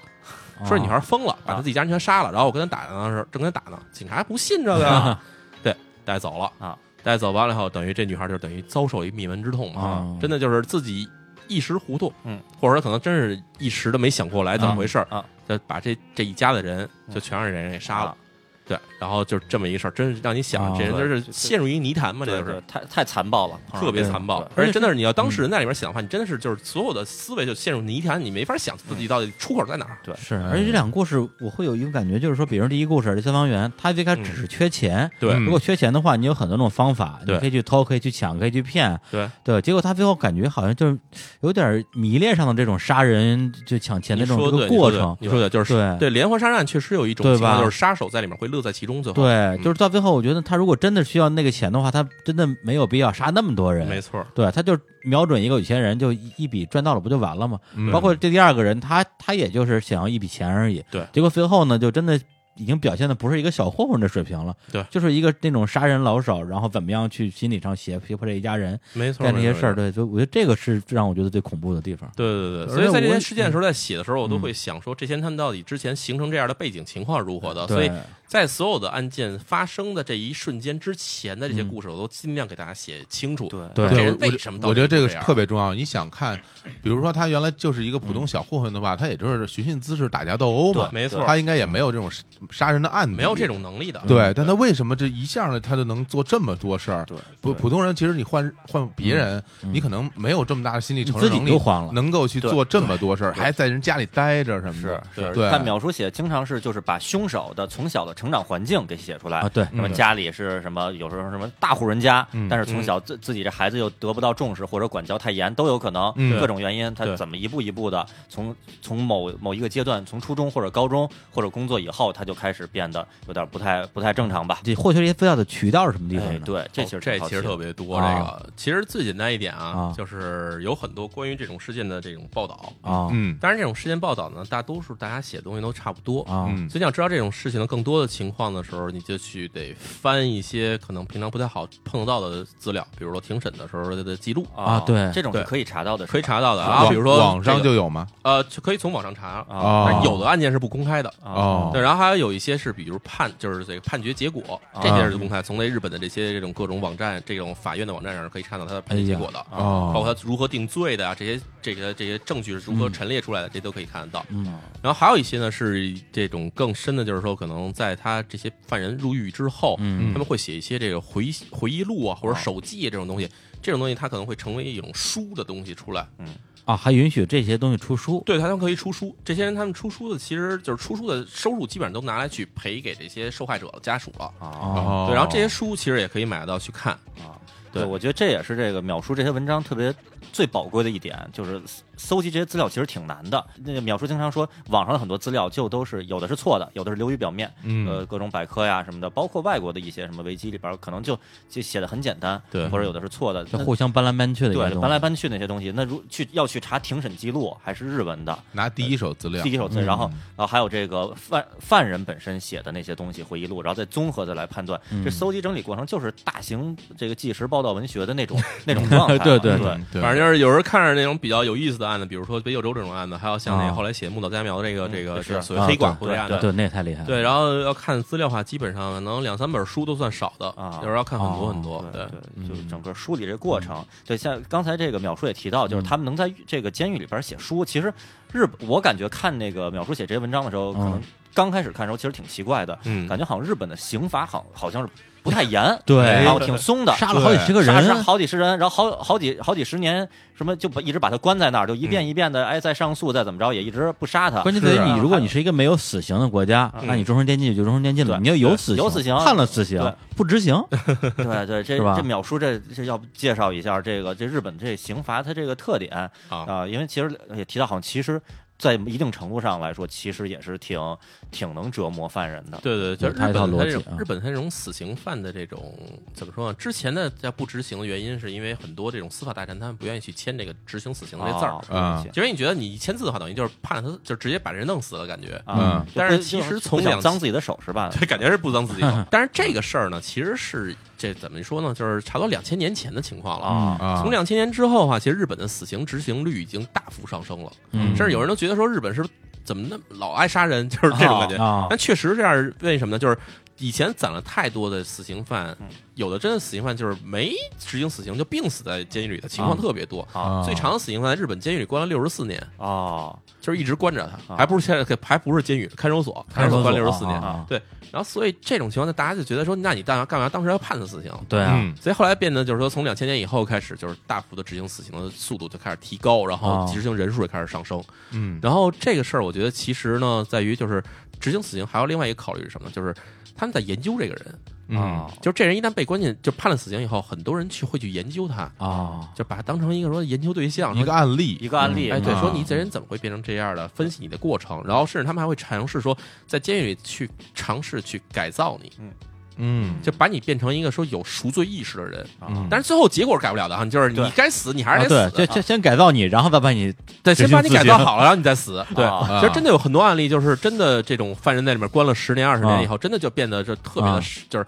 [SPEAKER 1] 啊
[SPEAKER 4] 说这女孩疯了，把她自己家人全杀了。”然后我跟他打
[SPEAKER 3] 啊
[SPEAKER 4] 呢，时候正跟他打呢，警察还不信这
[SPEAKER 3] (laughs)
[SPEAKER 4] 个呀，对，带走了
[SPEAKER 3] 啊。
[SPEAKER 4] 带走完了以后，等于这女孩就等于遭受一灭门之痛嘛，
[SPEAKER 1] 啊
[SPEAKER 4] 真的就是自己一时糊涂，
[SPEAKER 3] 嗯，
[SPEAKER 4] 或者说可能真是一时的没想过来怎么回事儿
[SPEAKER 3] 啊啊嗯啊
[SPEAKER 4] 就把这这一家的人就全让这人给杀了。对，然后就是这么一个事儿，真是让你想，
[SPEAKER 1] 啊
[SPEAKER 4] 这人就是陷入于泥潭嘛，这
[SPEAKER 3] 对
[SPEAKER 4] 就是
[SPEAKER 3] 对，。太太残暴了，啊碰上
[SPEAKER 4] 特别
[SPEAKER 3] 这种
[SPEAKER 4] 残暴
[SPEAKER 3] 对，
[SPEAKER 4] 而且真的是你要当
[SPEAKER 1] 嗯
[SPEAKER 4] 事人在里面想的话，你真的是就是所有的思维就陷入泥潭，你没法想自己到底出口在哪儿。
[SPEAKER 1] 是，而且这两个故事我会有一种感觉，就是说，比如说第一故事，这消防员他最开始只是缺钱，
[SPEAKER 4] 嗯对
[SPEAKER 1] 如果缺钱的话，你有很多种方法，
[SPEAKER 4] 对
[SPEAKER 1] 你可以去偷，可以去抢，可以去骗，
[SPEAKER 4] 对
[SPEAKER 1] 对。结果他最后感觉好像就是有点迷恋上了这种杀人就抢钱的
[SPEAKER 4] 你
[SPEAKER 1] 这种
[SPEAKER 4] 说
[SPEAKER 1] 这
[SPEAKER 4] 对，
[SPEAKER 1] 个过
[SPEAKER 4] 你说对
[SPEAKER 1] 程，
[SPEAKER 4] 你说对，就是
[SPEAKER 1] 对
[SPEAKER 4] 对连环杀人案确实有一种
[SPEAKER 1] 对
[SPEAKER 4] 情况，
[SPEAKER 1] 吧
[SPEAKER 4] 就是杀手在里面会乐在其中，最后
[SPEAKER 1] 对，
[SPEAKER 4] 嗯
[SPEAKER 1] 就是到最后，我觉得他如果真的需要那个钱的话，他真的没有必要杀那么多人，
[SPEAKER 4] 没错，
[SPEAKER 1] 对，他就瞄准一个有钱人，就一一笔赚到了，不就完了吗？
[SPEAKER 2] 嗯
[SPEAKER 1] 包括这第二个人，他他也就是想要一笔钱而已。
[SPEAKER 4] 对
[SPEAKER 1] 结果最后呢，就真的已经表现的不是一个小混混的水平了，
[SPEAKER 4] 对
[SPEAKER 1] 就是一个那种杀人老手，然后怎么样去心理上胁胁迫这一家人
[SPEAKER 4] 没错，
[SPEAKER 1] 干这些
[SPEAKER 4] 没错
[SPEAKER 1] 事儿。。对，就我觉得这个是让我觉得最恐怖的地方。
[SPEAKER 4] 对对对
[SPEAKER 1] 而
[SPEAKER 4] 对，所以
[SPEAKER 1] 且
[SPEAKER 4] 在这
[SPEAKER 1] 我嗯
[SPEAKER 4] 些
[SPEAKER 1] 也
[SPEAKER 4] 事件的时候，在写的时候，我都会想说，这些人他们到底之前形成这样的背景情况是如何的？所
[SPEAKER 1] 对
[SPEAKER 4] 以在所有的案件发生的这一瞬间之前的这些故事，我都尽量给大家写清楚。
[SPEAKER 3] 对
[SPEAKER 1] 嗯对
[SPEAKER 4] 这
[SPEAKER 2] 对，
[SPEAKER 4] 人
[SPEAKER 2] 我
[SPEAKER 4] 为
[SPEAKER 2] 觉
[SPEAKER 4] 什么到底
[SPEAKER 2] 我觉得这个
[SPEAKER 4] 这
[SPEAKER 2] 是
[SPEAKER 4] 样
[SPEAKER 2] 特别重要。你想看，比如说他原来就是一个普通小混混的话，他也就是寻衅滋事、打架斗殴嘛
[SPEAKER 4] 对，没错
[SPEAKER 2] 他应该也没有这种杀杀人的案底，
[SPEAKER 4] 没有这。种能力的。
[SPEAKER 2] 嗯对，但他为什么这一下呢？他就能做这么多事儿？
[SPEAKER 3] 对
[SPEAKER 2] 普普通人其实你换换别人，
[SPEAKER 4] 嗯
[SPEAKER 2] 你可能没有这么大的心理承受
[SPEAKER 1] 你自己
[SPEAKER 2] 能力，
[SPEAKER 1] 就慌了
[SPEAKER 2] 能够去做这么多事儿，还在人家里待着什么的。
[SPEAKER 4] 是
[SPEAKER 2] 对，
[SPEAKER 3] 但描述写经常是就是把凶手的从小的成长环境给写出来
[SPEAKER 1] 啊对
[SPEAKER 3] 什
[SPEAKER 4] 嗯
[SPEAKER 3] 么家里是什么，有时候什么大户人家，
[SPEAKER 2] 嗯
[SPEAKER 3] 但是从小自自己这孩子又得不到重视，或者管教太严都有可能，
[SPEAKER 2] 嗯
[SPEAKER 3] 各种原因，他
[SPEAKER 4] 对
[SPEAKER 3] 怎么一步一步的从从某某一个阶段，从初中或者高中或者工作以后，他就开始变得有点不太不太正常吧？
[SPEAKER 1] 这获取这些资料的渠道是什么地方
[SPEAKER 3] 哎，
[SPEAKER 1] 呢？
[SPEAKER 3] 对，这其实
[SPEAKER 4] 哦这
[SPEAKER 3] 挺好
[SPEAKER 4] 其实
[SPEAKER 3] 奇
[SPEAKER 4] 特
[SPEAKER 3] 的
[SPEAKER 4] 别多。这
[SPEAKER 1] 啊
[SPEAKER 4] 个其实最简单一点啊
[SPEAKER 1] 啊，
[SPEAKER 4] 就是有很多关于这种事件的这种报道。
[SPEAKER 1] 啊
[SPEAKER 2] 嗯
[SPEAKER 4] 当然，这种事件报道呢，大多数大家写的东西都差不多。
[SPEAKER 1] 啊
[SPEAKER 2] 嗯
[SPEAKER 4] 所以你想知道这种事情的更多的情况的时候，你就去得翻一些可能平常不太好碰得到的资料，比如说庭审的时候的记录，
[SPEAKER 1] 啊对
[SPEAKER 3] 这种是
[SPEAKER 4] 对
[SPEAKER 3] 可以查到的，
[SPEAKER 4] 可以
[SPEAKER 3] 是吧
[SPEAKER 4] 查到的啊。
[SPEAKER 2] 网
[SPEAKER 4] 比如说
[SPEAKER 2] 网上
[SPEAKER 4] 这个
[SPEAKER 2] 就有吗？
[SPEAKER 4] 呃，就可以从网上查，哦
[SPEAKER 3] 啊
[SPEAKER 4] 但是有的案件是不公开的。
[SPEAKER 2] 哦，
[SPEAKER 4] 对，然后还有一些啊是，比如判，就是这个判决结果，
[SPEAKER 2] 啊
[SPEAKER 4] 这些是公开，从那日本的这些这种各种网站、这种法院的网站上是可以看到他的判决结果的，啊
[SPEAKER 2] 哦，
[SPEAKER 4] 包括他如何定罪的啊，这些这个这些证据是如何陈列出来的，这都可以看得到。
[SPEAKER 1] 嗯
[SPEAKER 4] 然后还有一些呢是这种更深的，就是说可能在他这些犯人入狱之后，
[SPEAKER 1] 嗯
[SPEAKER 4] 他们会写一些这个回忆回忆录啊，或者手记这种东西，这种东西它可能会成为一种书的东西出来。
[SPEAKER 1] 啊，还允许这些东西出书
[SPEAKER 4] 对，他们可以出书。这些人他们出书的，其实就是出书的收入基本上都拿来去赔给这些受害者家属了。
[SPEAKER 3] 啊。
[SPEAKER 1] 啊
[SPEAKER 2] 哦，
[SPEAKER 4] 对，然后这些书其实也可以买得到去看。对
[SPEAKER 3] 对，我觉得这也是这个秒叔这些文章特别最宝贵的一点，就是搜搜集这些资料其实挺难的。那个秒叔经常说，网上的很多资料就都是有的是错的，有的是流于表面，
[SPEAKER 2] 嗯
[SPEAKER 3] 呃，各种百科呀什么的，包括外国的一些什么维基里边，可能就就写的很简单，
[SPEAKER 4] 对
[SPEAKER 3] 或者有的是错的，
[SPEAKER 1] 就
[SPEAKER 3] 那
[SPEAKER 1] 互相搬来搬去的一些
[SPEAKER 3] 对
[SPEAKER 1] 东西，
[SPEAKER 3] 搬来搬去那些东西。那如去要去查庭审记录，还是日文的
[SPEAKER 2] 拿第一手资料，
[SPEAKER 3] 第一手资料，
[SPEAKER 2] 嗯
[SPEAKER 3] 然后然后还有这个犯犯人本身写的那些东西回忆录，然后再综合的来判断。
[SPEAKER 1] 嗯
[SPEAKER 3] 这搜集整理过程就是大型这个纪实报道文学的
[SPEAKER 1] (laughs)
[SPEAKER 3] 那种那种状态了。
[SPEAKER 1] 对对
[SPEAKER 3] 对
[SPEAKER 1] 对
[SPEAKER 2] 嗯对，
[SPEAKER 4] 反正就是有人看着那种比较有意思的案子，比如说北九州这种案子，还有像那
[SPEAKER 1] 啊
[SPEAKER 4] 个后来写木岛佳苗的这个这
[SPEAKER 3] 嗯
[SPEAKER 4] 个
[SPEAKER 3] 也是
[SPEAKER 4] 这个所
[SPEAKER 1] 啊
[SPEAKER 4] 谓黑寡
[SPEAKER 1] 对
[SPEAKER 4] 妇这案
[SPEAKER 3] 对
[SPEAKER 4] 子，
[SPEAKER 1] 对，那也太厉害了。
[SPEAKER 4] 对，然后要看资料的话，基本上可能两三本书都算少的，
[SPEAKER 3] 啊
[SPEAKER 4] 有时候要看很
[SPEAKER 1] 哦
[SPEAKER 4] 多很多。
[SPEAKER 3] 对
[SPEAKER 1] 嗯
[SPEAKER 3] 对，就是整个梳理这个过程。对，像刚才这个淼叔也提到，
[SPEAKER 1] 嗯
[SPEAKER 3] 就是他们能在这个监狱里边写书，其实日我感觉看那个淼叔写这些文章的时候，可能
[SPEAKER 1] 嗯，
[SPEAKER 3] 刚开始看的时候其实挺奇怪的，
[SPEAKER 4] 嗯
[SPEAKER 3] 感觉好像日本的刑法好好像是不太严
[SPEAKER 1] 哎对
[SPEAKER 3] 然后挺松哎的，
[SPEAKER 1] 杀了好几十个人
[SPEAKER 3] 杀杀好几十人，然后好好几好几十年，什么就把一直把他关在那儿，就一
[SPEAKER 4] 嗯
[SPEAKER 3] 遍一遍的，哎，再上诉，再怎么着，也一直不杀他。
[SPEAKER 1] 关键在
[SPEAKER 2] 是
[SPEAKER 1] 于
[SPEAKER 2] 啊
[SPEAKER 1] 你，如果你是一个没有死刑的国家，那你终身监禁就终身监禁了。
[SPEAKER 3] 对
[SPEAKER 1] 你要有死
[SPEAKER 3] 有死刑
[SPEAKER 1] 判了死刑
[SPEAKER 3] 对
[SPEAKER 1] 不执行，
[SPEAKER 3] 对对，这
[SPEAKER 1] 是吧
[SPEAKER 3] 这淼叔这这要不介绍一下这个这日本这刑罚它这个特点啊、因为其实也提到，好像其实，在一定程度上来说，其实也是挺挺能折磨犯人的。
[SPEAKER 4] 对对，就是日
[SPEAKER 1] 他一
[SPEAKER 4] 本
[SPEAKER 1] 套
[SPEAKER 4] 它
[SPEAKER 1] 逻
[SPEAKER 4] 这
[SPEAKER 1] 辑啊
[SPEAKER 4] 种日本它这种死刑犯的这种怎么说呢？之前的在不执行的原因，是因为很多这种司法大臣他们不愿意去签这个执行死刑的这字儿
[SPEAKER 3] 啊，，
[SPEAKER 2] 啊
[SPEAKER 4] 其实你觉得你一签字的话，等于就是判了他，就直接把人弄死了感觉。
[SPEAKER 3] 啊
[SPEAKER 2] 嗯
[SPEAKER 3] 就
[SPEAKER 4] 但
[SPEAKER 3] 不
[SPEAKER 4] 是其实从
[SPEAKER 3] 不想
[SPEAKER 4] 两
[SPEAKER 3] 脏自己的手
[SPEAKER 1] 啊
[SPEAKER 3] 是吧？
[SPEAKER 4] 对，感觉是不脏自
[SPEAKER 1] (laughs)
[SPEAKER 4] 己手。但是这个事儿呢，其实是这怎么说呢？就是差不多两千年前的情况了。
[SPEAKER 3] 啊
[SPEAKER 2] 啊
[SPEAKER 1] 嗯
[SPEAKER 4] 从，两千年之后的话，其实日本的死刑执行率已经大幅上升了，
[SPEAKER 1] 嗯
[SPEAKER 4] 甚至有人都觉得说日本是不是怎么那么老爱杀人，就是这种感觉。
[SPEAKER 1] 啊
[SPEAKER 4] 但确实这样，为什么呢？就是以前攒了太多的死刑犯，
[SPEAKER 1] 嗯
[SPEAKER 4] 有的真的死刑犯就是没执行死刑就病死在监狱里的情况特别多。
[SPEAKER 2] 啊
[SPEAKER 4] 最长的死刑犯在日本监狱里关了六十四年，
[SPEAKER 3] 哦，
[SPEAKER 4] 就是一直关着他，
[SPEAKER 3] 啊
[SPEAKER 4] 还不是现在还不是监狱，看守所，看
[SPEAKER 1] 看守所
[SPEAKER 4] 守所关六十四
[SPEAKER 1] 啊
[SPEAKER 4] 年。
[SPEAKER 1] 啊啊
[SPEAKER 4] 对，然后所以这种情况下，大家就觉得说，那你干嘛干嘛？当时要判他死刑。
[SPEAKER 1] 对啊，
[SPEAKER 2] 嗯
[SPEAKER 4] 所以后来变得就是说，从两千年以后开始，就是大幅的执行死刑的速度就开始提高，然后
[SPEAKER 1] 哦
[SPEAKER 4] 执行人数也开始上升。
[SPEAKER 2] 嗯
[SPEAKER 4] 然后这个事儿，我觉得其实呢，在于就是执行死刑还有另外一个考虑是什么呢？就是他们在研究这个人，
[SPEAKER 2] 嗯
[SPEAKER 3] 哦
[SPEAKER 4] 就是这人一旦被关进，就判了死刑以后，很多人去会去研究他，
[SPEAKER 1] 啊，
[SPEAKER 4] 就把他当成一个说研究对象，
[SPEAKER 2] 一个案例
[SPEAKER 3] 一个案例，
[SPEAKER 4] 哎，对，
[SPEAKER 1] 啊
[SPEAKER 4] 说你这人怎么会变成这样的？分析你的过程，然后甚至他们还会尝试说，在监狱里去尝试去改造你，
[SPEAKER 2] 嗯
[SPEAKER 4] 就把你变成一个说有赎罪意识的人。
[SPEAKER 3] 啊
[SPEAKER 2] 嗯
[SPEAKER 4] 但是最后结果改不了的啊，就是你
[SPEAKER 3] 对
[SPEAKER 4] 该死，你还
[SPEAKER 1] 啊
[SPEAKER 4] 是得
[SPEAKER 1] 对，
[SPEAKER 4] 死。
[SPEAKER 1] 先先先改造你，然后再把你
[SPEAKER 4] 对，
[SPEAKER 1] 执
[SPEAKER 4] 先
[SPEAKER 1] 行
[SPEAKER 4] 把你
[SPEAKER 1] 自
[SPEAKER 4] 改
[SPEAKER 1] 觉
[SPEAKER 4] 造好了，然后你再死。 (laughs) 对，
[SPEAKER 3] 啊
[SPEAKER 4] 其实真的有很多案例，就是真的这种犯人在里面关了十年、二十年以后，真的就变得就特别的
[SPEAKER 1] 啊，
[SPEAKER 4] 就是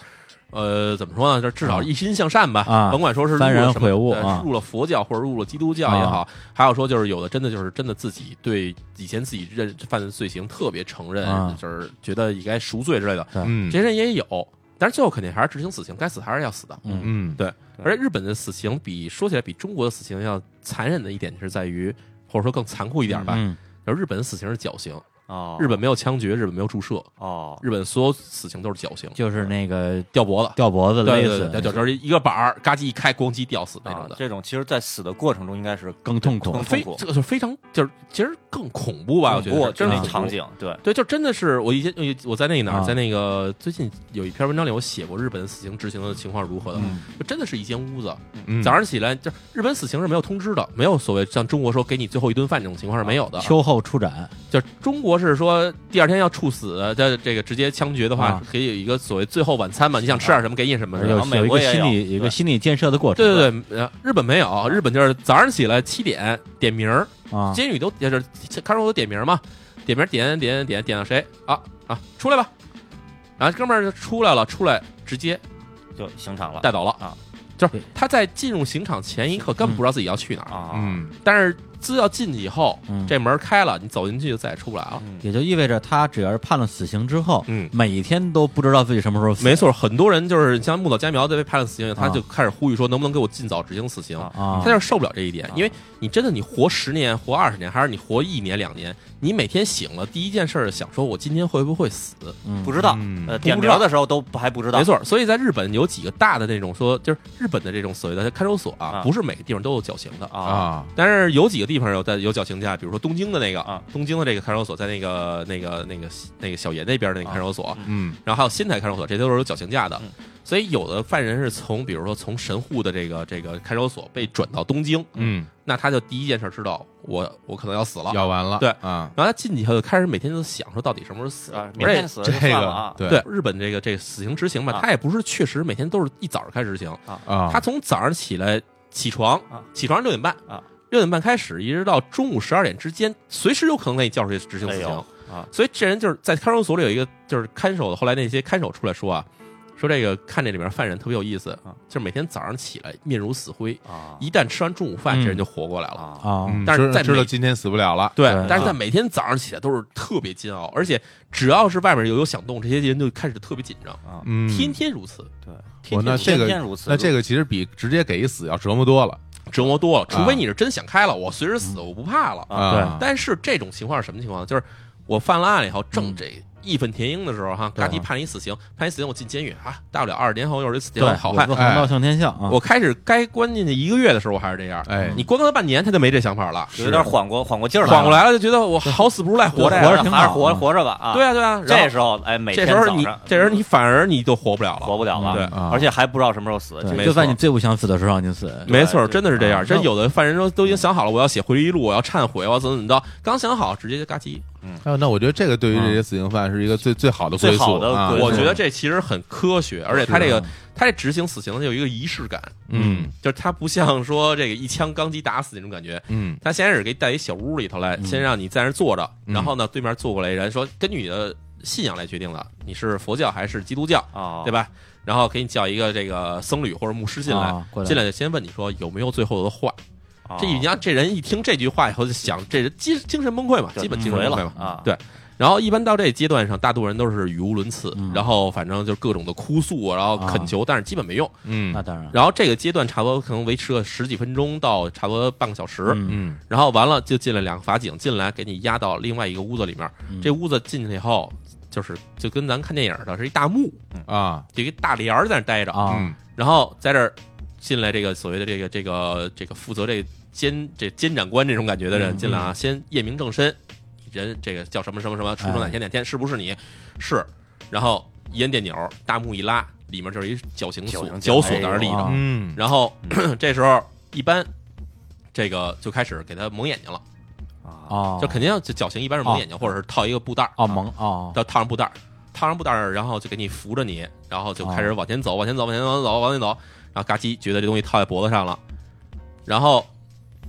[SPEAKER 4] 呃，怎么说呢？就至少一心向善吧，
[SPEAKER 1] 啊
[SPEAKER 4] 甭管说是入了
[SPEAKER 1] 幡然
[SPEAKER 4] 什么
[SPEAKER 1] 悔悟
[SPEAKER 4] 呃
[SPEAKER 1] 啊
[SPEAKER 4] 入了佛教或者入了基督教也好，还有说就是有的真的就是真的自己对以前自己认犯的罪行特别承认，
[SPEAKER 1] 啊
[SPEAKER 4] 就是觉得应该赎罪之类的，
[SPEAKER 2] 嗯
[SPEAKER 4] 这些人也有，但是最后肯定还是执行死刑，该死还是要死的。
[SPEAKER 1] 嗯
[SPEAKER 2] 嗯
[SPEAKER 4] 对，而且日本的死刑比说起来比中国的死刑要残忍的一点是在于，或者说更残酷一点吧，
[SPEAKER 1] 嗯
[SPEAKER 4] 就是日本的死刑是绞刑，
[SPEAKER 3] 哦，
[SPEAKER 4] 日本没有枪决，日本没有注射，
[SPEAKER 3] 哦，
[SPEAKER 4] 日本所有死刑都是绞刑，
[SPEAKER 1] 就是那个
[SPEAKER 4] 吊脖子，
[SPEAKER 1] 吊脖子勒
[SPEAKER 4] 对对对，
[SPEAKER 1] 死，
[SPEAKER 4] 对就是一个板儿，嘎叽一开，咣叽吊死那
[SPEAKER 3] 啊
[SPEAKER 4] 种，的。
[SPEAKER 3] 这种其实，在死的过程中应该是
[SPEAKER 1] 更痛苦
[SPEAKER 3] 更
[SPEAKER 4] 非
[SPEAKER 3] 痛苦
[SPEAKER 4] 这个是非常就是其实更恐怖吧，我觉得
[SPEAKER 3] 我
[SPEAKER 4] 真
[SPEAKER 3] 那
[SPEAKER 4] 的
[SPEAKER 3] 场。景，对，
[SPEAKER 4] 对，就真的是我以前我在那个哪儿，
[SPEAKER 1] 啊
[SPEAKER 4] 在那个最近有一篇文章里，我写过日本死刑执行的情况是如何的，
[SPEAKER 1] 嗯
[SPEAKER 4] 就真的是一间屋子，
[SPEAKER 2] 嗯
[SPEAKER 4] 早上起来就是日本死刑是没有通知的，没有所谓像中国说给你最后一顿饭这种情况是没有的，
[SPEAKER 1] 秋后处斩，
[SPEAKER 4] 就是中国是说第二天要处死的这个直接枪决的话
[SPEAKER 1] 啊，
[SPEAKER 4] 可以有一个所谓最后晚餐嘛，你想吃点什么给你什么
[SPEAKER 1] 有
[SPEAKER 4] 是吧
[SPEAKER 1] 有
[SPEAKER 3] 后美
[SPEAKER 1] 一
[SPEAKER 3] 国
[SPEAKER 1] 个
[SPEAKER 3] 也
[SPEAKER 1] 心
[SPEAKER 3] 有
[SPEAKER 1] 理有一
[SPEAKER 3] 对
[SPEAKER 1] 个心理建设的过程，
[SPEAKER 4] 对对对，呃，日本没有，日本就是早上起来七点点名儿，
[SPEAKER 1] 对啊，
[SPEAKER 4] 监狱都也是看守所都点名嘛，点名点点点点到谁啊啊出来吧，然后哥们儿就出来了，出来直接
[SPEAKER 3] 就刑场了
[SPEAKER 4] 带走了
[SPEAKER 3] 啊，
[SPEAKER 4] 就是他在进入刑场前一刻根本不知道自己要去哪儿，
[SPEAKER 3] 啊，
[SPEAKER 2] 嗯
[SPEAKER 4] 但是只要进去以后，
[SPEAKER 1] 嗯
[SPEAKER 4] 这门开了，你走进去就再也出不来了。
[SPEAKER 3] 嗯
[SPEAKER 1] 也就意味着他只要是判了死刑之后，
[SPEAKER 4] 嗯
[SPEAKER 1] 每一天都不知道自己什么时候死，
[SPEAKER 4] 没错，很多人就是像木岛佳苗在被判了死刑以后，他
[SPEAKER 1] 啊
[SPEAKER 4] 就开始呼吁说，能不能给我尽早执行死刑？
[SPEAKER 3] 啊
[SPEAKER 1] 啊
[SPEAKER 4] 他，就是受不了这一点，因为你真的你活十年、活二十年，还是你活一年两年，你每天醒了第一件事儿想说，我今天会不会死？
[SPEAKER 1] 嗯
[SPEAKER 3] 不知道
[SPEAKER 2] 嗯，
[SPEAKER 3] 呃，
[SPEAKER 4] 知
[SPEAKER 3] 点
[SPEAKER 4] 道
[SPEAKER 3] 名的时候都不还不知道，
[SPEAKER 4] 没，错，所以在日本有几个大的那种说，就是日本的这种所谓的看守所啊
[SPEAKER 3] 啊，
[SPEAKER 4] 不是每个地方都有绞刑的啊。
[SPEAKER 2] 啊
[SPEAKER 4] 但是有几个地方有在有绞刑架，比如说东京的那个
[SPEAKER 3] 啊，
[SPEAKER 4] 东京的这个看守所在那个那个那个那个小野那边的那个看守所，
[SPEAKER 2] 嗯
[SPEAKER 4] 然后还有新台看守所，这都是有绞刑架的
[SPEAKER 3] 嗯。
[SPEAKER 4] 所以有的犯人是从，比如说从神户的这个这个看守所被转到东京，
[SPEAKER 2] 嗯
[SPEAKER 4] 那他就第一件事知道我我可能要死了。
[SPEAKER 2] 要完了
[SPEAKER 4] 对
[SPEAKER 2] 啊
[SPEAKER 4] 然后他进去以后就开始每天都想说到底什么时候死，
[SPEAKER 3] 啊，明
[SPEAKER 4] 而
[SPEAKER 3] 天
[SPEAKER 4] 且
[SPEAKER 3] 死了
[SPEAKER 2] 这
[SPEAKER 3] 就算了
[SPEAKER 2] 个
[SPEAKER 3] 啊，
[SPEAKER 2] 对
[SPEAKER 4] 对日本这个这个死刑执行吧，
[SPEAKER 3] 啊
[SPEAKER 4] 他也不是确实每天都是一早上开始执行，
[SPEAKER 2] 啊
[SPEAKER 4] 他从早上起来起床
[SPEAKER 3] 啊，
[SPEAKER 4] 起床六点半
[SPEAKER 3] 啊，
[SPEAKER 4] 六点半开始一直到中午十二点之间，随时有可能给你叫出去执行
[SPEAKER 3] 哎
[SPEAKER 4] 死刑
[SPEAKER 3] 呦。啊，
[SPEAKER 4] 所以这人就是在看守所里有一个就是看守的，后来那些看守出来说啊，说这个看这里面犯人特别有意思
[SPEAKER 3] 啊，
[SPEAKER 4] 就是每天早上起来面如死灰，
[SPEAKER 3] 啊
[SPEAKER 4] 一旦吃完中午饭，
[SPEAKER 1] 嗯
[SPEAKER 4] 这人就活过来了。
[SPEAKER 3] 啊
[SPEAKER 1] 啊，
[SPEAKER 2] 嗯
[SPEAKER 4] 但是
[SPEAKER 2] 知
[SPEAKER 4] 在
[SPEAKER 2] 知道
[SPEAKER 4] 美
[SPEAKER 2] 今天死不了了
[SPEAKER 4] 对
[SPEAKER 1] 对，
[SPEAKER 4] 但是
[SPEAKER 3] 啊
[SPEAKER 4] 在每天早上起来都是特别煎熬，而且只要是外面有有响动，这些人就开始特别紧张，
[SPEAKER 3] 啊，
[SPEAKER 2] 嗯
[SPEAKER 4] 天天如此，
[SPEAKER 3] 对，
[SPEAKER 2] 我
[SPEAKER 3] 天
[SPEAKER 2] 那
[SPEAKER 3] 天
[SPEAKER 2] 这个
[SPEAKER 3] 天天如此，
[SPEAKER 2] 那这个其实比直接给一死要折磨多了
[SPEAKER 4] 折磨多了。除非你是真想开了，我随时死，我不怕了。
[SPEAKER 3] 啊
[SPEAKER 2] 啊
[SPEAKER 4] 但是这种情况是什么情况？就是我犯了案了以后，正这义愤填膺的时候，哈，
[SPEAKER 1] 嗯对
[SPEAKER 4] 嘎
[SPEAKER 1] 啊
[SPEAKER 4] 叽判你死刑，判你死刑，我进监狱啊，大不了二十年后又是一死刑
[SPEAKER 1] 对，
[SPEAKER 4] 好
[SPEAKER 1] 汉
[SPEAKER 4] 汉
[SPEAKER 1] 不。
[SPEAKER 2] 哎
[SPEAKER 1] 横道向天下啊，
[SPEAKER 4] 我开始该关进去一个月的时候，我还是这样。
[SPEAKER 2] 哎
[SPEAKER 4] 你关个半年，他就没这想法了，
[SPEAKER 3] 有点缓过缓过劲儿了，
[SPEAKER 4] 缓过来了，就觉得我好死不如赖活着
[SPEAKER 1] 啊对
[SPEAKER 4] 呀。
[SPEAKER 1] 活着
[SPEAKER 3] 还
[SPEAKER 1] 挺
[SPEAKER 3] 是
[SPEAKER 1] 好
[SPEAKER 3] 活
[SPEAKER 1] 嗯
[SPEAKER 3] 活着吧啊，
[SPEAKER 4] 对，啊，对啊。然后
[SPEAKER 3] 这时候哎，每
[SPEAKER 4] 这
[SPEAKER 3] 天
[SPEAKER 4] 时
[SPEAKER 3] 早
[SPEAKER 4] 候你
[SPEAKER 3] 上嗯
[SPEAKER 4] 这时候你反而你就活不了了，
[SPEAKER 3] 活不了了，
[SPEAKER 4] 对
[SPEAKER 2] 啊
[SPEAKER 3] 而且还不知道什么时候死，这
[SPEAKER 1] 对
[SPEAKER 4] 没
[SPEAKER 1] 就
[SPEAKER 4] 错
[SPEAKER 1] 在你最不想死的时候，你死，
[SPEAKER 4] 没错，
[SPEAKER 3] 对
[SPEAKER 4] 真的是这样。
[SPEAKER 1] 啊
[SPEAKER 4] 这有的犯人说都
[SPEAKER 1] 嗯
[SPEAKER 4] 已经想好了，我要写回忆录，我要忏悔，我要怎么怎么着，刚想好直接就嘎叽。
[SPEAKER 2] 哎呦那我觉得这个对于这些死刑犯是一个最最好的归
[SPEAKER 3] 最
[SPEAKER 2] 宿
[SPEAKER 3] 好的
[SPEAKER 2] 啊
[SPEAKER 3] 归对宿啊
[SPEAKER 4] 我觉得这其实很科学，而且他这
[SPEAKER 1] 是
[SPEAKER 4] 个
[SPEAKER 1] 的
[SPEAKER 4] 他这执行死刑的有一个仪式感，
[SPEAKER 2] 嗯
[SPEAKER 4] 就是他不像说这个一枪钢击打死那种感觉。
[SPEAKER 2] 嗯
[SPEAKER 4] 他先是给你带一小屋里头来，
[SPEAKER 3] 嗯
[SPEAKER 4] 先让你在那儿坐着，然后呢，对面坐过来一人说，根据你的信仰来决定的，你是佛教还是基督教，
[SPEAKER 3] 啊，
[SPEAKER 4] 对吧？然后给你叫一个这个僧侣或者牧师进来
[SPEAKER 1] 啊过，来
[SPEAKER 4] 进来就先问你说有没有最后的话，
[SPEAKER 3] 啊？
[SPEAKER 4] 这你要这人一听这句话以后就想，这人精精神崩溃嘛，
[SPEAKER 3] 就
[SPEAKER 4] 基本精神崩溃嘛。
[SPEAKER 3] 啊，
[SPEAKER 4] 对然后一般到这阶段上，大多人都是语无伦次，
[SPEAKER 1] 嗯
[SPEAKER 4] 然后反正就是各种的哭诉，然后
[SPEAKER 1] 啊
[SPEAKER 4] 恳求，但是基本没用。
[SPEAKER 2] 嗯
[SPEAKER 1] 那当然，
[SPEAKER 4] 然后这个阶段差不多可能维持个十几分钟到差不多半个小时，
[SPEAKER 1] 嗯
[SPEAKER 2] 嗯
[SPEAKER 4] 然后完了就进来两个法警进来给你押到另外一个屋子里面。
[SPEAKER 1] 嗯
[SPEAKER 4] 这屋子进去以后，就是就跟咱看电影的是一大幕，
[SPEAKER 2] 啊
[SPEAKER 4] 就一个大帘儿在那儿待着，
[SPEAKER 1] 啊，
[SPEAKER 2] 嗯
[SPEAKER 4] 然后在这儿进来这个所谓的这个这个这个负责这监这监斩官这种感觉的
[SPEAKER 1] 嗯
[SPEAKER 4] 人进来啊，先验明正身，人这个叫什么什么什么，出生哪天哪天，是不是
[SPEAKER 1] 哎
[SPEAKER 4] 你？是，然后一摁电钮，大幕一拉，里面就是一绞刑
[SPEAKER 3] 绞
[SPEAKER 4] 锁，
[SPEAKER 3] 刑
[SPEAKER 4] 绞
[SPEAKER 3] 架
[SPEAKER 4] 索在那儿立着
[SPEAKER 1] 哎呦。啊
[SPEAKER 2] 嗯
[SPEAKER 4] 然后 (clears throat) 这时候一般这个就开始给他蒙眼睛了，
[SPEAKER 3] 啊，
[SPEAKER 1] 哦，
[SPEAKER 4] 就肯定要啊就绞刑一般是蒙眼睛，或者是套一个布袋儿
[SPEAKER 1] 哦蒙哦，
[SPEAKER 4] 要套上布袋儿，套上布袋儿，然后就给你扶着你，然后就开始往前走，往前走，往前走，走往前走，然后嘎叽觉得这东西套在脖子上了，然后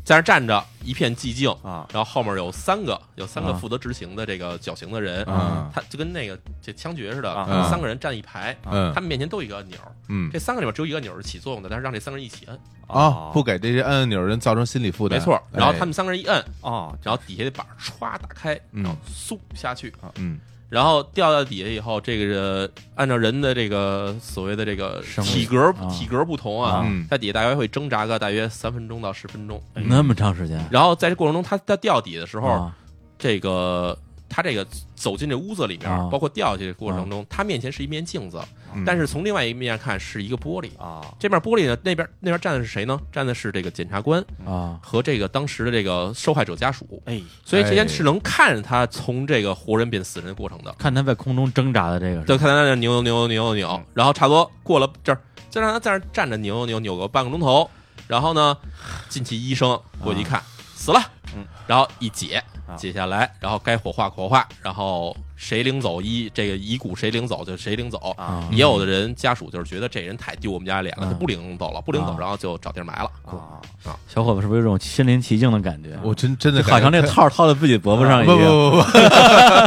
[SPEAKER 4] 在那儿站着，一片寂静
[SPEAKER 3] 啊，
[SPEAKER 4] 然后后面有三个有三个
[SPEAKER 1] 啊
[SPEAKER 4] 负责执行的这个绞刑的人，
[SPEAKER 2] 啊
[SPEAKER 4] 他就跟那个这枪决似
[SPEAKER 2] 啊
[SPEAKER 4] 的，三个人站一排，
[SPEAKER 2] 嗯
[SPEAKER 4] 他们面前都有一个按钮，
[SPEAKER 2] 嗯
[SPEAKER 4] 这三个里面只有一个按钮是起作用的，但是让这三个人一起摁，
[SPEAKER 2] 啊，不给这些按按钮人造成心理负担，
[SPEAKER 4] 没错，然后
[SPEAKER 2] 哎
[SPEAKER 4] 他们三个人一摁，
[SPEAKER 3] 哦，
[SPEAKER 4] 然后底下的板儿歘打开，然后嗖下去，
[SPEAKER 2] 嗯
[SPEAKER 4] 然后掉到底下以后，这个按照人的这个所谓的这个
[SPEAKER 1] 生理
[SPEAKER 4] 体格
[SPEAKER 1] 啊
[SPEAKER 4] 体格不同啊
[SPEAKER 2] 嗯，
[SPEAKER 4] 在底下大约会挣扎个大约三分钟到十分钟。
[SPEAKER 1] 那么长时间，
[SPEAKER 4] 然后在这过程中，他在掉底的时候，
[SPEAKER 1] 啊
[SPEAKER 4] 这个他这个走进这屋子里面
[SPEAKER 1] 啊，
[SPEAKER 4] 包括掉下去的过程中，他面前是一面镜子，
[SPEAKER 2] 嗯
[SPEAKER 4] 但是从另外一面看是一个玻璃。
[SPEAKER 3] 啊，
[SPEAKER 4] 这面玻璃呢，那边那边站的是谁呢？站的是这个检察官
[SPEAKER 1] 啊
[SPEAKER 4] 和这个当时的这个受害者家属，
[SPEAKER 3] 哎，
[SPEAKER 4] 所以这
[SPEAKER 2] 哎
[SPEAKER 4] 些是能看着他从这个活人变死人的过程的。
[SPEAKER 1] 看他在空中挣扎的这个
[SPEAKER 4] 就是看他在那扭扭扭扭扭，
[SPEAKER 1] 嗯
[SPEAKER 4] 然后差不多过了这儿，就让他在那儿站着扭扭扭个半个钟头，然后呢，进去医生过去一看，死了，
[SPEAKER 3] 嗯
[SPEAKER 4] 然后一解
[SPEAKER 3] 啊
[SPEAKER 4] 解下来，然后该火化火化，然后谁领走遗这个遗骨谁领走就谁领走
[SPEAKER 3] 啊
[SPEAKER 4] 也有的人家属就是觉得这人太丢我们家脸了，
[SPEAKER 1] 嗯
[SPEAKER 4] 就不领走了，不领走
[SPEAKER 1] 啊，
[SPEAKER 4] 然后就找地儿埋了。
[SPEAKER 3] 啊，
[SPEAKER 1] 小伙子，是不是有种身临其境的感觉？
[SPEAKER 2] 我真真的
[SPEAKER 1] 就好像
[SPEAKER 2] 感
[SPEAKER 1] 这
[SPEAKER 2] 觉
[SPEAKER 1] 套套在自己脖子上
[SPEAKER 4] 啊
[SPEAKER 1] 一
[SPEAKER 2] 不不
[SPEAKER 1] 样。
[SPEAKER 2] 不不，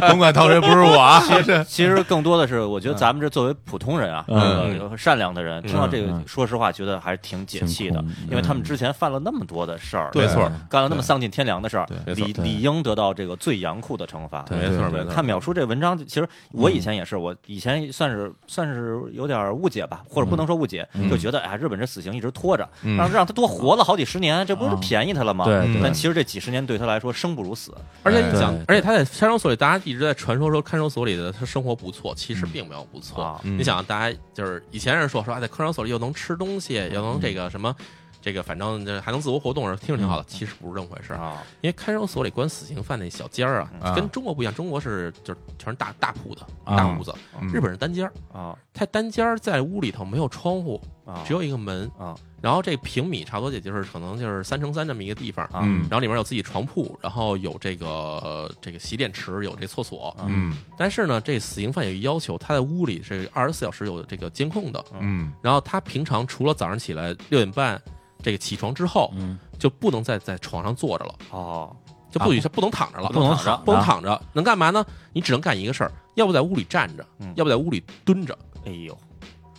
[SPEAKER 2] (laughs) 甭管头谁不是我啊， (laughs) 是
[SPEAKER 3] 其实更多的是，我觉得咱们这作为普通人啊，
[SPEAKER 1] 嗯
[SPEAKER 3] 呃善良的人，听到这个
[SPEAKER 1] 嗯，
[SPEAKER 3] 说实话，觉得还是挺解气的
[SPEAKER 1] 挺恐怖，
[SPEAKER 3] 因为他们之前犯了那么多的事儿，
[SPEAKER 2] 对
[SPEAKER 4] 没错，
[SPEAKER 3] 干了那么丧尽天良的事儿
[SPEAKER 2] 对，
[SPEAKER 4] 没错
[SPEAKER 3] 理
[SPEAKER 1] 对
[SPEAKER 3] 理应得到这个最严酷的惩罚。
[SPEAKER 1] 对
[SPEAKER 4] 没错没错。
[SPEAKER 3] 看淼叔这文章，其实我以前也是，我以前算是算是有点误解吧，或者不能说误解，就觉得哎，日本这死刑一直拖着，
[SPEAKER 2] 嗯
[SPEAKER 3] 让让他多活了好几十年，这不是
[SPEAKER 1] 啊
[SPEAKER 3] 便宜他了吗？
[SPEAKER 1] 对
[SPEAKER 2] 嗯
[SPEAKER 1] 对
[SPEAKER 3] 但其实这几十年对他来说生不如死，
[SPEAKER 4] 而且你
[SPEAKER 1] 哎
[SPEAKER 4] 想
[SPEAKER 1] 对，
[SPEAKER 4] 而且他在看守所里，大家一直在传说说看守所里的他生活不错，其实并没有不错
[SPEAKER 3] 啊。
[SPEAKER 2] 嗯
[SPEAKER 4] 你想，大家就是以前人说说啊，在看守所里又能吃东西，又能这个什么。这个反正这还能自由活动，听着挺好的。其实不是这么回事儿，
[SPEAKER 3] 啊
[SPEAKER 4] 因为看守所里关死刑犯那小间儿
[SPEAKER 2] 嗯
[SPEAKER 4] 啊，跟中国不一样。中国是就是全是大大铺子、
[SPEAKER 1] 啊
[SPEAKER 4] 大屋子，
[SPEAKER 2] 嗯
[SPEAKER 4] 日本是单间儿。
[SPEAKER 3] 啊
[SPEAKER 4] 它单间儿在屋里头没有窗户，
[SPEAKER 3] 啊！
[SPEAKER 4] 只有一个门
[SPEAKER 3] 啊。
[SPEAKER 4] 然后这平米差不多也就是可能就是三乘三这么一个地
[SPEAKER 3] 啊
[SPEAKER 4] 方，
[SPEAKER 2] 嗯
[SPEAKER 4] 然后里面有自己床铺，然后有这个呃这个洗脸池，有这厕所。
[SPEAKER 3] 啊
[SPEAKER 2] 嗯
[SPEAKER 4] 但是呢，这死刑犯有一要求，他在屋里是二十四小时有这个监控的。
[SPEAKER 2] 嗯
[SPEAKER 4] 然后他平常除了早上起来六点半这个起床之后，
[SPEAKER 1] 嗯
[SPEAKER 4] 就不能再在床上坐着了，
[SPEAKER 3] 哦，
[SPEAKER 4] 就不许他不能躺着了，
[SPEAKER 1] 不能
[SPEAKER 4] 躺着
[SPEAKER 1] 躺着
[SPEAKER 4] 不能躺着，能干嘛呢？你只能干一个事儿，要不在屋里站着
[SPEAKER 3] 嗯，
[SPEAKER 4] 要不在屋里蹲着，
[SPEAKER 3] 哎呦，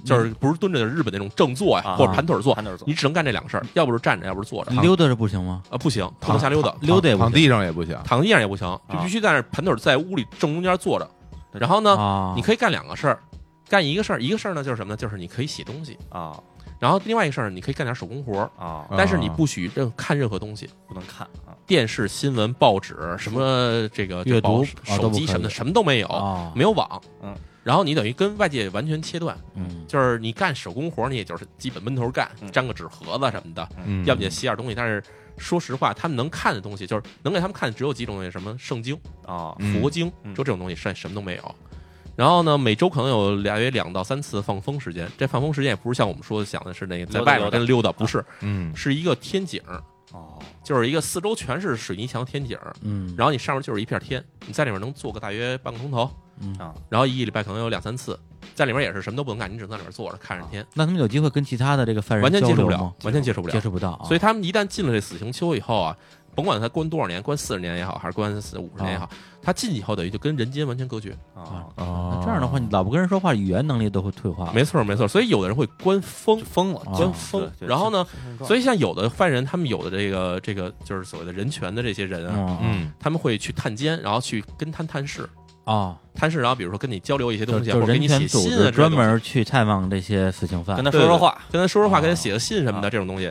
[SPEAKER 4] 就是不是蹲着，就是日本那种正坐呀，
[SPEAKER 3] 啊
[SPEAKER 4] 或者盘腿坐
[SPEAKER 3] 盘，腿坐
[SPEAKER 4] 你只能干这两个事儿，要不是站着，要不是坐着。
[SPEAKER 1] 溜达着不行吗？
[SPEAKER 4] 啊，不行，不能瞎溜达，
[SPEAKER 1] 嗯溜达也不
[SPEAKER 2] 躺
[SPEAKER 1] 行
[SPEAKER 2] 地上也不行，
[SPEAKER 4] 躺地上也不行，就必须在那儿盘腿在屋里正中间坐着。然后呢，
[SPEAKER 1] 啊
[SPEAKER 4] 你可以干两个事儿，干一个事儿，一个事儿呢就是什么呢？就是你可以写东西，
[SPEAKER 3] 啊
[SPEAKER 4] 然后另外一个事儿你可以干点手工活儿，
[SPEAKER 3] 啊，
[SPEAKER 2] 啊
[SPEAKER 4] 但是你不许任看任何东西，
[SPEAKER 3] 不能看啊
[SPEAKER 4] 电视、新闻、报纸什么这个
[SPEAKER 1] 阅读
[SPEAKER 4] 这
[SPEAKER 1] 啊
[SPEAKER 4] 报
[SPEAKER 1] 都
[SPEAKER 4] 手
[SPEAKER 1] 不
[SPEAKER 4] 机
[SPEAKER 1] 可以
[SPEAKER 4] 什么的，什么都没有，
[SPEAKER 1] 啊，
[SPEAKER 4] 没有网，
[SPEAKER 3] 嗯。
[SPEAKER 4] 然后你等于跟外界完全切断，
[SPEAKER 1] 嗯
[SPEAKER 4] 就是你干手工活儿，你也就是基本闷头干，
[SPEAKER 3] 嗯
[SPEAKER 4] 粘个纸盒子什么的，
[SPEAKER 2] 嗯
[SPEAKER 4] 要不你就写点东西。但是说实话，他们能看的东西，就是能给他们看的只有几种东西，什么圣经、
[SPEAKER 3] 啊
[SPEAKER 2] 嗯
[SPEAKER 4] 佛经，
[SPEAKER 3] 嗯
[SPEAKER 4] 就这种东西什什么都没有。然后呢，每周可能有大约两到三次放风时间。这放风时间也不是像我们说的想的是那个在
[SPEAKER 3] 溜达
[SPEAKER 4] 外面
[SPEAKER 3] 溜达
[SPEAKER 4] 跟溜达，不是，
[SPEAKER 2] 嗯
[SPEAKER 4] 是一个天井，
[SPEAKER 3] 哦
[SPEAKER 4] 就是一个四周全是水泥墙天井，
[SPEAKER 1] 嗯，
[SPEAKER 4] 然后你上面就是一片天，你在里面能坐个大约半个钟头，
[SPEAKER 3] 啊
[SPEAKER 4] 然后一个礼拜可能有两三次，在里面也是什么都不能干，你只能在里面坐着看着天，
[SPEAKER 1] 那他们有机会跟其他的这个犯人
[SPEAKER 4] 完全接
[SPEAKER 1] 交
[SPEAKER 4] 受不
[SPEAKER 1] 流
[SPEAKER 4] 了
[SPEAKER 1] 吗，
[SPEAKER 4] 完全接受不了
[SPEAKER 1] 接。触不到啊，
[SPEAKER 4] 所以他们一旦进了这死刑囚以后啊，甭管他关多少年，关四十年也好，还是关五十年也好，他进去以后等于就跟人间完全隔绝。
[SPEAKER 3] 啊，
[SPEAKER 1] 那
[SPEAKER 2] 哦
[SPEAKER 1] 这样的话，你老不跟人说话，语言能力都会退化。
[SPEAKER 4] 没错，没错。所以有的人会关风
[SPEAKER 3] 就，疯了，
[SPEAKER 1] 啊
[SPEAKER 4] 关风。
[SPEAKER 3] 对对
[SPEAKER 4] 然后呢，所
[SPEAKER 3] 以
[SPEAKER 4] 以像有的犯人，他们有的这个这个就是所谓的人权的这些人啊，
[SPEAKER 1] 嗯，
[SPEAKER 2] 嗯
[SPEAKER 4] 他们会去探监，然后去跟探探视，
[SPEAKER 1] 哦，
[SPEAKER 4] 探视，然后比如说跟你交流一些
[SPEAKER 1] 就
[SPEAKER 4] 东西啊，
[SPEAKER 1] 就
[SPEAKER 4] 或者给
[SPEAKER 1] 人
[SPEAKER 4] 你
[SPEAKER 1] 权
[SPEAKER 4] 写
[SPEAKER 1] 组
[SPEAKER 4] 信
[SPEAKER 1] 织
[SPEAKER 4] 啊，这种
[SPEAKER 1] 专
[SPEAKER 4] 东西
[SPEAKER 1] 门去探望这些死刑犯
[SPEAKER 3] 跟，他说说话，
[SPEAKER 4] 跟他说说话，
[SPEAKER 1] 哦
[SPEAKER 4] 给他写个信什么的，这种东西。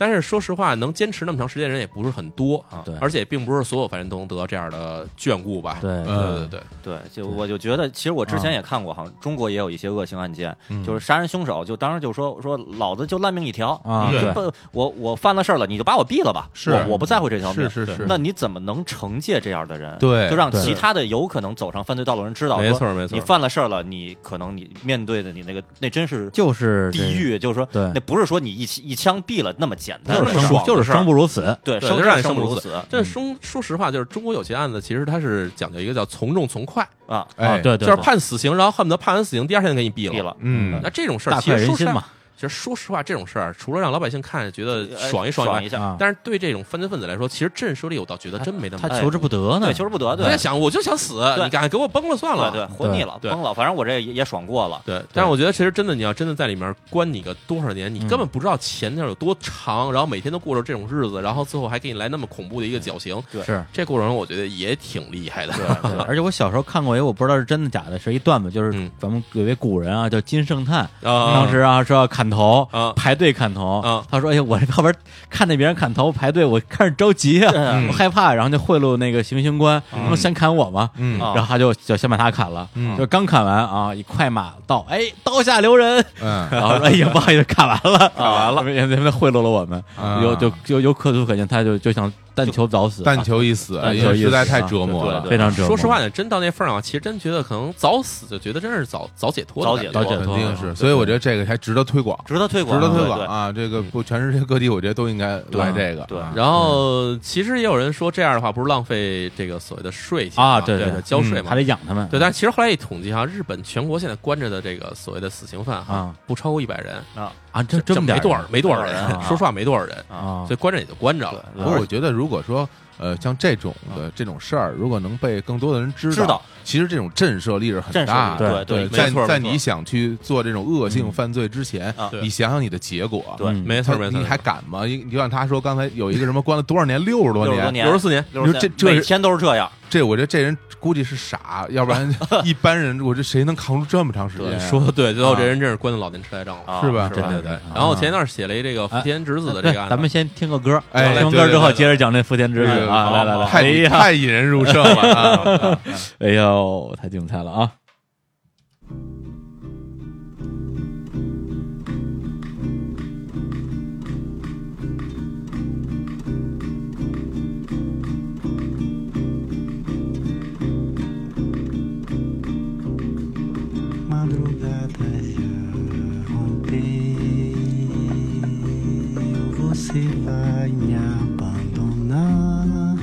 [SPEAKER 4] 但是说实话，能坚持那么长时间的人也不是很多
[SPEAKER 3] 啊
[SPEAKER 1] 对
[SPEAKER 4] 而且并不是所有犯人都能得到这样的眷顾吧？
[SPEAKER 1] 嗯
[SPEAKER 3] 嗯
[SPEAKER 1] 对
[SPEAKER 4] 对对
[SPEAKER 2] 嗯
[SPEAKER 4] 对，
[SPEAKER 3] 对，就我就觉得，其实我之前也看过，好像中国也有一些恶性案件，
[SPEAKER 2] 嗯
[SPEAKER 3] 就是杀人凶手就当时就说说老子就烂命一条
[SPEAKER 1] 啊
[SPEAKER 3] 你
[SPEAKER 1] 对
[SPEAKER 3] 不，我我犯了事儿了，你就把我毙了吧，
[SPEAKER 2] 是
[SPEAKER 3] 我我不在乎这条命。
[SPEAKER 2] 是是是，
[SPEAKER 3] 那你怎么能惩戒这样的人？
[SPEAKER 2] 对
[SPEAKER 3] 就让
[SPEAKER 1] 对
[SPEAKER 3] 其他的有可能走上犯罪道路的人知道，
[SPEAKER 4] 没
[SPEAKER 3] 说
[SPEAKER 4] 错没错
[SPEAKER 3] 你啊犯了事儿了，你可能你面对的你那个那真是
[SPEAKER 1] 就是这
[SPEAKER 3] 地狱，就是说
[SPEAKER 1] 对
[SPEAKER 3] 那不是说你一枪一枪毙了那么简单，
[SPEAKER 1] 就是
[SPEAKER 3] 那
[SPEAKER 1] 生
[SPEAKER 3] 么爽
[SPEAKER 1] 就是
[SPEAKER 3] 的事儿
[SPEAKER 1] 生不如死，
[SPEAKER 3] 对，
[SPEAKER 4] 对
[SPEAKER 3] 生
[SPEAKER 4] 就让你
[SPEAKER 3] 生
[SPEAKER 4] 生不
[SPEAKER 3] 如
[SPEAKER 4] 如
[SPEAKER 3] 死
[SPEAKER 4] 这说说实话，就是中国有些案子，其实它是讲究一个叫从重从快，
[SPEAKER 3] 啊，
[SPEAKER 1] 啊
[SPEAKER 2] 哎，
[SPEAKER 1] 对对，
[SPEAKER 4] 就是
[SPEAKER 1] 对
[SPEAKER 4] 判死刑，然后恨不得判完死刑第二天就给你毙
[SPEAKER 3] 毙
[SPEAKER 4] 了。
[SPEAKER 3] 了。
[SPEAKER 2] 嗯
[SPEAKER 4] 那这种事儿
[SPEAKER 1] 大
[SPEAKER 4] 其
[SPEAKER 1] 快
[SPEAKER 4] 实
[SPEAKER 1] 人
[SPEAKER 4] 说实
[SPEAKER 1] 心
[SPEAKER 4] 话
[SPEAKER 1] 嘛，呃
[SPEAKER 4] 其实说实话，这种事儿除了让老百姓看着觉得
[SPEAKER 3] 哎
[SPEAKER 4] 爽一爽以
[SPEAKER 3] 爽
[SPEAKER 4] 外
[SPEAKER 3] 一，下，
[SPEAKER 1] 啊，
[SPEAKER 4] 但是对这种犯罪分子来说，其实震慑力我倒觉得真没那么
[SPEAKER 1] 他
[SPEAKER 4] 大。
[SPEAKER 1] 求之不
[SPEAKER 4] 哎
[SPEAKER 1] 得呢
[SPEAKER 3] 对，，求之不得，
[SPEAKER 4] 我
[SPEAKER 3] 对
[SPEAKER 4] 在，想，我就想死，
[SPEAKER 3] 对
[SPEAKER 4] 你敢给我崩了算了。
[SPEAKER 3] 对对，活腻了，
[SPEAKER 4] 对
[SPEAKER 3] 崩了，反正我这也也爽过了。
[SPEAKER 4] 对，但是我觉得其实真的，你要真的在里面关你个多少年，你根本不知道前面有多长，然后每天都过着这种日子，然后最后还给你来那么恐怖的一个绞刑，
[SPEAKER 3] 对
[SPEAKER 1] 是。
[SPEAKER 4] (laughs) 这过程我觉得也挺厉害的。
[SPEAKER 1] 对， (laughs) 而且我小时候看过一个，我不知道是真的假的，是一段子，就是
[SPEAKER 4] 嗯
[SPEAKER 1] 咱们有位古人啊，叫金圣叹，
[SPEAKER 4] 啊
[SPEAKER 1] 当时啊说要砍头
[SPEAKER 4] 啊，
[SPEAKER 1] 排队砍头
[SPEAKER 4] 啊，
[SPEAKER 1] 他说：“哎呀，我这后边看着别人砍头排队，我看着着急啊，
[SPEAKER 4] 嗯
[SPEAKER 1] 我害怕。”然后就贿赂那个行刑官，他说：“先砍我嘛。”
[SPEAKER 2] 嗯
[SPEAKER 1] 然后他就就先把他砍了，
[SPEAKER 2] 嗯
[SPEAKER 1] 就刚砍完啊，一快马到，哎，刀下留人， (laughs)
[SPEAKER 2] 嗯，
[SPEAKER 1] 然后说：“哎呀，不好意思，砍完了，砍完了，因为他贿赂了我们，
[SPEAKER 2] 啊
[SPEAKER 1] 有就有有可就可见，他就就想但求早死，
[SPEAKER 2] 但求一死，
[SPEAKER 1] 但
[SPEAKER 2] 因
[SPEAKER 1] 求
[SPEAKER 2] 为
[SPEAKER 1] 一
[SPEAKER 2] 实在
[SPEAKER 1] 死
[SPEAKER 2] 太
[SPEAKER 1] 啊
[SPEAKER 2] 折磨
[SPEAKER 3] 对
[SPEAKER 2] 了。
[SPEAKER 1] 非常折磨。
[SPEAKER 4] 说实话，呢，真到那份儿上啊，其实真觉得可能早死就觉得真是早早解脱的
[SPEAKER 3] 早
[SPEAKER 4] 感觉，
[SPEAKER 3] 解
[SPEAKER 1] 了解
[SPEAKER 3] 脱
[SPEAKER 2] 啊肯
[SPEAKER 1] 脱
[SPEAKER 2] 定是，所以我觉得这个才值得推广，
[SPEAKER 3] 值得推广，
[SPEAKER 2] 值得推
[SPEAKER 3] 对
[SPEAKER 2] 广
[SPEAKER 3] 对
[SPEAKER 2] 啊！这个不，全世界各地我觉得都应该来这个。
[SPEAKER 3] 对
[SPEAKER 2] 啊
[SPEAKER 4] 然后其实也有人说这样的话不是浪费这个所谓的税钱
[SPEAKER 1] 啊对
[SPEAKER 4] 对嗯
[SPEAKER 1] 对
[SPEAKER 4] 交税嘛
[SPEAKER 1] 还。得养他们，
[SPEAKER 4] 对，但其实后来一统计哈，日本全国现在关着的这个所谓的死刑犯哈
[SPEAKER 1] 啊，
[SPEAKER 4] 不超过一百人，
[SPEAKER 3] 啊
[SPEAKER 1] 啊，这
[SPEAKER 4] 这
[SPEAKER 1] 么点
[SPEAKER 4] 没
[SPEAKER 1] 儿
[SPEAKER 4] 多少没多少人
[SPEAKER 1] 啊，
[SPEAKER 4] 说实话没多少人，
[SPEAKER 1] 啊
[SPEAKER 4] 所以关着也就关着了。
[SPEAKER 2] 不过我觉得，如果说呃像这种的这种事儿，如果能被更多的人知
[SPEAKER 3] 知道，
[SPEAKER 2] 其实这种震慑力是很
[SPEAKER 3] 震慑
[SPEAKER 2] 大
[SPEAKER 3] 力
[SPEAKER 2] 的。
[SPEAKER 1] 对
[SPEAKER 3] 对
[SPEAKER 4] 对
[SPEAKER 2] 在
[SPEAKER 4] 没错
[SPEAKER 2] 在
[SPEAKER 4] 没错
[SPEAKER 2] 你想去做这种恶性犯罪之前
[SPEAKER 3] 啊，
[SPEAKER 4] 对
[SPEAKER 2] 你想想你的结果。
[SPEAKER 3] 对
[SPEAKER 1] 嗯
[SPEAKER 4] 没错
[SPEAKER 2] 他
[SPEAKER 4] 没错，
[SPEAKER 2] 你还敢吗？你你就像他说，刚才有一个什么关了多少年，六十多
[SPEAKER 3] 六十多
[SPEAKER 2] 年，
[SPEAKER 3] 年
[SPEAKER 4] 六十四年，
[SPEAKER 3] 六十
[SPEAKER 2] 你说这
[SPEAKER 3] 四
[SPEAKER 2] 这
[SPEAKER 3] 每天都是这样，
[SPEAKER 2] 这我觉得这人估计是傻，要不然一般人，我这谁能扛住这么长时间？
[SPEAKER 4] 说的对，最后这人真是关到老年痴呆症了。
[SPEAKER 3] 啊
[SPEAKER 2] 是吧
[SPEAKER 4] 是
[SPEAKER 1] 真
[SPEAKER 4] 吧？
[SPEAKER 1] 的
[SPEAKER 4] 对
[SPEAKER 1] 是
[SPEAKER 4] 对
[SPEAKER 1] 啊。
[SPEAKER 4] 然后前一段写了一这个福田直子的这个
[SPEAKER 1] 哎
[SPEAKER 4] 案子，
[SPEAKER 1] 咱们先听个歌，
[SPEAKER 2] 哎
[SPEAKER 1] 听
[SPEAKER 2] 对
[SPEAKER 1] 歌
[SPEAKER 2] 对
[SPEAKER 1] 之后
[SPEAKER 2] 对
[SPEAKER 1] 接着讲这福田之
[SPEAKER 2] 对
[SPEAKER 1] 子啊，
[SPEAKER 3] 好
[SPEAKER 1] 来来
[SPEAKER 3] 好
[SPEAKER 1] 来，
[SPEAKER 2] 哦太
[SPEAKER 1] 哎呀，
[SPEAKER 2] 太引人入胜了啊！
[SPEAKER 1] 哎呦，太精彩了啊！
[SPEAKER 6] Madrugada já rompeu, você vai me abandonar.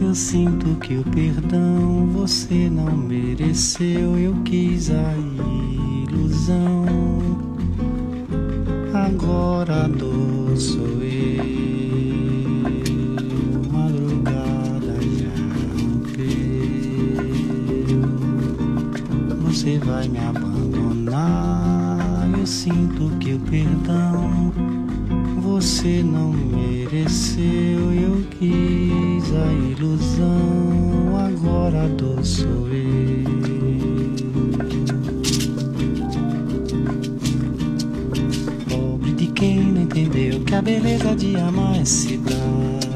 [SPEAKER 6] Eu sinto que o perdão você não mereceu, eu quis a ilusão. Agora a dor sou eu, madrugada já rompeu você vai me abandonar. Eu sinto que o perdão você não mereceu. Eu quis a ilusão, agora a dor sou eu. Pobre de quem não entendeu que a beleza de amar é se dar.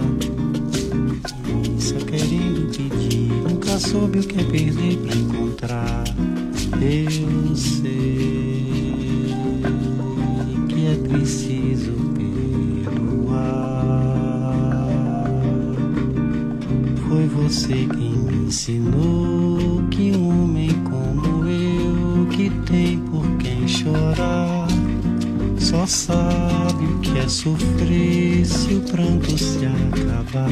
[SPEAKER 6] Só querendo pedir, nunca soube o que é perder pra encontrar. Eu sei que é preciso perdoar. Foi você quem me ensinou que um homem como eu, que tem por quem chorar, só sabe o que é sofrer se o pranto se acabar.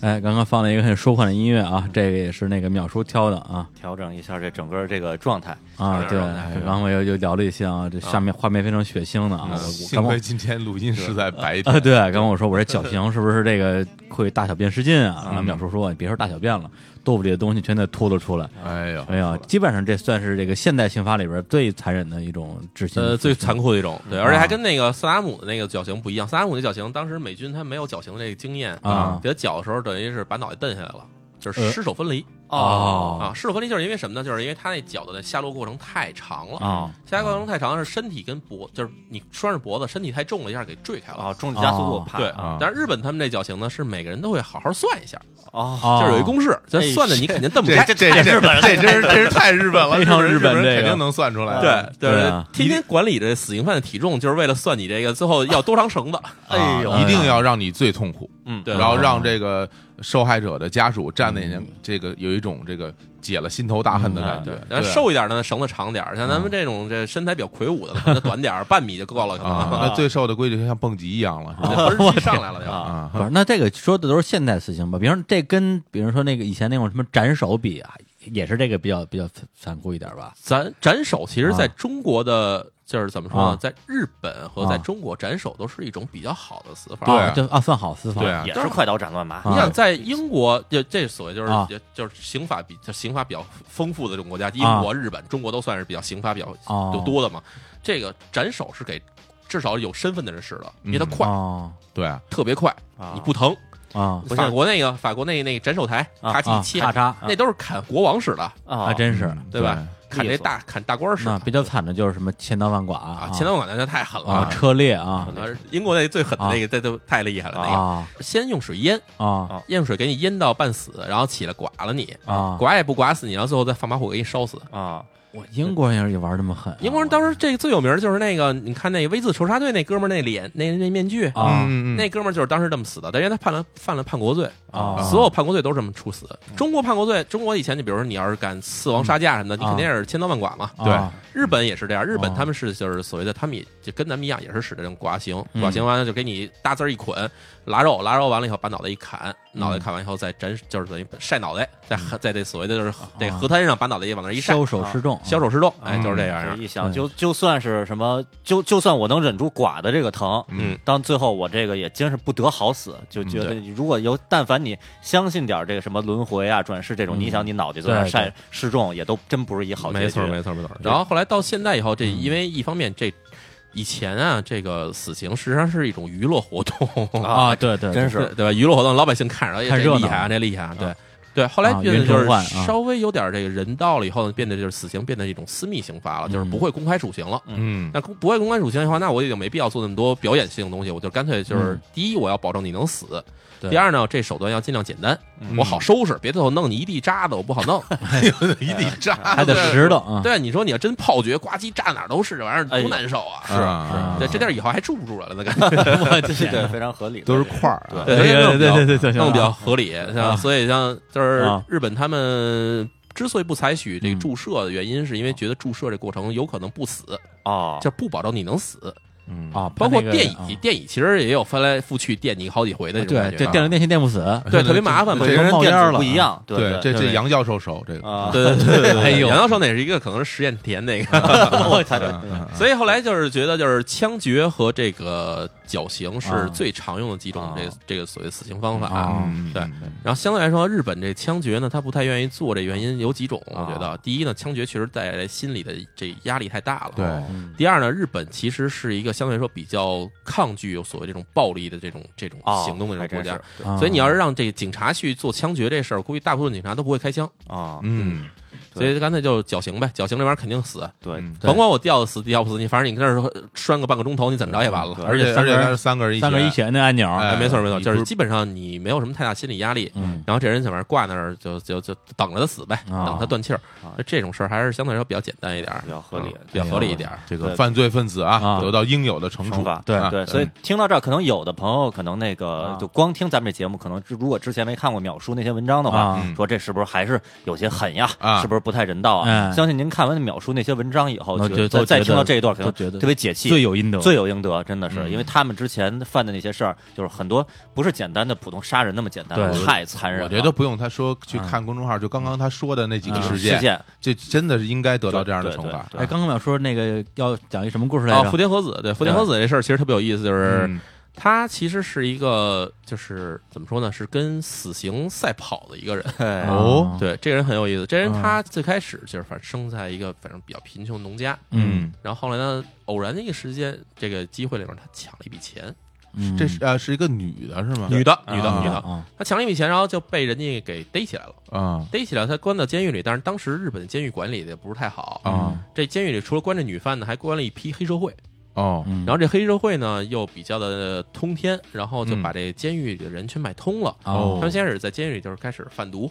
[SPEAKER 1] 哎，刚刚放了一个很舒缓的音乐啊，这个也是那个淼叔挑的啊
[SPEAKER 3] 调整一下这整个这个状态。
[SPEAKER 1] 啊，对，然后我又又聊了一些啊，这下面画面非常血腥的啊，我我
[SPEAKER 2] 嗯幸
[SPEAKER 1] 刚
[SPEAKER 2] 亏今天录音是在白
[SPEAKER 1] 啊，
[SPEAKER 2] 天，
[SPEAKER 1] 对，刚刚我说我这脚型是不是这个会大小便失禁啊？然后淼叔说，你别说大小便了，肚子里的东西全得吐了出来。
[SPEAKER 2] 哎呦，
[SPEAKER 1] 哎呀，基本上这算是这个现代刑法里边最残忍的一种执行，
[SPEAKER 4] 呃，最残酷的一种，对，而且还跟那个萨达姆的那个绞刑不一样。萨达姆那绞刑，当时美军他没有绞刑的这个经验
[SPEAKER 1] 啊
[SPEAKER 4] 给他绞的时候，等于是把脑袋蹬下来了，就是
[SPEAKER 1] 呃
[SPEAKER 4] 尸首分离
[SPEAKER 1] 哦
[SPEAKER 4] 啊。尸首分离就是因为什么呢？就是因为他那绞的下落过程太长了，
[SPEAKER 1] 啊
[SPEAKER 4] 下落过程太长是身体跟脖，就是你拴着脖子，身体太重了，一下给坠开了。
[SPEAKER 3] 啊，重力加速度
[SPEAKER 1] 哦
[SPEAKER 3] 怕
[SPEAKER 4] 对
[SPEAKER 2] 啊，
[SPEAKER 4] 但是日本他们这绞刑呢，是每个人都会好好算一下，
[SPEAKER 3] 啊，
[SPEAKER 1] 啊，
[SPEAKER 4] 哦就是有一公式，咱
[SPEAKER 3] 哎
[SPEAKER 4] 算的你肯定蹬不
[SPEAKER 2] 这
[SPEAKER 4] 开。
[SPEAKER 2] 这这这这真是这是太日本了，
[SPEAKER 1] 非常
[SPEAKER 2] 日
[SPEAKER 1] 日本
[SPEAKER 2] 人
[SPEAKER 1] 这个
[SPEAKER 2] 肯定能算出来，
[SPEAKER 4] 对
[SPEAKER 1] 对啊
[SPEAKER 4] 天天管理这死刑犯的体重，就是为了算你这个最后要多长绳子。
[SPEAKER 3] 哎呦，
[SPEAKER 2] 一定要让你最痛苦，
[SPEAKER 3] 嗯，
[SPEAKER 4] 对
[SPEAKER 2] 然后让这个受害者的家属站在那，这个有一种这个解了心头大恨的感觉，
[SPEAKER 4] 然后瘦一点的呢，绳子长点儿，像咱们这种这身材比较魁梧的，可能短点儿， (laughs) 半米就够了，可
[SPEAKER 2] 啊，
[SPEAKER 4] 能
[SPEAKER 2] 那最瘦的规矩就像蹦极一样了，是吧？
[SPEAKER 4] 那不是机上来了就。
[SPEAKER 3] 啊，
[SPEAKER 1] 不是，那这个说的都是现代死刑吧？比方这跟比如说那个以前那种什么斩首比啊，也是这个比较比较残酷一点吧？
[SPEAKER 4] 咱斩首其实在
[SPEAKER 1] 啊
[SPEAKER 4] 中国的就是怎么说呢
[SPEAKER 1] 啊，
[SPEAKER 4] 在日本和在
[SPEAKER 1] 啊
[SPEAKER 4] 中国斩首都是一种比较好的死法。
[SPEAKER 2] 对
[SPEAKER 1] 啊，就啊算好司法
[SPEAKER 2] 对啊，
[SPEAKER 3] 也是快刀斩乱麻
[SPEAKER 1] 啊
[SPEAKER 4] 你想在英国，就这所谓就是
[SPEAKER 1] 啊
[SPEAKER 4] 就就是刑法比就刑法比较丰富的这种国家，英
[SPEAKER 1] 啊
[SPEAKER 4] 国、日本、中国都算是比较刑法比较
[SPEAKER 1] 哦
[SPEAKER 4] 就多的嘛。这个斩首是给至少有身份的人使的，因为它
[SPEAKER 2] 嗯
[SPEAKER 4] 快，
[SPEAKER 1] 啊
[SPEAKER 2] 对啊，
[SPEAKER 4] 特别快，
[SPEAKER 3] 啊
[SPEAKER 4] 你不疼。
[SPEAKER 1] 啊
[SPEAKER 3] 不像
[SPEAKER 4] 法国那个法国那那个斩首台，
[SPEAKER 3] 啊
[SPEAKER 4] 咔叽
[SPEAKER 1] 啊
[SPEAKER 4] 一切，
[SPEAKER 1] 咔嚓
[SPEAKER 4] 那哦都是砍国王使的，
[SPEAKER 1] 啊，
[SPEAKER 3] 啊，
[SPEAKER 1] 真是。
[SPEAKER 2] 嗯
[SPEAKER 4] 对吧？砍这大砍大官使
[SPEAKER 1] 那
[SPEAKER 4] 的
[SPEAKER 1] 比较惨的就是什么千刀万剐啊，，
[SPEAKER 4] 啊前两管那就太狠了
[SPEAKER 1] 啊，车裂啊
[SPEAKER 4] 啊英国那最狠的那个，这都太厉害了。那个
[SPEAKER 1] 啊
[SPEAKER 4] 先用水淹，
[SPEAKER 1] 啊
[SPEAKER 4] 淹水给你淹到半死，然后起来剐了你，
[SPEAKER 1] 啊！
[SPEAKER 4] 剐也不剐死你，然后最后再放把火给你烧死。
[SPEAKER 3] 啊，
[SPEAKER 1] 我英国人也玩这么狠啊，
[SPEAKER 4] 英国人当时这个最有名儿就是那个，你看那个 V 字仇杀队那哥们儿那脸那那面具，
[SPEAKER 1] 啊
[SPEAKER 2] 嗯
[SPEAKER 4] 那哥们儿就是当时这么死的，但因为他判了犯了叛国罪
[SPEAKER 1] 啊
[SPEAKER 4] 所有叛国罪都是这么处死。中国叛国罪，中国以前你比如说你要是敢四王杀驾什么的，你
[SPEAKER 1] 啊
[SPEAKER 4] 肯定是千刀万剐嘛。
[SPEAKER 1] 啊
[SPEAKER 2] 对
[SPEAKER 4] 日本也是这样，日本
[SPEAKER 1] 哦
[SPEAKER 4] 他们是就是所谓的，他们也就跟咱们一样，也是使这种剐刑，
[SPEAKER 1] 嗯
[SPEAKER 4] 剐刑完了就给你大字儿一捆，拉肉，拉肉完了以后把脑袋一砍，脑袋砍完以后再斩，就是等于晒脑袋，在
[SPEAKER 1] 嗯
[SPEAKER 4] 河在这所谓的就是河这
[SPEAKER 1] 啊
[SPEAKER 4] 河滩上把脑袋也往那儿一晒，啊
[SPEAKER 1] 收手示众，
[SPEAKER 4] 枭首示众，哎，
[SPEAKER 2] 嗯
[SPEAKER 4] 就是这样
[SPEAKER 3] 这
[SPEAKER 4] 样。
[SPEAKER 3] 一想
[SPEAKER 1] 对
[SPEAKER 3] 就就算是什么，就就算我能忍住剐的这个疼，
[SPEAKER 2] 嗯
[SPEAKER 3] 当最后我这个也真是不得好死，就觉得如果有但凡你相信点这个什么轮回啊、转世这种，
[SPEAKER 1] 嗯
[SPEAKER 3] 你想你脑袋坐那
[SPEAKER 1] 对
[SPEAKER 3] 晒示众，也都真不是一好结局。
[SPEAKER 4] 没错，没错，没错。然后后来到现在以后，这
[SPEAKER 1] 嗯
[SPEAKER 4] 因为一方面这以前啊，这个死刑实际上是一种娱乐活动， (laughs)
[SPEAKER 1] 啊，对对，
[SPEAKER 3] 真
[SPEAKER 1] 是
[SPEAKER 3] 是
[SPEAKER 4] 对对吧？娱乐活动，老百姓看着哎呀
[SPEAKER 1] 看
[SPEAKER 4] 这
[SPEAKER 1] 热闹
[SPEAKER 4] 厉害啊，这厉害啊，对。对，后来
[SPEAKER 1] 啊
[SPEAKER 4] 变得就
[SPEAKER 1] 云
[SPEAKER 4] 是
[SPEAKER 1] 中换啊
[SPEAKER 4] 稍微有点这个人道了以后呢，变得就是死刑变得一种私密刑罚了，就是不会公开处刑了。
[SPEAKER 2] 嗯
[SPEAKER 4] 那公不会公开处刑的话，那我也就没必要做那么多表演性的东西，我就干脆就是
[SPEAKER 1] 嗯
[SPEAKER 4] 第一，我要保证你能死；
[SPEAKER 1] 对嗯
[SPEAKER 4] 第二呢，这手段要尽量简单，
[SPEAKER 2] 嗯
[SPEAKER 4] 我好收拾，别最后弄你一地渣子，我不
[SPEAKER 1] (laughs)
[SPEAKER 4] 好弄。
[SPEAKER 1] 哎
[SPEAKER 4] (laughs)
[SPEAKER 2] 一地渣
[SPEAKER 1] 还得
[SPEAKER 4] 对
[SPEAKER 1] 石头啊，
[SPEAKER 4] 对，你说你要真炮决，呱唧炸哪儿都是，这玩意儿
[SPEAKER 3] 哎
[SPEAKER 4] 多
[SPEAKER 3] 呦
[SPEAKER 4] 难受啊！
[SPEAKER 2] 是啊，
[SPEAKER 1] 啊
[SPEAKER 4] 对，这地儿以后还住不住了那感觉。
[SPEAKER 3] 我天，对，非常合理，
[SPEAKER 2] 都是块儿啊，
[SPEAKER 4] 对
[SPEAKER 1] 对对对对对对，
[SPEAKER 4] 弄得比较
[SPEAKER 1] 行
[SPEAKER 4] 合理。像
[SPEAKER 1] 啊
[SPEAKER 4] 所以像就是
[SPEAKER 1] 啊
[SPEAKER 4] 日本他们之所以不采取这个
[SPEAKER 1] 嗯
[SPEAKER 4] 注射的原因，是因为觉得注射这过程有可能不死，
[SPEAKER 3] 哦，
[SPEAKER 4] 就不保证你能死。
[SPEAKER 2] 嗯
[SPEAKER 1] 啊，
[SPEAKER 4] 包括电
[SPEAKER 1] 啊
[SPEAKER 4] 椅，电椅其实也有翻来覆去电你好几回的这种
[SPEAKER 1] 对
[SPEAKER 4] 感觉
[SPEAKER 1] 对，
[SPEAKER 4] 啊。
[SPEAKER 1] 电了电器电不死，
[SPEAKER 4] (laughs) 对特别麻烦，
[SPEAKER 2] 这
[SPEAKER 4] 本身
[SPEAKER 2] 个人
[SPEAKER 1] 冒
[SPEAKER 3] 电
[SPEAKER 1] 烟
[SPEAKER 3] 子
[SPEAKER 1] 了
[SPEAKER 3] 不
[SPEAKER 1] 啊
[SPEAKER 3] 一样，对
[SPEAKER 2] 对，这这
[SPEAKER 1] 对
[SPEAKER 2] 杨教授熟这个，
[SPEAKER 3] 啊，
[SPEAKER 4] 对对对
[SPEAKER 1] (laughs)
[SPEAKER 4] 对对，
[SPEAKER 1] 哎呦啊
[SPEAKER 4] 杨教授那是一个可能是实验田那个，
[SPEAKER 3] 我才
[SPEAKER 4] (laughs) 所以后来就是觉得就是枪决和这个绞刑是
[SPEAKER 1] 啊
[SPEAKER 4] 最常用的几种
[SPEAKER 3] 啊
[SPEAKER 4] 这个这个所谓死刑方法。
[SPEAKER 1] 啊
[SPEAKER 2] 嗯
[SPEAKER 4] 对然后相对来说，日本这枪决呢，他不太愿意做，这原因有几种，我觉得。第一呢，枪决确实带来心理的这压力太大了。
[SPEAKER 2] 对。
[SPEAKER 1] 嗯
[SPEAKER 4] 第二呢，日本其实是一个相对来说比较抗拒有所谓这种暴力的这种这种
[SPEAKER 3] 哦
[SPEAKER 4] 行动的这
[SPEAKER 3] 还
[SPEAKER 4] 种国
[SPEAKER 3] 真
[SPEAKER 4] 家，
[SPEAKER 3] 是
[SPEAKER 1] 啊
[SPEAKER 4] 所以你要是让这个警察去做枪决这事儿，估计大部分警察都不会开枪，
[SPEAKER 3] 啊，
[SPEAKER 2] 嗯，
[SPEAKER 4] 所以干脆就绞刑呗，绞刑这玩意儿肯定死，
[SPEAKER 3] 对，
[SPEAKER 2] 嗯
[SPEAKER 1] 对
[SPEAKER 4] 甭管我吊死吊不死你，反正你跟那儿呃拴个半个钟头，你怎么着也完了。
[SPEAKER 3] 对
[SPEAKER 2] 而且
[SPEAKER 1] 三
[SPEAKER 2] 而
[SPEAKER 1] 个
[SPEAKER 2] 且
[SPEAKER 1] 人
[SPEAKER 2] 他是三个人一
[SPEAKER 1] 三个一
[SPEAKER 2] 起，
[SPEAKER 1] 起摁那按钮，
[SPEAKER 2] 哎
[SPEAKER 4] 哎，没错没错，
[SPEAKER 2] 你
[SPEAKER 4] 就
[SPEAKER 2] 不
[SPEAKER 4] 是
[SPEAKER 2] 是
[SPEAKER 4] 基本上你没有什么太大心理压力，
[SPEAKER 1] 嗯
[SPEAKER 4] 然后这人在那儿挂那儿就就就等着他死呗，
[SPEAKER 1] 啊
[SPEAKER 4] 等他断气儿
[SPEAKER 3] 啊，
[SPEAKER 4] 这种事儿还是相对来说比较简单一点儿，
[SPEAKER 3] 比较合理
[SPEAKER 4] 嗯比较合理一点儿。
[SPEAKER 2] 这个
[SPEAKER 3] 对
[SPEAKER 2] 犯罪分子啊
[SPEAKER 1] 啊
[SPEAKER 2] 得到应有的惩
[SPEAKER 3] 惩
[SPEAKER 2] 处
[SPEAKER 3] 罚，，
[SPEAKER 1] 对
[SPEAKER 2] 啊
[SPEAKER 3] 对，所以听到这儿，可能有的朋友可能那个
[SPEAKER 1] 啊
[SPEAKER 3] 就光听咱们这节目，可能如果之前没看过淼叔那些文章的话
[SPEAKER 1] 啊，
[SPEAKER 3] 说这是不是还是有些狠呀？
[SPEAKER 2] 啊
[SPEAKER 4] 啊
[SPEAKER 3] 是不是不太人道啊？
[SPEAKER 1] 哎
[SPEAKER 3] 相信您看完秒叔那些文章以后，
[SPEAKER 1] 我
[SPEAKER 3] 觉
[SPEAKER 1] 觉
[SPEAKER 3] 再
[SPEAKER 1] 得
[SPEAKER 3] 再
[SPEAKER 1] 觉
[SPEAKER 3] 听到
[SPEAKER 1] 得
[SPEAKER 3] 这一段，可能
[SPEAKER 1] 都觉得
[SPEAKER 3] 特别解气，
[SPEAKER 1] 罪有应得，
[SPEAKER 3] 罪有应得，真的是，
[SPEAKER 4] 嗯
[SPEAKER 3] 因为他们之前犯的那些事儿，就是很多不是简单的普通杀人那么简单，
[SPEAKER 1] 对
[SPEAKER 3] 太残忍了。
[SPEAKER 2] 我觉得不用他说去看公众号，就刚刚他说的那几个
[SPEAKER 3] 啊事
[SPEAKER 2] 事件，
[SPEAKER 3] 件
[SPEAKER 2] 这真的是应该得到这样的
[SPEAKER 3] 对
[SPEAKER 2] 惩
[SPEAKER 3] 对
[SPEAKER 2] 罚。
[SPEAKER 3] 对
[SPEAKER 1] 哎，刚刚我说那个要讲一什么故事来
[SPEAKER 4] 啊，
[SPEAKER 1] 着
[SPEAKER 4] 福？田和子，对福田和子这事儿其实特别有意思，就是
[SPEAKER 2] 嗯
[SPEAKER 4] 他其实是一个，就是怎么说呢，是跟死刑赛跑的一个人。
[SPEAKER 3] 对
[SPEAKER 2] 哦
[SPEAKER 1] 啊，
[SPEAKER 4] 对，这人很有意思。这人
[SPEAKER 1] 嗯
[SPEAKER 4] 他最开始就是反正生在一个反正比较贫穷农家，
[SPEAKER 1] 嗯，
[SPEAKER 4] 然后后来呢，偶然的一个时间，这个机会里面他抢了一笔钱，
[SPEAKER 1] 嗯
[SPEAKER 2] 这是呃是一个女的是吗？
[SPEAKER 4] 女的，
[SPEAKER 2] 对
[SPEAKER 4] 女的，
[SPEAKER 2] 啊
[SPEAKER 4] 女的，
[SPEAKER 1] 啊
[SPEAKER 4] 他抢了一笔钱，然后就被人家给逮起来了。
[SPEAKER 2] 啊
[SPEAKER 4] 逮起来，他关到监狱里，但是当时日本监狱管理的不是太好。
[SPEAKER 2] 啊
[SPEAKER 4] 这监狱里除了关着女犯呢，还关了一批黑社会。
[SPEAKER 2] 哦
[SPEAKER 1] 嗯，
[SPEAKER 4] 然后这黑社会呢又比较的通天，然后就把这监狱里的人全买通了。
[SPEAKER 1] 哦
[SPEAKER 4] 他们先是在监狱里就是开始贩毒，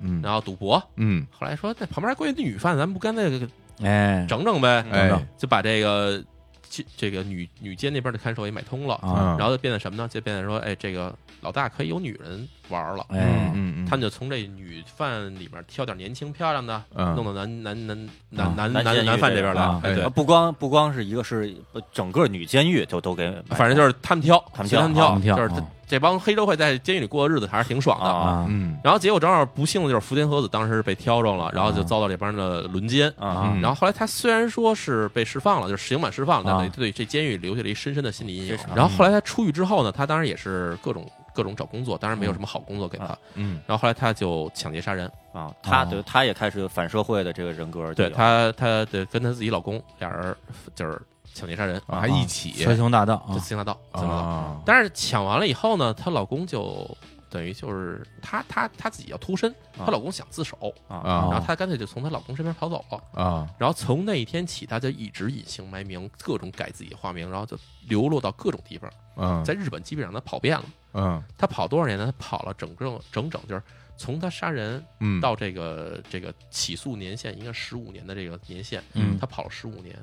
[SPEAKER 2] 嗯
[SPEAKER 4] 然后赌博。
[SPEAKER 2] 嗯
[SPEAKER 4] 后来说在旁边还关一女犯，咱们不干脆给
[SPEAKER 1] 哎，
[SPEAKER 4] 整整呗？
[SPEAKER 2] 哎
[SPEAKER 1] 等等
[SPEAKER 4] 就把这个这这个女女监那边的看守也买通
[SPEAKER 2] 嗯
[SPEAKER 4] 了，
[SPEAKER 1] 啊，
[SPEAKER 4] 然后就变得什么呢？就变得说，哎，这个老大可以有女人玩了。
[SPEAKER 1] 哎，
[SPEAKER 2] 嗯嗯，
[SPEAKER 4] 他们就从这女犯里面挑点年轻漂亮的，
[SPEAKER 2] 嗯
[SPEAKER 4] 弄到男男男
[SPEAKER 1] 啊
[SPEAKER 4] 男
[SPEAKER 3] 男监
[SPEAKER 4] 男男
[SPEAKER 3] 狱
[SPEAKER 4] 男犯这边来
[SPEAKER 1] 啊。
[SPEAKER 4] 哎对
[SPEAKER 3] 呃，不光不光是一个是呃整个女监狱就都给买了，
[SPEAKER 4] 反正就是他们挑，
[SPEAKER 3] 他们
[SPEAKER 4] 随
[SPEAKER 3] 挑
[SPEAKER 4] 们
[SPEAKER 1] 他们挑
[SPEAKER 4] 就是这
[SPEAKER 1] 啊
[SPEAKER 4] 这帮黑社会在监狱里过的日子还是挺爽的。
[SPEAKER 3] 啊
[SPEAKER 1] 啊
[SPEAKER 2] 嗯
[SPEAKER 4] 然后结果正好不幸的就是福田和子当时被挑中了，然后就遭到这帮人的轮奸。
[SPEAKER 3] 啊，
[SPEAKER 2] 嗯
[SPEAKER 4] 然后后来他虽然说是被释放了，就是刑满释放，但
[SPEAKER 1] 啊
[SPEAKER 4] 对对这监狱留下了一深深的心理阴影
[SPEAKER 3] 这是。
[SPEAKER 4] 然后后来他出狱之后呢，他当然也是各种各种找工作，当然没有什么好工作给他。
[SPEAKER 2] 嗯
[SPEAKER 4] 然后后来他就抢劫杀人，
[SPEAKER 3] 啊，他
[SPEAKER 1] 啊
[SPEAKER 3] 对他也开始有反社会的这个人格，
[SPEAKER 4] 对，他他的跟他自己老公俩人就是抢劫杀人，
[SPEAKER 2] 啊还一起
[SPEAKER 1] 雌雄大盗
[SPEAKER 4] 就
[SPEAKER 1] 啊
[SPEAKER 4] 自行大盗，自行大盗。
[SPEAKER 2] 啊
[SPEAKER 4] 但是抢完了以后呢，她老公就等于就是她她她自己要脱身，她
[SPEAKER 3] 啊
[SPEAKER 4] 老公想自首，
[SPEAKER 2] 啊
[SPEAKER 4] 然后她干脆就从她老公身边逃走了。
[SPEAKER 2] 啊
[SPEAKER 4] 然后从那一天起，她就一直隐姓埋名，各种改自己化名，然后就流落到各种地方，
[SPEAKER 1] 啊
[SPEAKER 2] 嗯
[SPEAKER 4] 在日本基本上她跑遍了。
[SPEAKER 2] 嗯
[SPEAKER 4] 她跑多少年呢？她跑了整整整整就是从她杀人
[SPEAKER 2] 嗯
[SPEAKER 4] 到这个这个起诉年限应该十五年的这个年限，
[SPEAKER 1] 嗯
[SPEAKER 4] 她跑了十五年。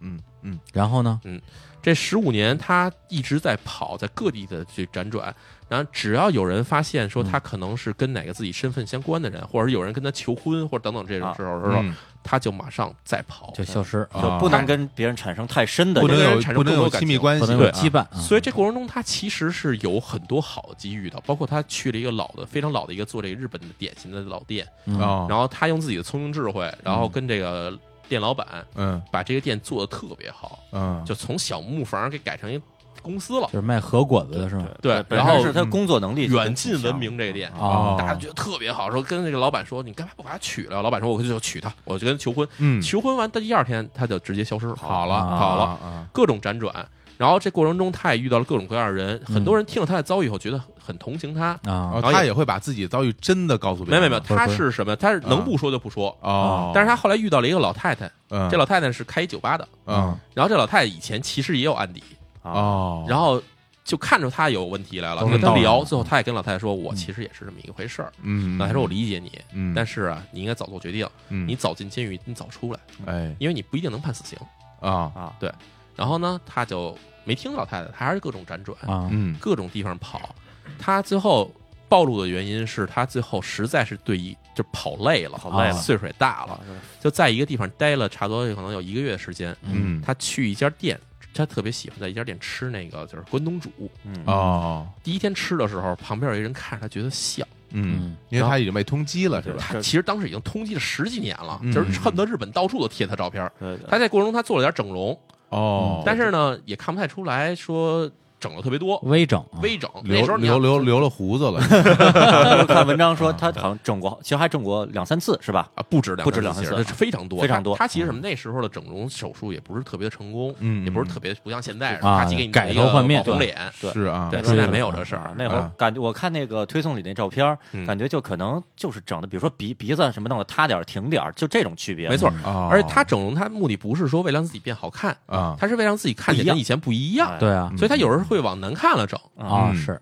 [SPEAKER 2] 嗯嗯
[SPEAKER 1] 然后呢？
[SPEAKER 4] 这十五年，他一直在跑，在各地的去辗转。然后，只要有人发现
[SPEAKER 2] 嗯
[SPEAKER 4] 说他可能是跟哪个自己身份相关的人，或者是有人跟他求婚，或者等等这种时候，时候
[SPEAKER 2] 嗯
[SPEAKER 4] 他就马上再跑。
[SPEAKER 1] 就消失，
[SPEAKER 3] 就不能跟别人产生太深的
[SPEAKER 2] 不
[SPEAKER 3] 这
[SPEAKER 2] 能
[SPEAKER 3] 个
[SPEAKER 4] 跟人
[SPEAKER 2] 有
[SPEAKER 4] 产生
[SPEAKER 2] 不能
[SPEAKER 4] 更
[SPEAKER 2] 有
[SPEAKER 4] 多感
[SPEAKER 2] 亲密
[SPEAKER 4] 情
[SPEAKER 2] 关系啊
[SPEAKER 1] 不能有
[SPEAKER 4] 对
[SPEAKER 1] 羁绊，啊
[SPEAKER 4] 所以这过程中，他其实是有很多好的机遇的，包括他去了一个老的、非常老的一个做这个日本的典型的老店，
[SPEAKER 1] 啊
[SPEAKER 2] 啊
[SPEAKER 4] 然后他用自己的聪明智慧，然后跟这个店老板
[SPEAKER 2] 嗯
[SPEAKER 4] 把这个店做的特别好，
[SPEAKER 2] 嗯
[SPEAKER 4] 就从小木房给改成一公司了
[SPEAKER 1] 就。是卖核果子的是吗？
[SPEAKER 4] 对，
[SPEAKER 3] 本
[SPEAKER 4] 然
[SPEAKER 3] 身
[SPEAKER 4] 后
[SPEAKER 3] 是他工作能力就
[SPEAKER 4] 远近闻名
[SPEAKER 3] 强啊
[SPEAKER 4] 这个店
[SPEAKER 1] 哦
[SPEAKER 4] 大家觉得特别好，说跟这个老板说，你干嘛不把他娶了？老板说我就娶她，我就跟他求婚。
[SPEAKER 2] 嗯
[SPEAKER 4] 求婚完的第二天，他就直接消失了，跑
[SPEAKER 1] 了
[SPEAKER 4] 跑了，
[SPEAKER 2] 啊
[SPEAKER 4] 各种辗转。然后这过程中，他也遇到了各种各样的人，很多人听了他的遭遇以后，觉得很同情他。
[SPEAKER 1] 啊
[SPEAKER 2] 啊他也会把自己遭遇真的告诉别
[SPEAKER 4] 没
[SPEAKER 2] 人
[SPEAKER 4] 有没有没有，
[SPEAKER 1] 不是
[SPEAKER 4] 他是什么？他是能
[SPEAKER 2] 啊
[SPEAKER 4] 不说就不说。
[SPEAKER 2] 哦，
[SPEAKER 4] 但是他后来遇到了一个老太太，
[SPEAKER 2] 嗯
[SPEAKER 4] 这老太太是开酒吧的，
[SPEAKER 2] 嗯
[SPEAKER 4] 然后这老太太以前其实也有案底，
[SPEAKER 3] 啊，
[SPEAKER 2] 哦，
[SPEAKER 4] 然后就看出他有问题来了，
[SPEAKER 1] 都是
[SPEAKER 4] 跟他
[SPEAKER 1] 道理
[SPEAKER 4] 聊，最后他也跟老太太说，我其实也是这么一个回事儿。
[SPEAKER 2] 嗯
[SPEAKER 4] 那他说我理解你，
[SPEAKER 2] 嗯
[SPEAKER 4] 但是啊，你应该早做决定，
[SPEAKER 2] 嗯
[SPEAKER 4] 你早进监狱，你早出来，
[SPEAKER 2] 哎
[SPEAKER 4] 因为你不一定能判死刑。
[SPEAKER 2] 啊
[SPEAKER 3] 啊
[SPEAKER 4] 然后呢，他就没听老太太，他还是各种辗转，
[SPEAKER 1] 啊
[SPEAKER 2] 嗯
[SPEAKER 4] 各种地方跑。他最后暴露的原因是他最后实在是对一就跑累了，
[SPEAKER 3] 跑累了啊
[SPEAKER 4] 岁数也大了，就在一个地方待了差不多可能有一个月的时间。
[SPEAKER 2] 嗯
[SPEAKER 4] 他去一家店，他特别喜欢在一家店吃那个就是关东煮。
[SPEAKER 3] 嗯
[SPEAKER 2] 哦
[SPEAKER 4] 第一天吃的时候，旁边有一人看着他觉得笑。
[SPEAKER 2] 嗯，因为他已经被通缉了是吧？
[SPEAKER 4] 他其实当时已经通缉了十几年了，
[SPEAKER 2] 嗯
[SPEAKER 4] 就是恨不得日本到处都贴他照片。
[SPEAKER 3] 对对
[SPEAKER 4] 他在过程中他做了点整容，
[SPEAKER 2] 哦，
[SPEAKER 4] 但是呢也看不太出来说整了特别多，
[SPEAKER 1] 微整啊
[SPEAKER 4] 微整。那
[SPEAKER 2] 留
[SPEAKER 4] 时候你
[SPEAKER 2] 留
[SPEAKER 4] 看
[SPEAKER 2] 留留了胡子
[SPEAKER 4] (laughs)
[SPEAKER 2] 了，
[SPEAKER 3] 我看文章说他好像整过，其实还整过两三次是吧？
[SPEAKER 4] 啊，不止两
[SPEAKER 3] 不止两三次
[SPEAKER 4] 次，这非常多，
[SPEAKER 3] 非常多
[SPEAKER 4] 他他其实什么那时候的整容手术也不是特别成功，
[SPEAKER 2] 嗯
[SPEAKER 4] 也不是特别不像现在，
[SPEAKER 1] 啊
[SPEAKER 4] 他只给你
[SPEAKER 1] 改头换面
[SPEAKER 4] 红脸。
[SPEAKER 3] 对
[SPEAKER 2] 是啊，
[SPEAKER 4] 对，
[SPEAKER 1] 对
[SPEAKER 4] 现在没有这事儿
[SPEAKER 3] 啊，。那会儿
[SPEAKER 2] 啊
[SPEAKER 3] 感觉我看那个推送里那照片儿
[SPEAKER 4] 嗯，
[SPEAKER 3] 感觉就可能就是整的，比如说鼻鼻子什么弄的塌点儿、挺点儿，就这种区别。嗯
[SPEAKER 4] 没错，
[SPEAKER 2] 哦
[SPEAKER 4] 而且他整容，他目的不是说为了让自己变好看，
[SPEAKER 2] 啊
[SPEAKER 4] 他是为了让自己看起来跟以前不一样
[SPEAKER 3] 哎，
[SPEAKER 1] 对啊
[SPEAKER 2] 嗯
[SPEAKER 4] 所以他有时候会往难看了整。
[SPEAKER 1] 啊
[SPEAKER 2] 嗯
[SPEAKER 1] 是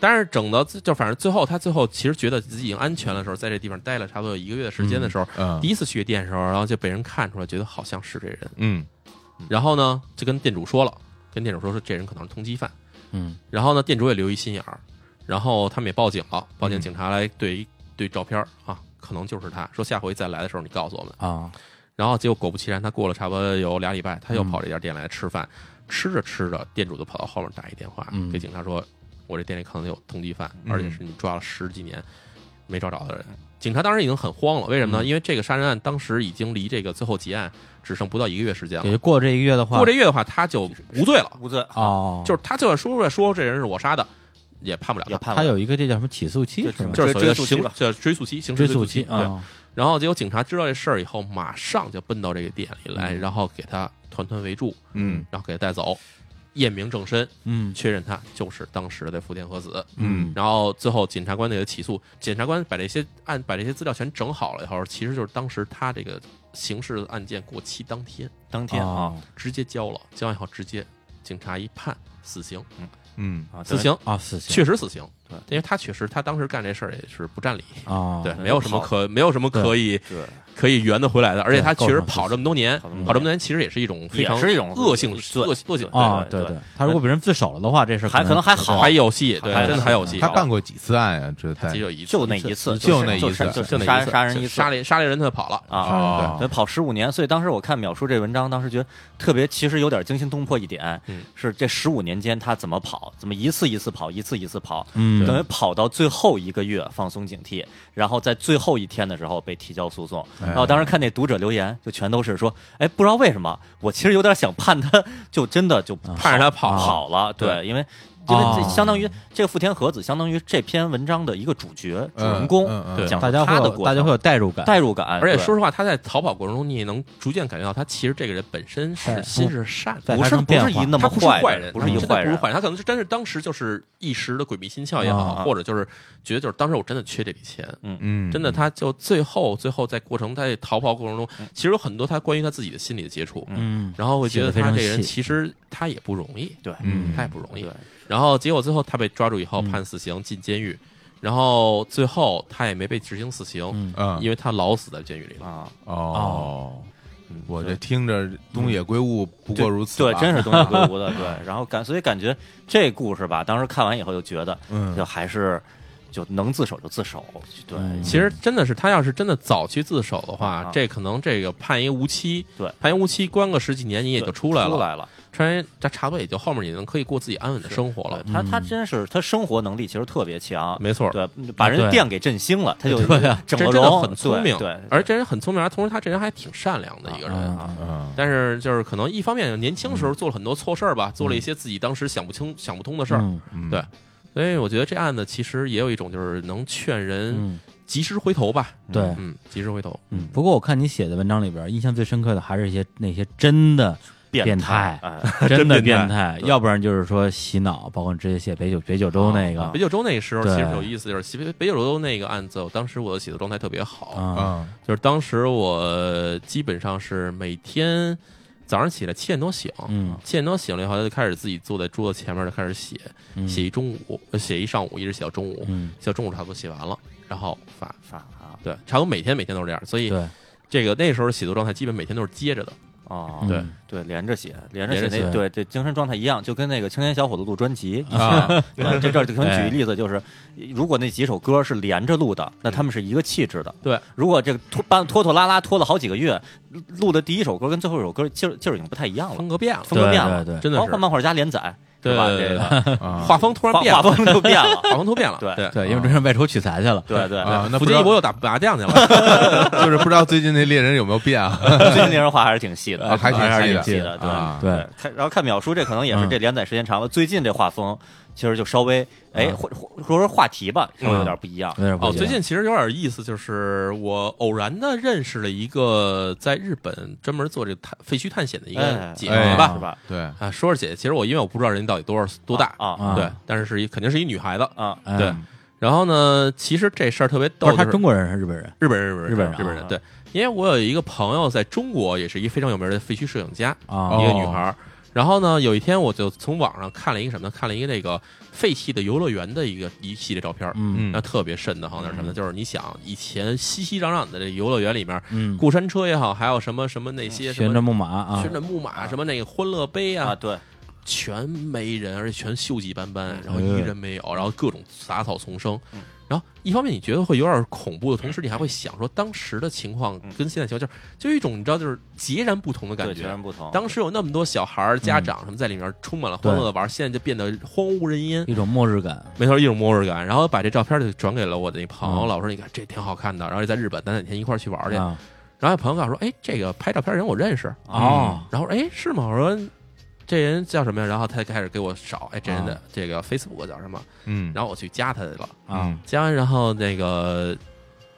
[SPEAKER 4] 但是整到最就反正最后，他最后其实觉得自己已经安全的时候，在这地方待了差不多有一个月的时间的时候，
[SPEAKER 2] 嗯
[SPEAKER 4] 第一次去店的时候，然后就被人看出来，觉得好像是这人。
[SPEAKER 2] 嗯
[SPEAKER 4] 然后呢，就跟店主说了，跟店主说说这人可能是通缉犯。
[SPEAKER 1] 嗯
[SPEAKER 4] 然后呢，店主也留一心眼儿，然后他们也报警了，报警警察来对对照片儿啊，可能就是他。说下回再来的时候你告诉我们。
[SPEAKER 1] 啊，
[SPEAKER 4] 然后结果果不其然，他过了差不多有俩礼拜，他又
[SPEAKER 1] 嗯
[SPEAKER 4] 跑这家店来吃饭，吃着吃着，店主就跑到后面打一电话、
[SPEAKER 1] 嗯
[SPEAKER 4] 给警察说：“我这店里可能有通缉犯，
[SPEAKER 2] 嗯
[SPEAKER 4] 而且是你抓了十几年没找着的人。”警察当时已经很慌了，为什么呢？因为这个杀人案当时已经离这个最后结案只剩不到一个月时间
[SPEAKER 1] 也
[SPEAKER 4] 了。
[SPEAKER 1] 就过这一个月的话，
[SPEAKER 4] 过这月的话，他就无罪了，
[SPEAKER 3] 无罪，
[SPEAKER 1] 哦，
[SPEAKER 4] 就是他就算说出来说这人是我杀的，也判不了
[SPEAKER 3] 也
[SPEAKER 4] 他，
[SPEAKER 3] 判
[SPEAKER 1] 他
[SPEAKER 3] 了
[SPEAKER 1] 有一个这叫什么起诉期
[SPEAKER 3] 就是
[SPEAKER 1] 吧？
[SPEAKER 4] 就是所谓的
[SPEAKER 3] 追追溯期
[SPEAKER 4] 刑
[SPEAKER 3] 吧
[SPEAKER 4] 叫追诉期，刑
[SPEAKER 1] 追
[SPEAKER 4] 事
[SPEAKER 1] 诉
[SPEAKER 4] 诉
[SPEAKER 1] 期
[SPEAKER 4] 期。对，
[SPEAKER 1] 啊，
[SPEAKER 4] 然后结果警察知道这事儿以后，马上就奔到这个店里来，然后给他团团围住，
[SPEAKER 2] 嗯
[SPEAKER 4] 然后给他带走，验明正身，
[SPEAKER 1] 嗯
[SPEAKER 4] 确认他就是当时的福田和子。
[SPEAKER 1] 嗯
[SPEAKER 4] 然后最后检察官给他起诉，检察官把这些案把这些资料全整好了以后，其实就是当时他这个刑事案件过期当天
[SPEAKER 3] 当天啊
[SPEAKER 1] 哦
[SPEAKER 4] 直接交了，交完以后直接警察一判死刑，
[SPEAKER 2] 嗯
[SPEAKER 3] 啊，
[SPEAKER 4] 死刑。
[SPEAKER 1] 啊，死刑
[SPEAKER 4] 确实死刑，
[SPEAKER 3] 对
[SPEAKER 4] 因为他确实他当时干这事儿也是不占理，
[SPEAKER 1] 啊，
[SPEAKER 4] 对，
[SPEAKER 3] 对
[SPEAKER 4] 没有什么可没有什么可以
[SPEAKER 3] 对，
[SPEAKER 4] 可以圆得回来的，而且他
[SPEAKER 1] 对
[SPEAKER 4] 确实
[SPEAKER 1] 够上
[SPEAKER 4] 跑这么多年，
[SPEAKER 3] 跑这么多年
[SPEAKER 4] 跑这么多年其实也是一种非常
[SPEAKER 3] 也是一种
[SPEAKER 4] 恶性
[SPEAKER 3] 罪
[SPEAKER 4] 恶恶性
[SPEAKER 3] 对
[SPEAKER 1] 啊，
[SPEAKER 3] 对对
[SPEAKER 1] 对，他如果被人自首了的话，这事儿
[SPEAKER 3] 还可能还好
[SPEAKER 4] 还有戏，对，
[SPEAKER 3] 还
[SPEAKER 4] 真的还有戏。
[SPEAKER 2] 他干过几次案呀？这在
[SPEAKER 4] 只有一次，
[SPEAKER 3] 就那一次，
[SPEAKER 2] 就那
[SPEAKER 3] 是
[SPEAKER 2] 一
[SPEAKER 3] 就是
[SPEAKER 2] 次
[SPEAKER 3] 就是
[SPEAKER 4] 就那
[SPEAKER 3] 杀
[SPEAKER 4] 一次
[SPEAKER 3] 杀人一
[SPEAKER 4] 就
[SPEAKER 3] 次
[SPEAKER 4] 杀了杀了人他就跑了。
[SPEAKER 3] 啊。
[SPEAKER 2] 哦
[SPEAKER 3] 对，跑十五年，所以当时我看淼叔这文章，当时觉得特别，其实有点惊心动魄一点，
[SPEAKER 4] 嗯
[SPEAKER 3] 是这十五年间他怎么跑，怎么一次一次跑，一次一次跑，
[SPEAKER 1] 嗯
[SPEAKER 3] 等于跑到最后一个月放松警惕，然后在最后一天的时候被提交诉讼。然后当时看那读者留言，就全都是说，哎，不知道为什么，我其实有点想判他，就真的就
[SPEAKER 4] 盼着他 (laughs) 跑
[SPEAKER 3] 啊跑了，对，因为。因为这相当于这个富田和子，相当于这篇文章的一个主角、主人公
[SPEAKER 2] 嗯嗯嗯，
[SPEAKER 4] 对
[SPEAKER 3] 讲
[SPEAKER 1] 大
[SPEAKER 3] 述
[SPEAKER 1] 家会
[SPEAKER 3] 他的
[SPEAKER 1] 有
[SPEAKER 3] 过
[SPEAKER 1] 大家
[SPEAKER 3] 程
[SPEAKER 1] 会有代入感，
[SPEAKER 3] 代入感，
[SPEAKER 4] 而且
[SPEAKER 3] 对
[SPEAKER 4] 说实话，他在逃跑过程中，你也能逐渐感觉到他其实这个人本身
[SPEAKER 1] 哎
[SPEAKER 4] 是心是善
[SPEAKER 1] 在
[SPEAKER 4] 的，
[SPEAKER 3] 不
[SPEAKER 1] 发
[SPEAKER 3] 是
[SPEAKER 1] 生
[SPEAKER 3] 不是
[SPEAKER 1] 变化
[SPEAKER 3] 一那么
[SPEAKER 4] 他不是坏
[SPEAKER 3] 人，嗯
[SPEAKER 4] 不
[SPEAKER 3] 不是一
[SPEAKER 4] 真的
[SPEAKER 3] 坏
[SPEAKER 4] 不是
[SPEAKER 3] 人，
[SPEAKER 4] 坏人，他可能是但是当时就是一时的鬼迷心窍也
[SPEAKER 1] 啊
[SPEAKER 4] 好，或者就是觉得就是当时我真的缺这笔钱，
[SPEAKER 2] 嗯，
[SPEAKER 4] 真的，他就最后最后在过程在逃跑过程中，其实有很多他关于他自己的心理的接触，
[SPEAKER 1] 嗯，
[SPEAKER 4] 然后会觉得
[SPEAKER 1] 写得
[SPEAKER 4] 他
[SPEAKER 1] 非常
[SPEAKER 4] 这个人
[SPEAKER 1] 细
[SPEAKER 4] 其实他也不容易，
[SPEAKER 3] 对，
[SPEAKER 2] 嗯
[SPEAKER 4] 他也不容易
[SPEAKER 3] 对。
[SPEAKER 4] 然后结果最后他被抓住以后判死刑进监狱，然后最后他也没被执行死刑，
[SPEAKER 2] 嗯，
[SPEAKER 4] 因为他老死在监狱里了。
[SPEAKER 3] 啊，
[SPEAKER 2] 哦，
[SPEAKER 3] 嗯
[SPEAKER 2] 我这听着东野圭吾不过如此吧，
[SPEAKER 3] 对，真是东野圭吾的，对。然后感，所以感觉这故事吧，当时看完以后就觉得，
[SPEAKER 2] 嗯
[SPEAKER 3] 就还是就能自首就自首，对，
[SPEAKER 1] 嗯
[SPEAKER 4] 其实真的是他要是真的早去自首的话
[SPEAKER 3] 啊，
[SPEAKER 4] 这可能这个判一无期，
[SPEAKER 3] 对，
[SPEAKER 4] 判一无期关个十几年你也就出来
[SPEAKER 3] 出
[SPEAKER 4] 了，
[SPEAKER 3] 来了。
[SPEAKER 4] 穿人这差不多也就后面你能可以过自己安稳的生活了
[SPEAKER 3] 对。他他真是他生活能力其实特别强，
[SPEAKER 4] 没错，
[SPEAKER 3] 对，把人
[SPEAKER 1] 对
[SPEAKER 3] 店给振兴了，他就
[SPEAKER 1] 对啊
[SPEAKER 3] 整
[SPEAKER 4] 这
[SPEAKER 3] 个
[SPEAKER 4] 真的
[SPEAKER 3] 容，
[SPEAKER 4] 很聪明，
[SPEAKER 3] 对，对
[SPEAKER 4] 而这人很聪明，而同时他这人还挺善良的一个人
[SPEAKER 1] 啊嗯
[SPEAKER 4] 啊。
[SPEAKER 2] 嗯
[SPEAKER 4] 但是就是可能一方面年轻时候做了很多错事儿吧，做了一些自己当时想不清、想不通的事儿，
[SPEAKER 1] 嗯
[SPEAKER 2] 嗯
[SPEAKER 4] 对所以我觉得这案子其实也有一种就是能劝人
[SPEAKER 1] 嗯，
[SPEAKER 4] 及时回头吧，
[SPEAKER 1] 对，
[SPEAKER 4] 嗯，及时回头，
[SPEAKER 1] 嗯。不过我看你写的文章里边，印象最深刻的还是一些那些真的
[SPEAKER 3] 变
[SPEAKER 1] 态，
[SPEAKER 3] 哎，
[SPEAKER 1] (laughs) 真的
[SPEAKER 4] (laughs) 真变
[SPEAKER 1] 变态，要不然就是说洗脑，包括直接写北九北九州那个
[SPEAKER 3] 啊
[SPEAKER 4] 北九州那个时候
[SPEAKER 1] 对
[SPEAKER 4] 其实有意思，就是北北九州那个案子，我当时我的写作状态特别好，
[SPEAKER 1] 啊，
[SPEAKER 2] 嗯
[SPEAKER 4] 就是当时我基本上是每天早上起来七点多醒，
[SPEAKER 1] 嗯
[SPEAKER 4] 七点多醒了以后就开始自己坐在桌子前面就开始写，
[SPEAKER 1] 嗯
[SPEAKER 4] 写一中午，呃写一上午，一直写到中午，
[SPEAKER 1] 嗯，
[SPEAKER 4] 写到中午差不多写完了，然后发。
[SPEAKER 3] 法啊，
[SPEAKER 4] 对，差不多每天每天都是这样，所以
[SPEAKER 1] 对，
[SPEAKER 4] 这个那时候写作状态基本每天都是接着的，
[SPEAKER 3] 哦，
[SPEAKER 1] 嗯
[SPEAKER 4] 对
[SPEAKER 3] 对，连着写，连着写
[SPEAKER 4] 连着
[SPEAKER 3] 那
[SPEAKER 1] 写
[SPEAKER 3] 对对精神状态一样，就跟那个青年小伙子录专辑
[SPEAKER 4] 啊，
[SPEAKER 3] 对这这儿就可能举
[SPEAKER 1] 哎
[SPEAKER 3] 一例子，就是如果那几首歌是连着录的，那他们是一个气质的。
[SPEAKER 4] 对，
[SPEAKER 3] 如果这个拖搬拖拖拉拉拖了好几个月，录的第一首歌跟最后一首歌劲儿劲儿已经不太一样了
[SPEAKER 4] 风，格变了，
[SPEAKER 3] 风格变了，
[SPEAKER 1] 对对
[SPEAKER 4] 真的
[SPEAKER 3] 包括
[SPEAKER 4] 是
[SPEAKER 3] 漫画家连载，
[SPEAKER 4] 对
[SPEAKER 3] 是吧？
[SPEAKER 4] 对
[SPEAKER 3] 这
[SPEAKER 4] 对
[SPEAKER 3] 个
[SPEAKER 2] 啊
[SPEAKER 4] (laughs) 画风突然
[SPEAKER 3] 画
[SPEAKER 4] 变
[SPEAKER 3] 画
[SPEAKER 4] 了，
[SPEAKER 3] 风就变了，
[SPEAKER 4] (laughs) 画风都变了，
[SPEAKER 3] (laughs) 对
[SPEAKER 4] 对
[SPEAKER 1] 对，因为这是外出取材去了，
[SPEAKER 4] 哦
[SPEAKER 3] 对对。
[SPEAKER 2] 啊，那不
[SPEAKER 4] 福
[SPEAKER 2] 知
[SPEAKER 4] 建
[SPEAKER 2] 道
[SPEAKER 4] 一博又打麻将去了，
[SPEAKER 2] 就是不知道最近那猎人有没有变
[SPEAKER 4] (laughs)
[SPEAKER 2] 啊？
[SPEAKER 3] 最近那人画还是挺细的，
[SPEAKER 2] 啊还挺
[SPEAKER 3] 还
[SPEAKER 2] 细
[SPEAKER 3] 是
[SPEAKER 2] 的
[SPEAKER 3] 挺细的，对
[SPEAKER 2] 啊
[SPEAKER 1] 对，
[SPEAKER 3] 看然后看淼叔这可能也是
[SPEAKER 1] 嗯
[SPEAKER 3] 这连载时间长了，最近这画风其实就稍微哎，或或或者说话题吧，稍微有点不一样
[SPEAKER 1] 有点不
[SPEAKER 4] 哦，
[SPEAKER 1] 一
[SPEAKER 4] 最
[SPEAKER 1] 样
[SPEAKER 4] 近其实有点意思，就是我偶然的认识了一个在日本专门做这个探废墟探险的一个
[SPEAKER 3] 哎
[SPEAKER 4] 姐
[SPEAKER 2] 哎
[SPEAKER 4] 姐吧
[SPEAKER 3] 是，吧？
[SPEAKER 2] 对，
[SPEAKER 4] 啊，说是姐姐，其实我因为我不知道人家到底多少多大，
[SPEAKER 3] 啊
[SPEAKER 1] 啊
[SPEAKER 4] 对，但是是一肯定是一女孩子。
[SPEAKER 3] 啊
[SPEAKER 1] 嗯
[SPEAKER 4] 对然后呢，其实这事儿特别
[SPEAKER 1] 不
[SPEAKER 4] 逗，
[SPEAKER 1] 是他
[SPEAKER 4] 就是
[SPEAKER 1] 中国人还是日本人？啊
[SPEAKER 4] 日本人，日本人，
[SPEAKER 1] 日
[SPEAKER 4] 日
[SPEAKER 1] 本
[SPEAKER 4] 本
[SPEAKER 3] 人
[SPEAKER 4] 人。对，因为我有一个朋友在中国也是一非常有名的废墟摄影家，
[SPEAKER 1] 啊
[SPEAKER 4] 一个女孩儿。然后呢，有一天我就从网上看了一个什么呢？看了一个那个废弃的游乐园的一个一系列照片儿，
[SPEAKER 1] 嗯
[SPEAKER 4] 那特别瘆得慌，那是什么呢？就是你想以前熙熙攘攘的这游乐园里面，
[SPEAKER 1] 嗯，
[SPEAKER 4] 过山车也好，还有什么什么那些什
[SPEAKER 1] 旋转
[SPEAKER 4] 么。
[SPEAKER 1] 木马啊
[SPEAKER 4] 旋，转木马什么那个欢乐杯
[SPEAKER 3] 啊，
[SPEAKER 4] 啊，
[SPEAKER 3] 对，
[SPEAKER 4] 全没人，而且全锈迹斑斑，然后
[SPEAKER 1] 嗯
[SPEAKER 3] 嗯
[SPEAKER 4] 一人没有，然后各种杂草丛生。然后一方面你觉得会有点恐怖的同时，你还会想说当时的情况
[SPEAKER 3] 嗯
[SPEAKER 4] 跟现在情况，就是就有一种你知道就是截然不同的感
[SPEAKER 3] 对，截
[SPEAKER 4] 觉
[SPEAKER 3] 然。不同。
[SPEAKER 4] 当时有那么多小孩儿、家长什么在里面充满了欢乐的玩儿，现在就变得荒无人
[SPEAKER 3] 嗯
[SPEAKER 4] 烟。
[SPEAKER 1] 一种末日感，
[SPEAKER 4] 没错，一种末日感。然后把这照片就转给了我的一朋友，
[SPEAKER 1] 嗯
[SPEAKER 4] 老师，你看这挺好看的。然后就在日本，咱哪天一块儿去玩儿去。
[SPEAKER 3] 嗯
[SPEAKER 1] 啊
[SPEAKER 4] 然后朋友跟我说，哎，这个拍照片人我认识。
[SPEAKER 3] 啊
[SPEAKER 1] 哦，
[SPEAKER 4] 然后我说哎是吗？我说这人叫什么呀？然后他开始给我找，哎，这人的
[SPEAKER 1] 啊
[SPEAKER 4] 这个 Facebook 叫什么？
[SPEAKER 2] 嗯，
[SPEAKER 4] 然后我去加他去了，
[SPEAKER 1] 啊，
[SPEAKER 4] 加完然后那个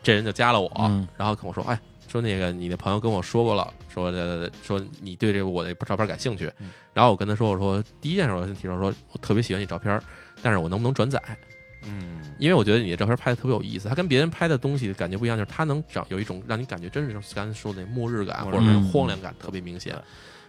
[SPEAKER 4] 这人就加了我，
[SPEAKER 1] 嗯
[SPEAKER 4] 然后跟我说，哎。说那个你的朋友跟我说过了，说的说你对这个我的照片感兴趣，
[SPEAKER 3] 嗯
[SPEAKER 4] 然后我跟他说，我说第一件事我先提出说，我特别喜欢你照片，但是我能不能转载？
[SPEAKER 3] 嗯，
[SPEAKER 4] 因为我觉得你的照片拍的特别有意思，它跟别人拍的东西感觉不一样，就是它能找有一种让你感觉真是刚才说的那末日感
[SPEAKER 3] 末日
[SPEAKER 4] 或者
[SPEAKER 3] 感嗯
[SPEAKER 4] 是荒凉感特别明显
[SPEAKER 3] 对。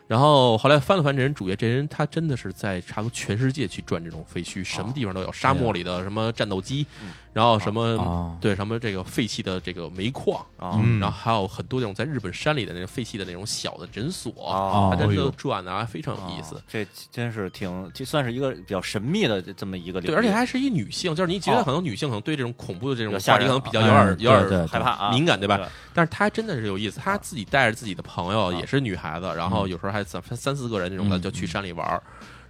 [SPEAKER 4] 然后后来翻了翻这人主页，这人他真的是在差不多全世界去转这种废墟，什么地方都有，沙漠里的什么战斗机
[SPEAKER 3] 嗯，
[SPEAKER 4] 然后什么
[SPEAKER 1] 哦，
[SPEAKER 4] 对什么这个废弃的这个煤矿，
[SPEAKER 3] 啊
[SPEAKER 2] 嗯
[SPEAKER 4] 然后还有很多那种在日本山里的那种废弃的那种小的诊所，
[SPEAKER 1] 哦
[SPEAKER 4] 他
[SPEAKER 3] 啊
[SPEAKER 4] 真的转啊，非常有意思
[SPEAKER 3] 哦。这真是挺，这算是一个比较神秘的这这么一个领域。
[SPEAKER 4] 对，而且还是一女性，就是你觉得
[SPEAKER 3] 哦
[SPEAKER 4] 可能女性可能对这种恐怖的这种
[SPEAKER 3] 有
[SPEAKER 4] 话
[SPEAKER 3] 吓
[SPEAKER 4] 题
[SPEAKER 3] 人
[SPEAKER 4] 可能比较
[SPEAKER 1] 嗯
[SPEAKER 4] 有点儿有点
[SPEAKER 1] 对
[SPEAKER 4] 儿
[SPEAKER 1] 对啊
[SPEAKER 3] 害怕啊，
[SPEAKER 4] 敏感对吧
[SPEAKER 3] 对？
[SPEAKER 4] 但是她真的是有意思，她自己带着自己的朋友，也是女孩子，然后有时候还三三四个人那种的，
[SPEAKER 1] 嗯
[SPEAKER 4] 就去山里玩儿。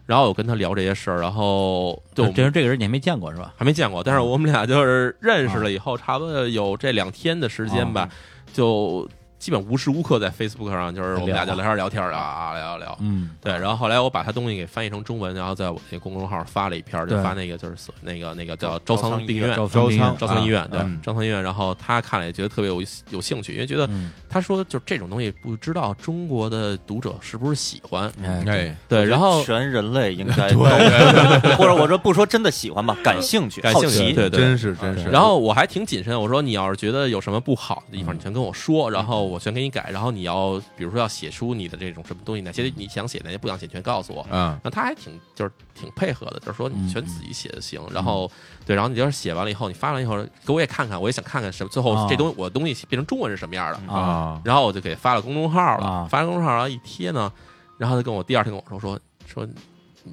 [SPEAKER 4] 然后我跟她聊这些事儿，然后就我
[SPEAKER 1] 呃这
[SPEAKER 4] 们
[SPEAKER 1] 人这个人你还没见过是吧？
[SPEAKER 4] 还没见过，但是我们俩就是认识了以后，差不多有这两天的时间吧，就基本无时无刻在 Facebook 上，就是我们俩就聊天聊天儿啊聊聊。
[SPEAKER 1] 嗯，
[SPEAKER 4] 对，然后后来我把他东西给翻译成中文，然后在我那公众号上发了一篇儿，就
[SPEAKER 1] 对
[SPEAKER 4] 发那个就是所那个那个叫
[SPEAKER 3] 招
[SPEAKER 4] 招仓
[SPEAKER 3] 仓
[SPEAKER 4] 病
[SPEAKER 3] 医
[SPEAKER 4] 院
[SPEAKER 3] 院，
[SPEAKER 2] 周仓
[SPEAKER 4] 招仓医院，对
[SPEAKER 1] 嗯，
[SPEAKER 4] 招仓医院。然后他看了也觉得特别有有兴趣，因为觉得
[SPEAKER 1] 嗯
[SPEAKER 4] 他说就是这种东西不知道中国的读者是不是喜欢。
[SPEAKER 1] 哎
[SPEAKER 2] 哎，
[SPEAKER 4] 对，然后
[SPEAKER 3] 全人类应该都， (laughs) 或者我说不说真的喜欢吧，感兴趣，
[SPEAKER 4] 感
[SPEAKER 3] 好
[SPEAKER 4] 兴趣
[SPEAKER 3] 奇
[SPEAKER 4] 对对
[SPEAKER 2] 真是真是，
[SPEAKER 4] 然后我还挺谨慎，我说你要是觉得有什么不好的地方，你全跟我说，然后我全给你改。然后你要比如说要写出你的这种什么东西，哪些你想写，哪些不想写，全告诉我。
[SPEAKER 2] 啊，
[SPEAKER 4] 然后他还挺就是挺配合的，就是说你
[SPEAKER 1] 嗯
[SPEAKER 4] 全自己写就行。然后对，然后你要是写完了以后，你发完以后给我也看看，我也想看看什么最后
[SPEAKER 1] 啊
[SPEAKER 4] 这东西我的东西变成中文是什么样的。
[SPEAKER 2] 啊，
[SPEAKER 4] 然后我就给发了公众号了，
[SPEAKER 1] 啊
[SPEAKER 4] 发了公众号，然后一贴呢，然后他跟我第二天跟我说说说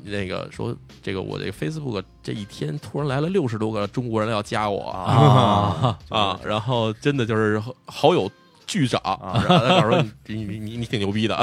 [SPEAKER 4] 那个说这个我这个 Facebook 这一天突然来了六十多个中国人要加我啊
[SPEAKER 1] 啊，
[SPEAKER 4] 然后真的就是好友巨涨，
[SPEAKER 3] 啊
[SPEAKER 4] 然后他跟我说你你你你挺牛逼的，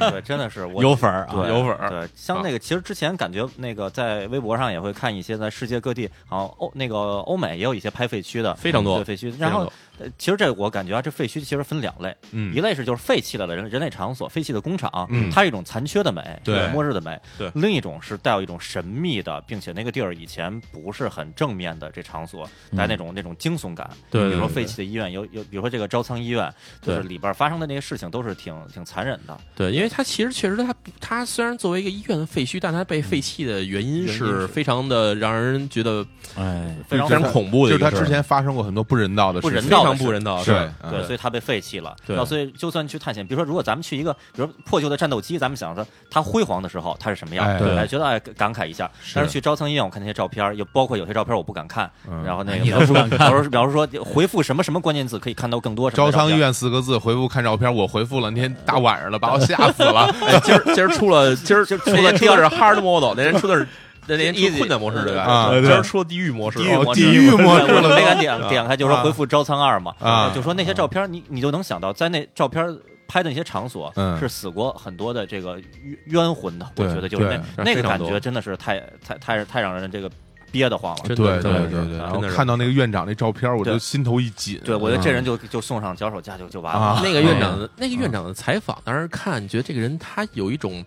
[SPEAKER 3] (laughs) 对，真的是我
[SPEAKER 1] 有粉儿啊，
[SPEAKER 3] 对
[SPEAKER 4] (laughs) 有粉儿啊
[SPEAKER 3] 对，像那个其实之前感觉那个在微博上也会看一些在世界各地，好像欧那个欧美也有一些拍废墟的，
[SPEAKER 4] 非常多
[SPEAKER 3] 对废墟。然后呃其实这我感觉啊，这废墟其实分两类，
[SPEAKER 2] 嗯
[SPEAKER 3] 一类是就是废弃了的人人类场所、废弃的工厂，
[SPEAKER 2] 嗯
[SPEAKER 3] 它是一种残缺的美，
[SPEAKER 2] 对
[SPEAKER 3] 是末日的美；
[SPEAKER 4] 对
[SPEAKER 3] 另一种是带有一种神秘的，并且那个地儿以前不是很正面的这场所，带那种那种惊悚感。
[SPEAKER 4] 嗯对对
[SPEAKER 3] 比如说
[SPEAKER 4] 对
[SPEAKER 3] 废弃的医院，有有，比如说这个招仓医院，就是里边发生的那些事情都是挺挺残忍的。
[SPEAKER 4] 对，因为它其实确实它它虽然作为一个医院的废墟，但它被废弃的原因是非常的让人觉得
[SPEAKER 1] 哎，
[SPEAKER 3] 非常
[SPEAKER 4] 非常恐怖
[SPEAKER 2] 就是
[SPEAKER 4] 的一
[SPEAKER 2] 他
[SPEAKER 4] 个事儿，
[SPEAKER 2] 之前发生过很多不人道的事情，
[SPEAKER 3] 不人
[SPEAKER 4] 非
[SPEAKER 3] 道的
[SPEAKER 4] 常
[SPEAKER 3] 事
[SPEAKER 4] 不人道的事
[SPEAKER 2] 对
[SPEAKER 4] 儿，
[SPEAKER 2] 嗯
[SPEAKER 3] 对，所以它被废弃了。
[SPEAKER 4] 对
[SPEAKER 3] 那所以就算去探险，比如说，如果咱们去一个，比如破旧的战斗机，咱们想着它辉煌的时候它是什么样，
[SPEAKER 2] 哎对
[SPEAKER 3] 觉得哎感慨一下。但是去招仓医院，我看那些照片儿，也包括有些照片儿我不敢看，
[SPEAKER 2] 嗯
[SPEAKER 3] 然后那个
[SPEAKER 1] 你都不敢看
[SPEAKER 3] 比如说，比方说回复什么什么关键字可以看到更多什么
[SPEAKER 2] 招
[SPEAKER 3] 的照
[SPEAKER 2] 商
[SPEAKER 3] 片
[SPEAKER 2] 医。院四个字，回复看照片，我回复了，那天大晚上了，把我吓死
[SPEAKER 4] (laughs)
[SPEAKER 2] 了。
[SPEAKER 4] 哎，今儿今儿出了，今儿
[SPEAKER 3] 就
[SPEAKER 4] 那天出的是 hard model，那天出的是那天出困难模式对吧？
[SPEAKER 2] 啊
[SPEAKER 4] 今儿出地狱模式，
[SPEAKER 3] 地狱模式，
[SPEAKER 2] 哦地狱模式
[SPEAKER 3] 对我就
[SPEAKER 2] 了啊
[SPEAKER 3] 没敢
[SPEAKER 2] 都
[SPEAKER 3] 点点开，就说回复招仓二嘛，
[SPEAKER 2] 啊
[SPEAKER 3] 就说那些照片儿，你你就能想到，在那照片儿拍的那些场所，
[SPEAKER 2] 嗯
[SPEAKER 3] 是死过很多的这个冤冤魂的，我
[SPEAKER 2] 对
[SPEAKER 3] 觉得就是
[SPEAKER 2] 对
[SPEAKER 3] 那那
[SPEAKER 4] 非
[SPEAKER 3] 个
[SPEAKER 4] 常
[SPEAKER 3] 感
[SPEAKER 4] 多
[SPEAKER 3] 觉真的是太太太太让人这个憋得慌了。
[SPEAKER 4] 真
[SPEAKER 2] 对对
[SPEAKER 4] 的真的
[SPEAKER 2] 对
[SPEAKER 4] 是
[SPEAKER 2] 对，
[SPEAKER 4] 真
[SPEAKER 2] 然后
[SPEAKER 4] 的是
[SPEAKER 2] 看到那个院长那照片，我就
[SPEAKER 3] 对
[SPEAKER 2] 心头一紧。
[SPEAKER 3] 对，我觉得这
[SPEAKER 2] 嗯
[SPEAKER 3] 人就就送上脚手架就就完
[SPEAKER 2] 啊
[SPEAKER 3] 了。
[SPEAKER 4] 那个院长的那个院长的采访，当时看觉得这个人他有一种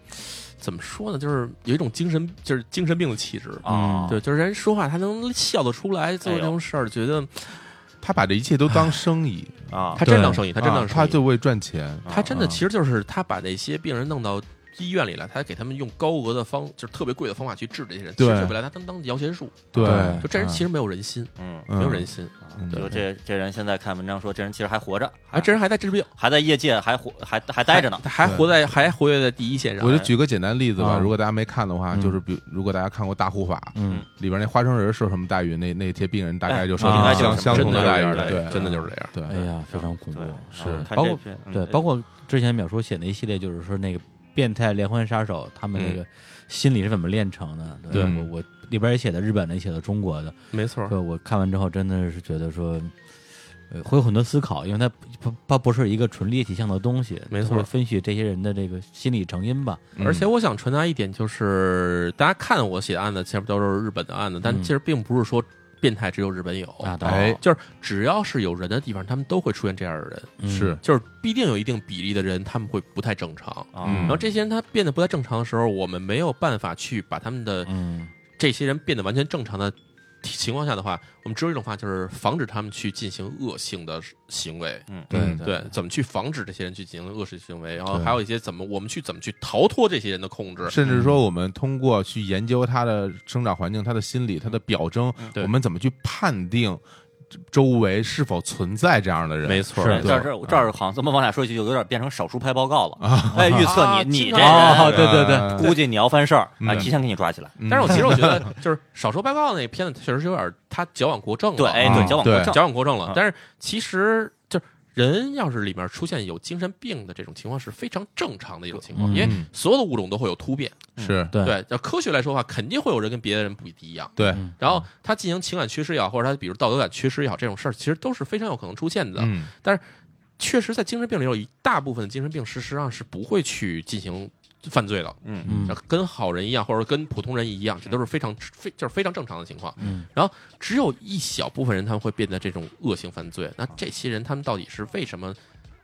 [SPEAKER 4] 怎么说呢，就是有一种精神就是精神病的气质
[SPEAKER 3] 啊，
[SPEAKER 4] 对，就是人说话他能笑得出来，
[SPEAKER 2] 哎
[SPEAKER 4] 做这种事儿，觉得
[SPEAKER 2] 他把这一切都当生意，
[SPEAKER 3] 啊，
[SPEAKER 4] 嗯他真
[SPEAKER 1] 对
[SPEAKER 4] 当生意，嗯他真
[SPEAKER 2] 啊
[SPEAKER 4] 当
[SPEAKER 2] 他
[SPEAKER 4] 生意，
[SPEAKER 2] 就为赚钱。
[SPEAKER 4] 他真的
[SPEAKER 2] 啊
[SPEAKER 4] 其实就是他把那些病人弄到。医院里来，他给他们用高额的方，就是特别贵的方法去治这些人。
[SPEAKER 2] 对
[SPEAKER 4] 其实本来他当当摇钱树，
[SPEAKER 2] 对啊
[SPEAKER 1] 对，
[SPEAKER 4] 就这人其实没有人心，
[SPEAKER 3] 嗯，
[SPEAKER 2] 嗯
[SPEAKER 4] 没有人心。
[SPEAKER 2] 嗯
[SPEAKER 3] 就这这人现在看文章说，这人其实还活着，
[SPEAKER 4] 哎，这人还在治病，
[SPEAKER 3] 还在业界还活还还待着呢。
[SPEAKER 4] 还还活在还活跃在第一线上。
[SPEAKER 2] 我就举个简单例子吧，
[SPEAKER 1] 啊
[SPEAKER 2] 如果大家没看的话，
[SPEAKER 1] 嗯
[SPEAKER 2] 就是比如果大家看过《大护法》
[SPEAKER 1] 嗯
[SPEAKER 2] 里边那花生仁受什么待遇，那那些病人大概就受
[SPEAKER 1] 哎应该就是
[SPEAKER 2] 啊相
[SPEAKER 3] 什么
[SPEAKER 2] 相同
[SPEAKER 4] 真的
[SPEAKER 2] 待
[SPEAKER 4] 就是
[SPEAKER 2] 遇
[SPEAKER 4] 这样
[SPEAKER 2] 对，嗯啊
[SPEAKER 4] 真的就是这样。
[SPEAKER 2] 对，
[SPEAKER 1] 哎呀，非常恐怖
[SPEAKER 3] 对，，
[SPEAKER 2] 是
[SPEAKER 3] 啊看
[SPEAKER 1] 包
[SPEAKER 3] 这
[SPEAKER 1] 括
[SPEAKER 3] 篇嗯
[SPEAKER 1] 对，包括之前淼叔写那一系列，就是说那个。变态连环杀手他们那个心理是怎么练成的。
[SPEAKER 2] 对
[SPEAKER 1] 我我里边也写的日本的，也写的中国的，
[SPEAKER 4] 没错
[SPEAKER 1] 对，我看完之后真的是觉得说，呃，会有很多思考，因为它它它不是一个纯猎奇向的东西，
[SPEAKER 4] 没错
[SPEAKER 1] 它会分析这些人的这个心理成因吧。
[SPEAKER 2] 嗯
[SPEAKER 4] 而且我想传达一点，就是大家看我写的案子，其实都是日本的案子，但
[SPEAKER 1] 嗯
[SPEAKER 4] 其实并不是说变态只有日本有，
[SPEAKER 1] 啊，当然
[SPEAKER 2] 哎，
[SPEAKER 4] 就是只要是有人的地方，他们都会出现这样的人，
[SPEAKER 1] 嗯
[SPEAKER 2] 是
[SPEAKER 4] 就是必定有一定比例的人，他们会不太正常。
[SPEAKER 3] 啊
[SPEAKER 2] 嗯
[SPEAKER 4] 然后这些人他变得不太正常的时候，我们没有办法去把他们的
[SPEAKER 1] 嗯
[SPEAKER 4] 这些人变得完全正常的情况下的话，我们只有一种方法，就是防止他们去进行恶性的行为。
[SPEAKER 3] 嗯，
[SPEAKER 1] 对
[SPEAKER 2] 嗯
[SPEAKER 4] 对，怎么去防止这些人去进行恶性行为，然后
[SPEAKER 1] 对
[SPEAKER 4] 还有一些怎么我们去怎么去逃脱这些人的控制。
[SPEAKER 2] 甚至说我们通过去研究他的生长环境、他的心理、他的表征，
[SPEAKER 4] 对
[SPEAKER 2] 我们怎么去判定周围是否存在这样的人？
[SPEAKER 4] 没错，
[SPEAKER 1] 是
[SPEAKER 3] 这儿这儿这儿好像这么往下说下去，就有点变成少数派报告了。哎，预测
[SPEAKER 4] 啊
[SPEAKER 3] 你你
[SPEAKER 4] 经
[SPEAKER 3] 这
[SPEAKER 4] 常
[SPEAKER 1] 哦，
[SPEAKER 3] 人，
[SPEAKER 1] 对对对，
[SPEAKER 2] 呃
[SPEAKER 3] 估计你要犯事儿啊，
[SPEAKER 2] 嗯
[SPEAKER 3] 提前给你抓起来。
[SPEAKER 2] 嗯
[SPEAKER 4] 但是我其实我觉得，就是《少数派报》那片子确实有点他矫枉过正了，
[SPEAKER 3] 对，哎，
[SPEAKER 2] 啊
[SPEAKER 3] 对，矫枉过
[SPEAKER 2] 对
[SPEAKER 3] 正。
[SPEAKER 4] 矫枉过正了
[SPEAKER 3] 啊。
[SPEAKER 4] 但是其实就是人要是里面出现有精神病的这种情况是非常正常的一种情况，
[SPEAKER 1] 嗯
[SPEAKER 4] 因为所有的物种都会有突变。
[SPEAKER 2] 嗯是
[SPEAKER 1] 对
[SPEAKER 4] 对，要科学来说的话，肯定会有人跟别的人不一样。
[SPEAKER 2] 对，
[SPEAKER 1] 嗯
[SPEAKER 4] 然后他进行情感缺失也好，或者他比如道德感缺失也好，这种事儿其实都是非常有可能出现的。
[SPEAKER 2] 嗯
[SPEAKER 4] 确实，在精神病里有一大部分的精神病是实际上是不会去进行犯罪的，
[SPEAKER 3] 嗯，
[SPEAKER 1] 嗯
[SPEAKER 4] 跟好人一样，或者跟普通人一样，这都是非常非就是非常正常的情况。
[SPEAKER 1] 嗯，
[SPEAKER 4] 然后只有一小部分人他们会变得这种恶性犯罪，那这些人他们到底是为什么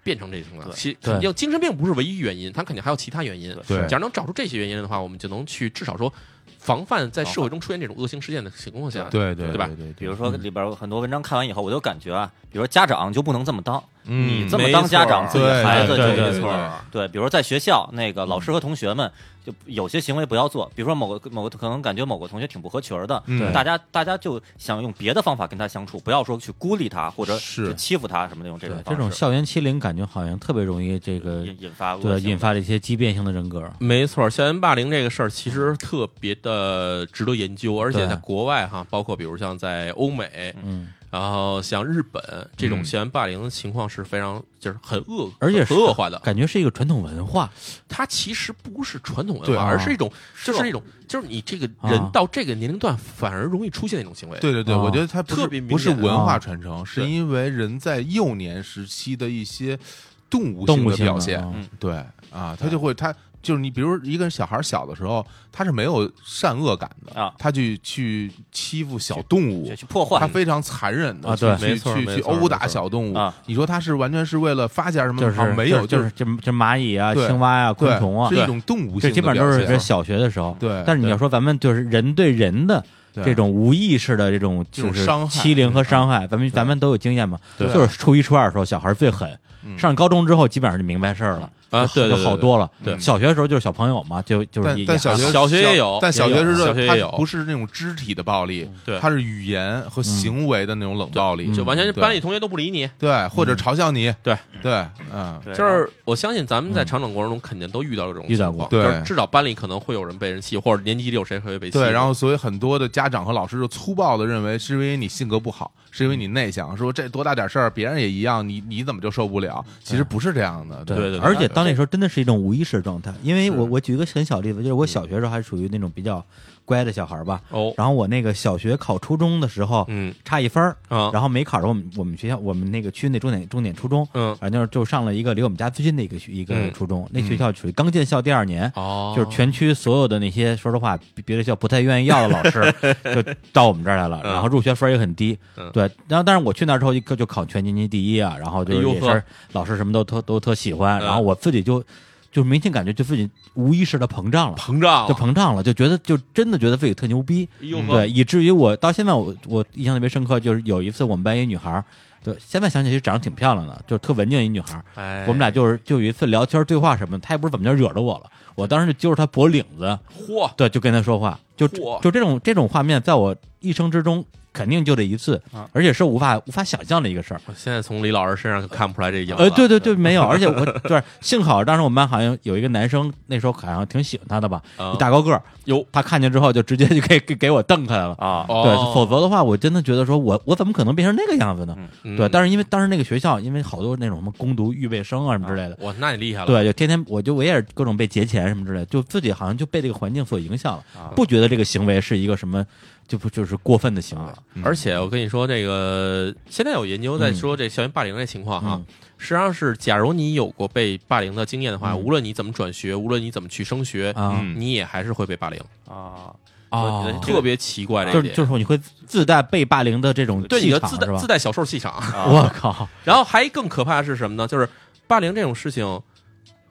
[SPEAKER 4] 变成这种呢？
[SPEAKER 3] 对
[SPEAKER 4] 其
[SPEAKER 1] 对
[SPEAKER 4] 肯定精神病不是唯一原因，他肯定还有其他原因。
[SPEAKER 2] 对
[SPEAKER 4] 假如能找出这些原因的话，我们就能去至少说防范在社会中出现这种恶性事件的情况下。
[SPEAKER 2] 对对
[SPEAKER 4] 对吧
[SPEAKER 2] 对，
[SPEAKER 3] 比如说里边有很多文章看完以后，我就感觉啊，比如说家长就不能这么当，
[SPEAKER 2] 你
[SPEAKER 3] 你这么
[SPEAKER 4] 没
[SPEAKER 3] 当
[SPEAKER 4] 错
[SPEAKER 3] 家长，自己的
[SPEAKER 2] 对
[SPEAKER 3] 孩子就
[SPEAKER 1] 对对
[SPEAKER 3] 没错儿。对，比如说在学校，那个老师和同学们就有些行为不要做，比如说某个某个可能感觉某个同学挺不合群儿的，
[SPEAKER 2] 嗯
[SPEAKER 3] 大家大家就想用别的方法跟他相处，不要说去孤立他或者
[SPEAKER 2] 是
[SPEAKER 3] 去欺负他什么那种这
[SPEAKER 1] 对
[SPEAKER 3] 种，
[SPEAKER 1] 这种
[SPEAKER 3] 方式
[SPEAKER 1] 校园欺凌感觉好像特别容易这个
[SPEAKER 3] 引引发恶
[SPEAKER 1] 对
[SPEAKER 3] 性
[SPEAKER 1] 引发了一些畸变性的人格。
[SPEAKER 4] 没错，校园霸凌这个事儿其实特别的值得研究，而且
[SPEAKER 1] 对
[SPEAKER 4] 在国外哈，包括比如像在欧美，
[SPEAKER 1] 嗯，
[SPEAKER 4] 然后像日本这种
[SPEAKER 2] 嗯
[SPEAKER 4] 校园霸凌的情况是非常就是很恶，
[SPEAKER 1] 而且是
[SPEAKER 4] 很恶化的。
[SPEAKER 1] 感觉是一个传统文化。
[SPEAKER 4] 它其实不是传统文
[SPEAKER 2] 对
[SPEAKER 4] 化，
[SPEAKER 2] 啊
[SPEAKER 4] 而是一种就
[SPEAKER 3] 社
[SPEAKER 4] 是
[SPEAKER 3] 会
[SPEAKER 4] 一种就是你这个
[SPEAKER 1] 啊
[SPEAKER 4] 人到这个年龄段反而容易出现那种行为。
[SPEAKER 2] 对对对，
[SPEAKER 1] 啊
[SPEAKER 2] 我觉得它不
[SPEAKER 4] 特
[SPEAKER 2] 是
[SPEAKER 4] 别
[SPEAKER 2] 不是
[SPEAKER 4] 明显
[SPEAKER 2] 文化
[SPEAKER 1] 啊
[SPEAKER 2] 传承，
[SPEAKER 4] 对
[SPEAKER 2] 是因为人在幼年时期的一些动物
[SPEAKER 1] 动物
[SPEAKER 2] 的哦
[SPEAKER 1] 性的
[SPEAKER 2] 表现
[SPEAKER 1] 啊，
[SPEAKER 3] 嗯
[SPEAKER 2] 对啊，他就会他就是你，比如一个小孩小的时候，他是没有善恶感的
[SPEAKER 3] 啊
[SPEAKER 2] 他去去欺负小动物
[SPEAKER 3] 就。去破坏。
[SPEAKER 2] 他非常残忍的
[SPEAKER 1] 啊
[SPEAKER 2] 去
[SPEAKER 1] 对
[SPEAKER 2] 去
[SPEAKER 4] 没错
[SPEAKER 2] 去
[SPEAKER 4] 没
[SPEAKER 2] 去
[SPEAKER 4] 错
[SPEAKER 2] 殴打
[SPEAKER 4] 没错
[SPEAKER 2] 小动物
[SPEAKER 3] 啊，
[SPEAKER 2] 你说他是完全是为了发泄还是什么？
[SPEAKER 1] 就
[SPEAKER 2] 好
[SPEAKER 1] 是
[SPEAKER 2] 像哦没有，
[SPEAKER 1] 就是是这这蚂蚁啊、
[SPEAKER 2] 对
[SPEAKER 1] 青蛙啊、
[SPEAKER 2] 对
[SPEAKER 1] 昆虫啊
[SPEAKER 2] 是，一种动物
[SPEAKER 1] 这
[SPEAKER 2] 性
[SPEAKER 1] 基
[SPEAKER 2] 的
[SPEAKER 1] 本上
[SPEAKER 2] 表
[SPEAKER 1] 都是
[SPEAKER 2] 现。啊
[SPEAKER 1] 这小学的时候。
[SPEAKER 2] 对
[SPEAKER 1] 但是你要说咱们就是人对人的
[SPEAKER 2] 对
[SPEAKER 1] 这种无意识的这种就
[SPEAKER 2] 这种
[SPEAKER 1] 是
[SPEAKER 2] 伤害
[SPEAKER 1] 欺凌和伤害，咱们咱们都有经验嘛。
[SPEAKER 2] 对
[SPEAKER 1] 就是初一初二的时候，小孩最狠，
[SPEAKER 2] 嗯
[SPEAKER 1] 上高中之后基本上就明白事儿了
[SPEAKER 4] 啊对对
[SPEAKER 1] 就
[SPEAKER 4] 对
[SPEAKER 1] 好
[SPEAKER 4] 对
[SPEAKER 1] 多了。
[SPEAKER 2] 对
[SPEAKER 1] 小学的时候就是小朋友嘛，就就是
[SPEAKER 2] 但
[SPEAKER 1] 也
[SPEAKER 2] 但
[SPEAKER 1] 也
[SPEAKER 2] 小学
[SPEAKER 4] 小学也有
[SPEAKER 2] 但小
[SPEAKER 4] 也
[SPEAKER 2] 学
[SPEAKER 4] 有
[SPEAKER 2] 是
[SPEAKER 4] 小学也
[SPEAKER 2] 它
[SPEAKER 4] 有
[SPEAKER 2] 不是那种肢体的暴力，
[SPEAKER 4] 对
[SPEAKER 2] 它是语言和行为的那种冷暴力，
[SPEAKER 4] 就完全是
[SPEAKER 2] 嗯对
[SPEAKER 4] 班里同学都不理你。
[SPEAKER 2] 对，或者嘲笑你，
[SPEAKER 4] 对
[SPEAKER 2] 对，嗯，
[SPEAKER 3] 对
[SPEAKER 4] 就是我相信咱们在成长过程中肯定都遇到这种
[SPEAKER 1] 遇到
[SPEAKER 4] 情
[SPEAKER 2] 过
[SPEAKER 4] 况
[SPEAKER 2] 对
[SPEAKER 4] 就是至少班里可能会有人被人欺负，或者年级里有谁会被欺负。
[SPEAKER 2] 对，然后所以很多的家长和老师就粗暴的认为是因为你性格不好，是因为你内向，说这多大点事儿，别人也一样，你你怎么就受不了？其实不是这样的，
[SPEAKER 4] 对对
[SPEAKER 1] 而且当那时候真的是一种无意识的状态，因为我我举一个很小例子，就是
[SPEAKER 4] 嗯
[SPEAKER 1] 我小学时候还属于那种比较乖的小孩吧，
[SPEAKER 4] 哦，
[SPEAKER 1] 然后我那个小学考初中的时候，
[SPEAKER 4] 嗯
[SPEAKER 1] 差一分儿，
[SPEAKER 4] 啊
[SPEAKER 1] 然后没考上我们我们学校我们那个区那重点重点初中，
[SPEAKER 4] 嗯
[SPEAKER 1] 反正就上了一个离我们家最近的一个学一个
[SPEAKER 4] 嗯
[SPEAKER 1] 初中，那学校属于刚建校第二年，
[SPEAKER 4] 哦，
[SPEAKER 1] 就是全区所有的那些说实话别别的学校不太愿意要的老师，
[SPEAKER 4] (laughs)
[SPEAKER 1] 就到我们这儿来了，
[SPEAKER 4] 嗯
[SPEAKER 1] 然后入学分儿也很低
[SPEAKER 4] 嗯，
[SPEAKER 1] 对，然后但是我去那儿之后就就考全年级第一啊，然后就
[SPEAKER 4] 哎呦
[SPEAKER 1] 是也
[SPEAKER 4] 呵
[SPEAKER 1] 是老师什么都特都特喜欢，
[SPEAKER 4] 嗯
[SPEAKER 1] 然后我自己就就明显感觉就自己无意识的膨胀了。
[SPEAKER 4] 膨胀
[SPEAKER 1] 就，膨胀了，就觉得就真的觉得自己特牛逼，
[SPEAKER 4] 哎呦呵
[SPEAKER 1] 对，，以至于我到现在我我印象特别深刻，就是有一次我们班一女孩儿，对，现在想起来其实长得挺漂亮的，就是特文静一女孩儿。
[SPEAKER 4] 哎，
[SPEAKER 1] 我们俩就是就有一次聊天对话什么的，她也不知道怎么就惹着我了，我当时就揪着她脖领子，
[SPEAKER 4] 嚯，
[SPEAKER 1] 对，就跟她说话，就
[SPEAKER 4] 嚯
[SPEAKER 1] 就这种这种画面，在我一生之中肯定就这一次，
[SPEAKER 4] 啊
[SPEAKER 1] 而且是无法无法想象的一个事儿。
[SPEAKER 4] 我现在从李老师身上可看不出来这影子。
[SPEAKER 1] 呃，对对对，没有，而且
[SPEAKER 4] (laughs)
[SPEAKER 1] 我对幸好当时我们班好像有一个男生，那时候好像挺喜欢他的吧，
[SPEAKER 4] 啊
[SPEAKER 1] 一大高个儿，
[SPEAKER 4] 哟
[SPEAKER 1] 他看见之后就直接就 (laughs) 给给给我瞪开来了。
[SPEAKER 3] 啊，
[SPEAKER 4] 哦
[SPEAKER 1] 对，否则的话，我真的觉得说我我怎么可能变成那个样子呢？
[SPEAKER 4] 嗯
[SPEAKER 1] 对，但是因为当时那个学校，因为好多那种什么攻读预备生啊什么之类的，
[SPEAKER 4] 我那你厉害了，
[SPEAKER 1] 对，就天天我就我也是各种被节前什么之类的，就自己好像就被这个环境所影响了，
[SPEAKER 3] 啊
[SPEAKER 4] 嗯
[SPEAKER 1] 不觉得这个行为是一个什么，就不就是过分的行为。
[SPEAKER 4] 而且我跟你说，这个现在有研究在说这校园霸凌这情况哈，
[SPEAKER 1] 嗯
[SPEAKER 4] 实际上是，假如你有过被霸凌的经验的话，
[SPEAKER 1] 嗯
[SPEAKER 4] 无论你怎么转学，无论你怎么去升学，
[SPEAKER 1] 啊
[SPEAKER 2] 嗯
[SPEAKER 4] 你也还是会被霸凌，
[SPEAKER 3] 啊，
[SPEAKER 1] 啊
[SPEAKER 3] 我觉得这个
[SPEAKER 4] 特别奇怪这
[SPEAKER 1] 就是
[SPEAKER 4] 一点。
[SPEAKER 1] 就是说你会自带被霸凌的这种
[SPEAKER 4] 嗯对你
[SPEAKER 1] 气
[SPEAKER 4] 的
[SPEAKER 1] 场
[SPEAKER 4] 自
[SPEAKER 1] 是
[SPEAKER 4] 带
[SPEAKER 1] 吧
[SPEAKER 4] 自？带小受气场，
[SPEAKER 3] 啊
[SPEAKER 1] 我靠！
[SPEAKER 4] 然后还更可怕的是什么呢？就是霸凌这种事情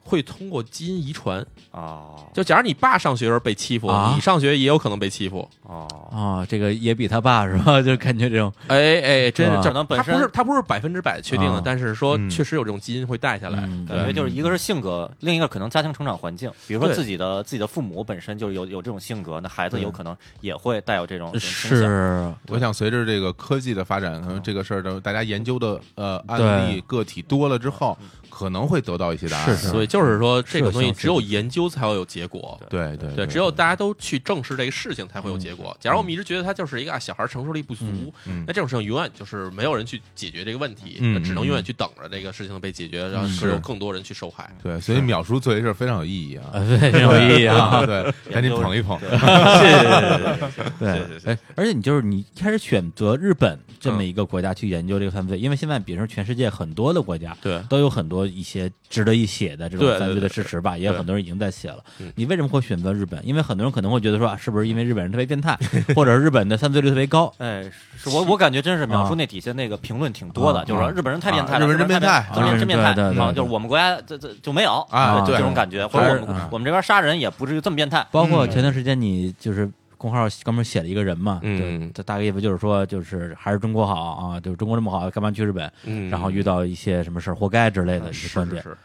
[SPEAKER 4] 会通过基因遗传。
[SPEAKER 3] 啊
[SPEAKER 4] 就假如你爸上学的时候被欺负，
[SPEAKER 1] 啊
[SPEAKER 4] 你上学也有可能被欺负。
[SPEAKER 3] 哦，
[SPEAKER 1] 啊，这个也比他爸是吧？就感觉这种
[SPEAKER 4] 哎哎，真
[SPEAKER 1] 是吧
[SPEAKER 4] 是这
[SPEAKER 3] 可能本
[SPEAKER 4] 他
[SPEAKER 3] 身
[SPEAKER 4] 不是他不是百分之百确定的，
[SPEAKER 1] 啊
[SPEAKER 4] 但是说
[SPEAKER 2] 嗯
[SPEAKER 4] 确实有这种基因会带下来。
[SPEAKER 1] 嗯
[SPEAKER 4] 对
[SPEAKER 3] 感觉就是一个是性格，另一个可能家庭成长环境，比如说
[SPEAKER 4] 对
[SPEAKER 3] 自己的自己的父母本身就是有有这种性格，那孩子有可能也会带有这种
[SPEAKER 4] 哦
[SPEAKER 3] 倾向
[SPEAKER 1] 是
[SPEAKER 2] 我想随着这个科技的发展，可能这个事儿的大家研究的呃案
[SPEAKER 1] 对
[SPEAKER 2] 例个体多了之后，可能会得到一些答案。
[SPEAKER 1] 是
[SPEAKER 4] 所以就是说，这
[SPEAKER 1] 是
[SPEAKER 4] 个
[SPEAKER 1] 有
[SPEAKER 4] 东西
[SPEAKER 1] 相似
[SPEAKER 4] 只有研究才会有结果。
[SPEAKER 2] 对对
[SPEAKER 4] 对，只有大家都去正视这个事情，才
[SPEAKER 1] 嗯
[SPEAKER 4] 会有结果。假如我们一直觉得他就是一个啊小孩承受力不足，
[SPEAKER 2] 嗯
[SPEAKER 4] 那这种事情永远就是没有人去解决这个问题，
[SPEAKER 2] 嗯
[SPEAKER 4] 那只能永远去等着这个事情被解
[SPEAKER 1] 嗯
[SPEAKER 4] 决，然后
[SPEAKER 2] 是
[SPEAKER 4] 有更多人去受害。
[SPEAKER 2] 对，所以秒叔做这事儿非常有意义啊。
[SPEAKER 1] 呃非常有意义啊！
[SPEAKER 4] (laughs)
[SPEAKER 2] 啊，对，赶紧捧一捧。
[SPEAKER 1] 对，哎，而且你就是你一开始选择日本这
[SPEAKER 4] 嗯
[SPEAKER 1] 么一个国家去研究这个犯罪，因为现在比如说全世界很多的国家，
[SPEAKER 4] 对
[SPEAKER 1] 都有很多一些值得一写的这
[SPEAKER 4] 对
[SPEAKER 1] 种
[SPEAKER 4] 对
[SPEAKER 1] 犯罪
[SPEAKER 4] 对
[SPEAKER 1] 的事实吧，也有
[SPEAKER 4] 对
[SPEAKER 1] 很多人已经在写了
[SPEAKER 4] 嗯。
[SPEAKER 1] 你为什么会选择日本？因为很多人可能会觉得说，啊是不是因为日本人特别变
[SPEAKER 4] (laughs)
[SPEAKER 1] 态，或者是日本的犯罪率特别高？
[SPEAKER 3] 哎，是我我感觉真是描述那底下那个评论挺多的，
[SPEAKER 1] 啊
[SPEAKER 3] 就是说日本人太变态
[SPEAKER 2] 啊
[SPEAKER 3] 了，
[SPEAKER 2] 日本人真
[SPEAKER 3] 太
[SPEAKER 2] 变态
[SPEAKER 3] 日本人真变态，
[SPEAKER 1] 对对对
[SPEAKER 3] 啊
[SPEAKER 1] 对
[SPEAKER 3] 就是我们国家这这就没有
[SPEAKER 2] 啊
[SPEAKER 3] 对
[SPEAKER 2] 对
[SPEAKER 3] 这种感觉，或者我
[SPEAKER 1] 还是
[SPEAKER 3] 们我们这边杀人也不至于这么变态，
[SPEAKER 1] 包括前段时间你就是公号刚不是写了一个人嘛，
[SPEAKER 4] 嗯
[SPEAKER 1] 对，他大概意思就是说，就是还是中国好啊，就是中国这么好，干嘛去日本？
[SPEAKER 4] 嗯
[SPEAKER 1] 然后遇到一些什么事儿，活该之类的一些
[SPEAKER 4] 是
[SPEAKER 1] 观
[SPEAKER 4] 嗯是
[SPEAKER 1] 点。
[SPEAKER 4] 是，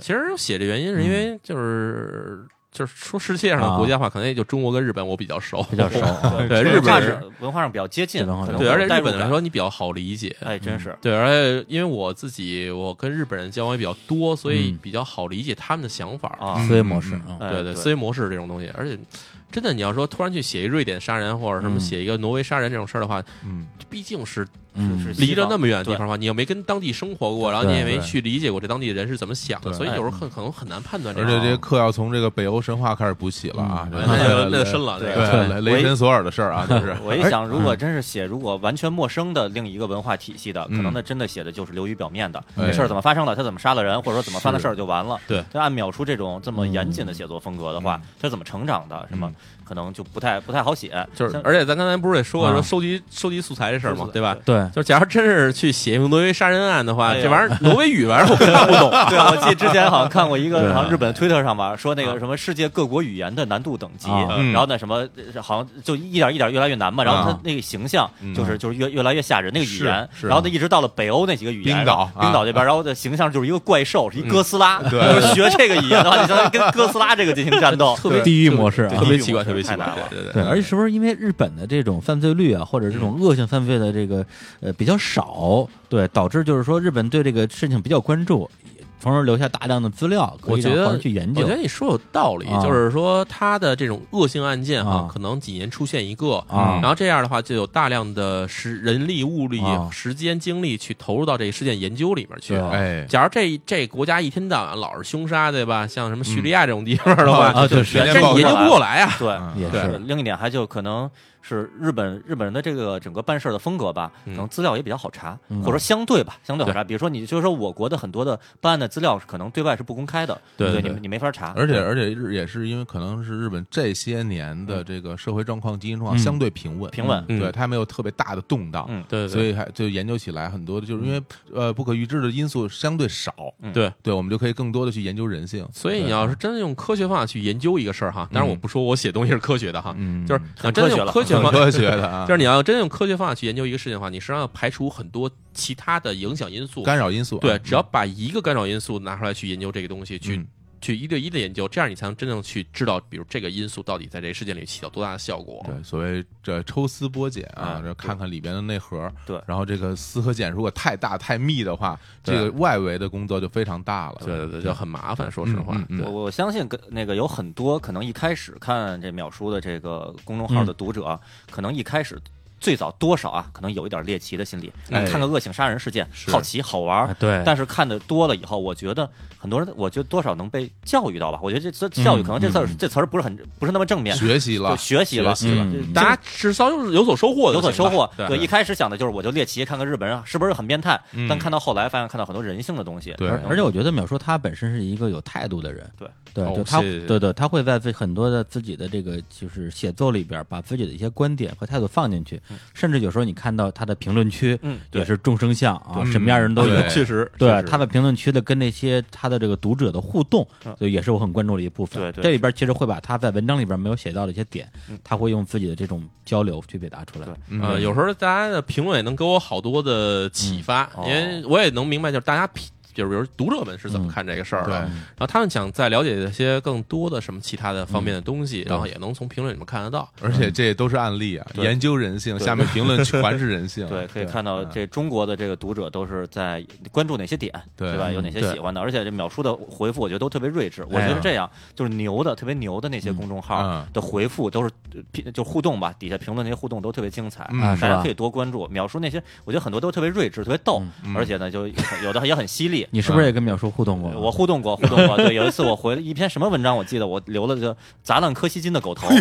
[SPEAKER 4] 其实写这原因是因为就是就是说世界上的
[SPEAKER 1] 啊
[SPEAKER 4] 国家的话，可能也就中国跟日本我比较熟，
[SPEAKER 1] 比较熟啊，
[SPEAKER 4] 对
[SPEAKER 3] 文
[SPEAKER 4] 日
[SPEAKER 3] 化
[SPEAKER 4] 本
[SPEAKER 3] 是
[SPEAKER 4] 人
[SPEAKER 3] 文化上比较接近，
[SPEAKER 1] 对文化
[SPEAKER 3] 可能
[SPEAKER 4] (laughs) 对，而
[SPEAKER 3] 会
[SPEAKER 4] 且
[SPEAKER 3] 有代
[SPEAKER 4] 日
[SPEAKER 3] 入
[SPEAKER 4] 本来
[SPEAKER 3] 感，
[SPEAKER 4] 说你比较好理解。
[SPEAKER 3] 哎，真是
[SPEAKER 4] 对，嗯而且因为我自己，我跟日本人交往也比较多，所以
[SPEAKER 1] 嗯
[SPEAKER 4] 比较好理解他们的想法。
[SPEAKER 3] 啊，
[SPEAKER 1] 思维模式啊，
[SPEAKER 3] 哎
[SPEAKER 4] 对
[SPEAKER 3] 对
[SPEAKER 4] 思维模式这种东西，而且真的，你要说突然去写一瑞典杀人或者什么
[SPEAKER 1] 嗯
[SPEAKER 4] 写一个挪威杀人这种事儿的话，
[SPEAKER 2] 嗯，
[SPEAKER 4] 毕竟是
[SPEAKER 1] 嗯，
[SPEAKER 3] 是
[SPEAKER 4] 离着那么远的地方的话，你又没跟当地生活过，然后你
[SPEAKER 1] 对
[SPEAKER 4] 也没
[SPEAKER 2] 对
[SPEAKER 4] 去理解过这当地人是怎么想的，
[SPEAKER 2] 对
[SPEAKER 4] 所以有时候很可能很难判断这
[SPEAKER 2] 而
[SPEAKER 4] 个。
[SPEAKER 2] 且这些课要从这个北欧神话开始补起了啊，
[SPEAKER 1] 嗯
[SPEAKER 2] 这
[SPEAKER 4] 哎哦那就那就深
[SPEAKER 2] 了。
[SPEAKER 4] 了，
[SPEAKER 3] 对
[SPEAKER 4] 这个
[SPEAKER 2] 对，雷雷神索尔的事儿啊，就是
[SPEAKER 3] (laughs) 我一想，
[SPEAKER 4] 嗯
[SPEAKER 3] 如果真是写如果完全陌生的另一个文化体系的，可
[SPEAKER 4] 嗯
[SPEAKER 3] 能那真的写的就是流于表面的，
[SPEAKER 2] 哎
[SPEAKER 3] 这事儿怎么发生的，他怎么杀了人，或者说怎么犯了事儿就完了。
[SPEAKER 4] 对，嗯
[SPEAKER 3] 就按秒出这种这么严谨的写作风格的话，他怎么成长的，什么可能就不太不太好写。
[SPEAKER 4] 就是，
[SPEAKER 3] 像
[SPEAKER 4] 而且咱刚才不是也说过
[SPEAKER 1] 啊
[SPEAKER 4] 说收集收集素材这事儿嘛，对吧？
[SPEAKER 1] 对，
[SPEAKER 4] 就是假如真是去写一个挪威杀人案的话，
[SPEAKER 3] 哎呀
[SPEAKER 4] 这玩意儿挪威语玩意儿我看不懂
[SPEAKER 3] (laughs) 对，我记得之前好像看过一
[SPEAKER 1] 对
[SPEAKER 3] 个，好像日本推特上吧，说那个
[SPEAKER 2] 啊
[SPEAKER 3] 什么世界各国语言的难度等级，
[SPEAKER 1] 啊
[SPEAKER 2] 嗯
[SPEAKER 3] 然后呢什么呃好像就一点一点越来越难嘛，然后
[SPEAKER 1] 啊
[SPEAKER 3] 它那个形象
[SPEAKER 2] 嗯
[SPEAKER 3] 就是就是越越来越吓人那个语
[SPEAKER 2] 是
[SPEAKER 3] 言，
[SPEAKER 2] 是
[SPEAKER 3] 然后呢一直到了北欧那几个语言，
[SPEAKER 2] 冰岛
[SPEAKER 3] 然后
[SPEAKER 2] 啊嗯
[SPEAKER 3] 冰岛这边，然后的形象就是一个怪兽，是一哥斯拉，
[SPEAKER 2] 对
[SPEAKER 3] 就是学这个语言的话，就相当于跟哥斯拉这个进行战
[SPEAKER 2] (laughs)
[SPEAKER 3] 斗，
[SPEAKER 4] (laughs) 特别
[SPEAKER 1] 地狱模式啊
[SPEAKER 4] 特别奇怪，
[SPEAKER 3] 地狱模
[SPEAKER 4] 特别
[SPEAKER 3] 式
[SPEAKER 4] 奇怪
[SPEAKER 3] 太难了，
[SPEAKER 4] 对对
[SPEAKER 1] 对，
[SPEAKER 4] 对。
[SPEAKER 1] 而且是不是因为日本的这种犯罪率啊，或者这种恶性犯罪的这个呃比较少，对，导致就是说日本对这个事情比较关注，从而留下大量的资料，可
[SPEAKER 4] 我
[SPEAKER 1] 以
[SPEAKER 4] 觉
[SPEAKER 1] 让
[SPEAKER 4] 得
[SPEAKER 1] 后人去研究
[SPEAKER 4] 我觉得你说有道理，
[SPEAKER 1] 啊
[SPEAKER 4] 就是说他的这种恶性案件
[SPEAKER 1] 啊，
[SPEAKER 4] 哈可能几年出现一个，
[SPEAKER 1] 啊
[SPEAKER 4] 然后这样的话就有大量的时人力、物力、
[SPEAKER 1] 啊
[SPEAKER 4] 时间、精力去投入到这个事件研究里面去
[SPEAKER 1] 对。啊
[SPEAKER 2] 哎，
[SPEAKER 4] 假如这这国家一天到晚老是凶杀，对吧？像什么
[SPEAKER 2] 嗯
[SPEAKER 4] 叙利亚这种地方的话，
[SPEAKER 1] 啊，对，是
[SPEAKER 2] 人
[SPEAKER 4] 这
[SPEAKER 2] 家
[SPEAKER 4] 你研究不过来啊。
[SPEAKER 3] 对。
[SPEAKER 2] 嗯
[SPEAKER 1] 也
[SPEAKER 4] 对
[SPEAKER 1] 是，
[SPEAKER 3] 另一点还就可能是日本日本人的这个整个办事儿的风格吧，可能资料也比较好查，或者说相对吧，相对好查。比如说你就是说我国的很多的办案的资料是可能对外是不公开的，
[SPEAKER 4] 对对
[SPEAKER 3] 对
[SPEAKER 4] 对
[SPEAKER 3] 你你没法查。
[SPEAKER 2] 而且
[SPEAKER 3] 对
[SPEAKER 2] 而且日也是因为可能是日本这些年的这个社会状况、经济状况相对平稳，
[SPEAKER 3] 平稳
[SPEAKER 4] 嗯
[SPEAKER 2] 对它没有特别大的动荡，
[SPEAKER 3] 嗯
[SPEAKER 4] 对
[SPEAKER 2] 所
[SPEAKER 4] 对嗯
[SPEAKER 2] 以还就研究起来很多的，就是因为呃不可预知的因素相对少，
[SPEAKER 4] 对，
[SPEAKER 2] 对我们就可以更多的去研究人性。
[SPEAKER 4] 所以你要是真的用科学方法去研究一个事儿哈，当然我不说我写东西是科学的哈，
[SPEAKER 2] 嗯
[SPEAKER 4] 就是你要真的用科学
[SPEAKER 2] 很
[SPEAKER 4] 方法，
[SPEAKER 2] 科学的啊，
[SPEAKER 4] (laughs) 就是你要真用科学方法去研究一个事情的话，你实际上要排除很多其他的影响因素。
[SPEAKER 2] 干扰因素啊，
[SPEAKER 4] 对，只要把一个干扰因素拿出来去研究这个东西，去
[SPEAKER 2] 嗯
[SPEAKER 4] 去一对一的研究，这样你才能真正去知道，比如这个因素到底在这个事件里起到多大的效果。
[SPEAKER 2] 嗯对，所谓这抽丝剥茧啊
[SPEAKER 4] 嗯
[SPEAKER 3] 哎，
[SPEAKER 2] 这看看里边的内核。
[SPEAKER 3] 对
[SPEAKER 2] 然后这个丝和茧如果太大太密的话，这个外围的工作就非常大了。
[SPEAKER 4] 对对对，就很麻烦。说实话，
[SPEAKER 2] 嗯嗯嗯
[SPEAKER 4] 对
[SPEAKER 3] 我我相信跟那个有很多可能一开始看这秒叔的这个公众号的读者啊、可能一开始最早多少啊，可能有一点猎奇的心理，嗯
[SPEAKER 2] 哎
[SPEAKER 3] 看个恶性杀人事件，
[SPEAKER 4] 是
[SPEAKER 3] 好奇好玩儿。
[SPEAKER 1] 啊对，
[SPEAKER 3] 但是看的多了以后，我觉得很多人，我觉得多少能被教育到吧。我觉得这这教育可能这词儿、这词儿不是很不是那么正面，
[SPEAKER 2] 学习
[SPEAKER 3] 就
[SPEAKER 2] 了，
[SPEAKER 3] 学习了，
[SPEAKER 2] 学习了
[SPEAKER 3] 嗯
[SPEAKER 1] 嗯
[SPEAKER 4] 大家至少有有所收获
[SPEAKER 3] 有
[SPEAKER 4] 就行
[SPEAKER 3] 所
[SPEAKER 4] 了，
[SPEAKER 3] 收获。
[SPEAKER 4] 对，
[SPEAKER 3] 一开始想的就是我就猎奇，看看日本人是不是很变态。
[SPEAKER 2] 嗯
[SPEAKER 3] 但看到后来发现，看到很多人性的东西。
[SPEAKER 2] 对
[SPEAKER 1] 而而且我觉得淼叔他本身是一个有态度的人，
[SPEAKER 3] 对
[SPEAKER 1] 对，
[SPEAKER 4] 哦
[SPEAKER 1] 就他
[SPEAKER 4] 谢谢
[SPEAKER 1] 对对，他会在自很多的自己的这个就是写作里边，把自己的一些观点和态度放进
[SPEAKER 4] 嗯
[SPEAKER 1] 去，甚至有时候你看到他的评论区，
[SPEAKER 3] 嗯
[SPEAKER 1] 也是众生相啊，
[SPEAKER 4] 嗯
[SPEAKER 2] 对
[SPEAKER 1] 什么样人都有
[SPEAKER 2] 嗯
[SPEAKER 1] (laughs)
[SPEAKER 2] 对。
[SPEAKER 4] 确实，确
[SPEAKER 1] 对
[SPEAKER 4] 实，
[SPEAKER 1] 他在评论区的跟那些他的这个读者的互动，就也是我很关注的一部分。
[SPEAKER 3] 嗯对对
[SPEAKER 1] 这里边其实会把他在文章里边没有写到的一些点，他会用自己的这种交流去表达出来。
[SPEAKER 3] 嗯对
[SPEAKER 2] 嗯
[SPEAKER 4] 呃，有时候大家的评论也能给我好多的启发，
[SPEAKER 3] 嗯哦
[SPEAKER 4] 因为我也能明白，就是大家批，就是比如读者们是怎么看这个事儿
[SPEAKER 2] 对
[SPEAKER 4] 的，然后他们想再了解一些更多的什么其他的方面的东西，然后也能从评论里面看得到。
[SPEAKER 2] 而且这都是案例啊，
[SPEAKER 3] 嗯对
[SPEAKER 2] 研究人性，下面评论全是人性。嗯
[SPEAKER 3] 对，可以看到这中国的这个读者都是在关注哪些点，
[SPEAKER 2] 对
[SPEAKER 3] 对吧？有哪些
[SPEAKER 1] 对
[SPEAKER 3] 喜欢的，而且这淼叔的回复我觉得都特别睿智。我觉
[SPEAKER 2] 哎
[SPEAKER 3] 得
[SPEAKER 2] 呀
[SPEAKER 3] 这样就是牛的，特别牛的那些公众号
[SPEAKER 2] 嗯
[SPEAKER 3] 的回复都是呃评就互动吧，底下评论那些互动都特别精彩，
[SPEAKER 2] 嗯
[SPEAKER 1] 啊，是
[SPEAKER 3] 大家
[SPEAKER 1] 吧。
[SPEAKER 3] 可以？多关注淼叔那些，我觉得很多都特别睿智，特别逗，
[SPEAKER 2] 嗯
[SPEAKER 3] 而且呢就 (laughs) 有的也很犀利
[SPEAKER 1] 你是不是也跟淼叔互
[SPEAKER 2] 啊
[SPEAKER 1] 动过？
[SPEAKER 3] 我互动过，互
[SPEAKER 2] (laughs)
[SPEAKER 3] 动过。对，有一次我回了一篇什么文章，我记得我留了个砸烂柯西金的
[SPEAKER 2] (laughs)
[SPEAKER 3] 狗头。
[SPEAKER 2] 哎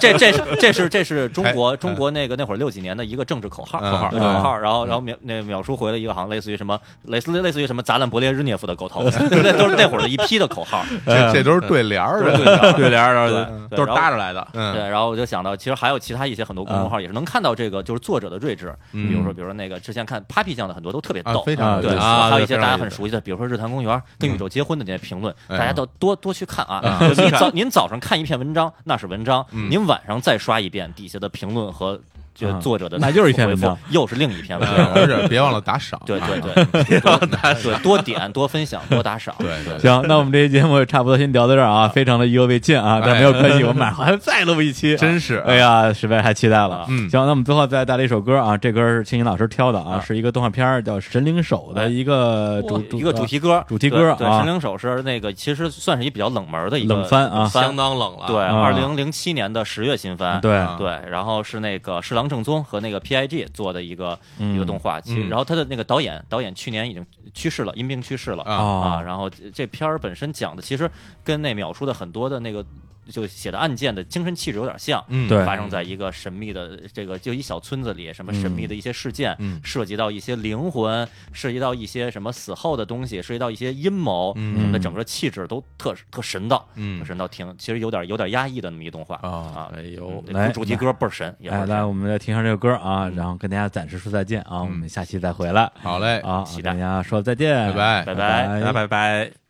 [SPEAKER 3] 这这这是这是这是中国中国那个那会儿六几年的一个政治口号，
[SPEAKER 2] 嗯
[SPEAKER 3] 口号
[SPEAKER 2] 嗯
[SPEAKER 3] 口号。然后然后秒那秒叔回了一个好像类似于什么类似类似于什么砸烂勃列日涅夫的狗头， (laughs) 那都是那会儿的一批的口号。
[SPEAKER 2] 这这都是对联儿的。
[SPEAKER 4] 对联儿
[SPEAKER 3] 对
[SPEAKER 4] 都是搭着来的。
[SPEAKER 2] 嗯，
[SPEAKER 3] 对，然后我就想到，其实还有其他一些很多公众号也是能看到这个，就是作者的睿智。
[SPEAKER 2] 嗯
[SPEAKER 3] 比如说，比如说那个之前看 Papi 酱的很多都特别
[SPEAKER 2] 啊
[SPEAKER 3] 逗，
[SPEAKER 2] 非常有
[SPEAKER 3] 对，
[SPEAKER 2] 意思
[SPEAKER 4] 啊
[SPEAKER 3] 还有一些
[SPEAKER 4] 对
[SPEAKER 3] 大家
[SPEAKER 4] 非常有
[SPEAKER 3] 很
[SPEAKER 4] 意思
[SPEAKER 3] 熟悉的，比如说《日坛公园》跟宇
[SPEAKER 1] 嗯
[SPEAKER 3] 宙结婚的那些评论，
[SPEAKER 2] 嗯
[SPEAKER 1] 哎
[SPEAKER 3] 大家都多多去看啊。
[SPEAKER 2] 啊
[SPEAKER 3] 就您早您早上看一篇文章那是文章，您晚上再刷一遍底下的评论和就
[SPEAKER 1] 嗯啊
[SPEAKER 3] 作者的
[SPEAKER 1] 那就是一篇
[SPEAKER 3] 回复
[SPEAKER 1] 文章，啊
[SPEAKER 3] 又是另一篇文章。
[SPEAKER 2] 嗯而且别忘了打赏。
[SPEAKER 3] (laughs) 对对
[SPEAKER 2] 啊
[SPEAKER 3] 对，
[SPEAKER 1] (laughs)
[SPEAKER 3] 对多点多分享多打赏。
[SPEAKER 2] 对对，
[SPEAKER 1] (laughs) 行，那我们这期节目也差不多先聊到这儿啊，非常的意犹未尽
[SPEAKER 3] 哎
[SPEAKER 1] 啊，但没有关系，我们马上还要再录一
[SPEAKER 3] (laughs)
[SPEAKER 1] 期，
[SPEAKER 2] 真是
[SPEAKER 1] 哎呀，实在太期待了。
[SPEAKER 2] 嗯
[SPEAKER 1] 行，那我们最后再带来一首歌啊，这歌是青云老师挑的啊，是一个动画片儿叫《神灵手》的一个主
[SPEAKER 3] 嗯哎哦一个主题歌，
[SPEAKER 1] 主题歌
[SPEAKER 3] 对，对
[SPEAKER 1] 啊
[SPEAKER 3] 神灵手是那个其实算是一比较冷门的一个
[SPEAKER 1] 冷番啊，
[SPEAKER 4] 相当冷了，
[SPEAKER 3] 对，
[SPEAKER 1] 啊
[SPEAKER 3] 二零零七年的十月新番，
[SPEAKER 1] 对
[SPEAKER 2] 啊
[SPEAKER 3] 对，然后是那个侍郎正宗和那个 PIG 做的一个、一个动画，其
[SPEAKER 2] 嗯
[SPEAKER 3] 然后他的那个导演导演去年已经去世了，因病去世了
[SPEAKER 2] 啊
[SPEAKER 1] 啊，
[SPEAKER 3] 然后这这片儿本身讲的其实跟那秒叔的很多的那个就写的案件的精神气质有点像，
[SPEAKER 2] 嗯
[SPEAKER 1] 对
[SPEAKER 3] 发生在一个神秘的这个就一小村子里，什么神秘的一些事件，
[SPEAKER 2] 嗯
[SPEAKER 3] 涉及到一些灵魂，涉及到一些什么死后的东西，涉及到一些阴谋，什么的，整个气质都特特神道，
[SPEAKER 2] 嗯
[SPEAKER 3] 特神道挺，其实有点有点压抑的那么一动画
[SPEAKER 2] 啊
[SPEAKER 3] 啊，
[SPEAKER 4] 哎呦，
[SPEAKER 3] 这
[SPEAKER 1] 来
[SPEAKER 3] 主题歌倍儿神，也倍
[SPEAKER 1] 哎，
[SPEAKER 3] 儿嗯
[SPEAKER 1] 来，
[SPEAKER 3] 神
[SPEAKER 1] 我们来听上这首歌啊，然后跟大家暂时说再见啊，我们下期再回来
[SPEAKER 2] 好嘞，
[SPEAKER 1] 啊，
[SPEAKER 3] 嗯哎期
[SPEAKER 1] 跟
[SPEAKER 3] 待
[SPEAKER 1] 大家说再见，
[SPEAKER 2] 拜拜
[SPEAKER 3] 拜
[SPEAKER 1] 拜
[SPEAKER 3] 拜
[SPEAKER 4] 拜拜拜。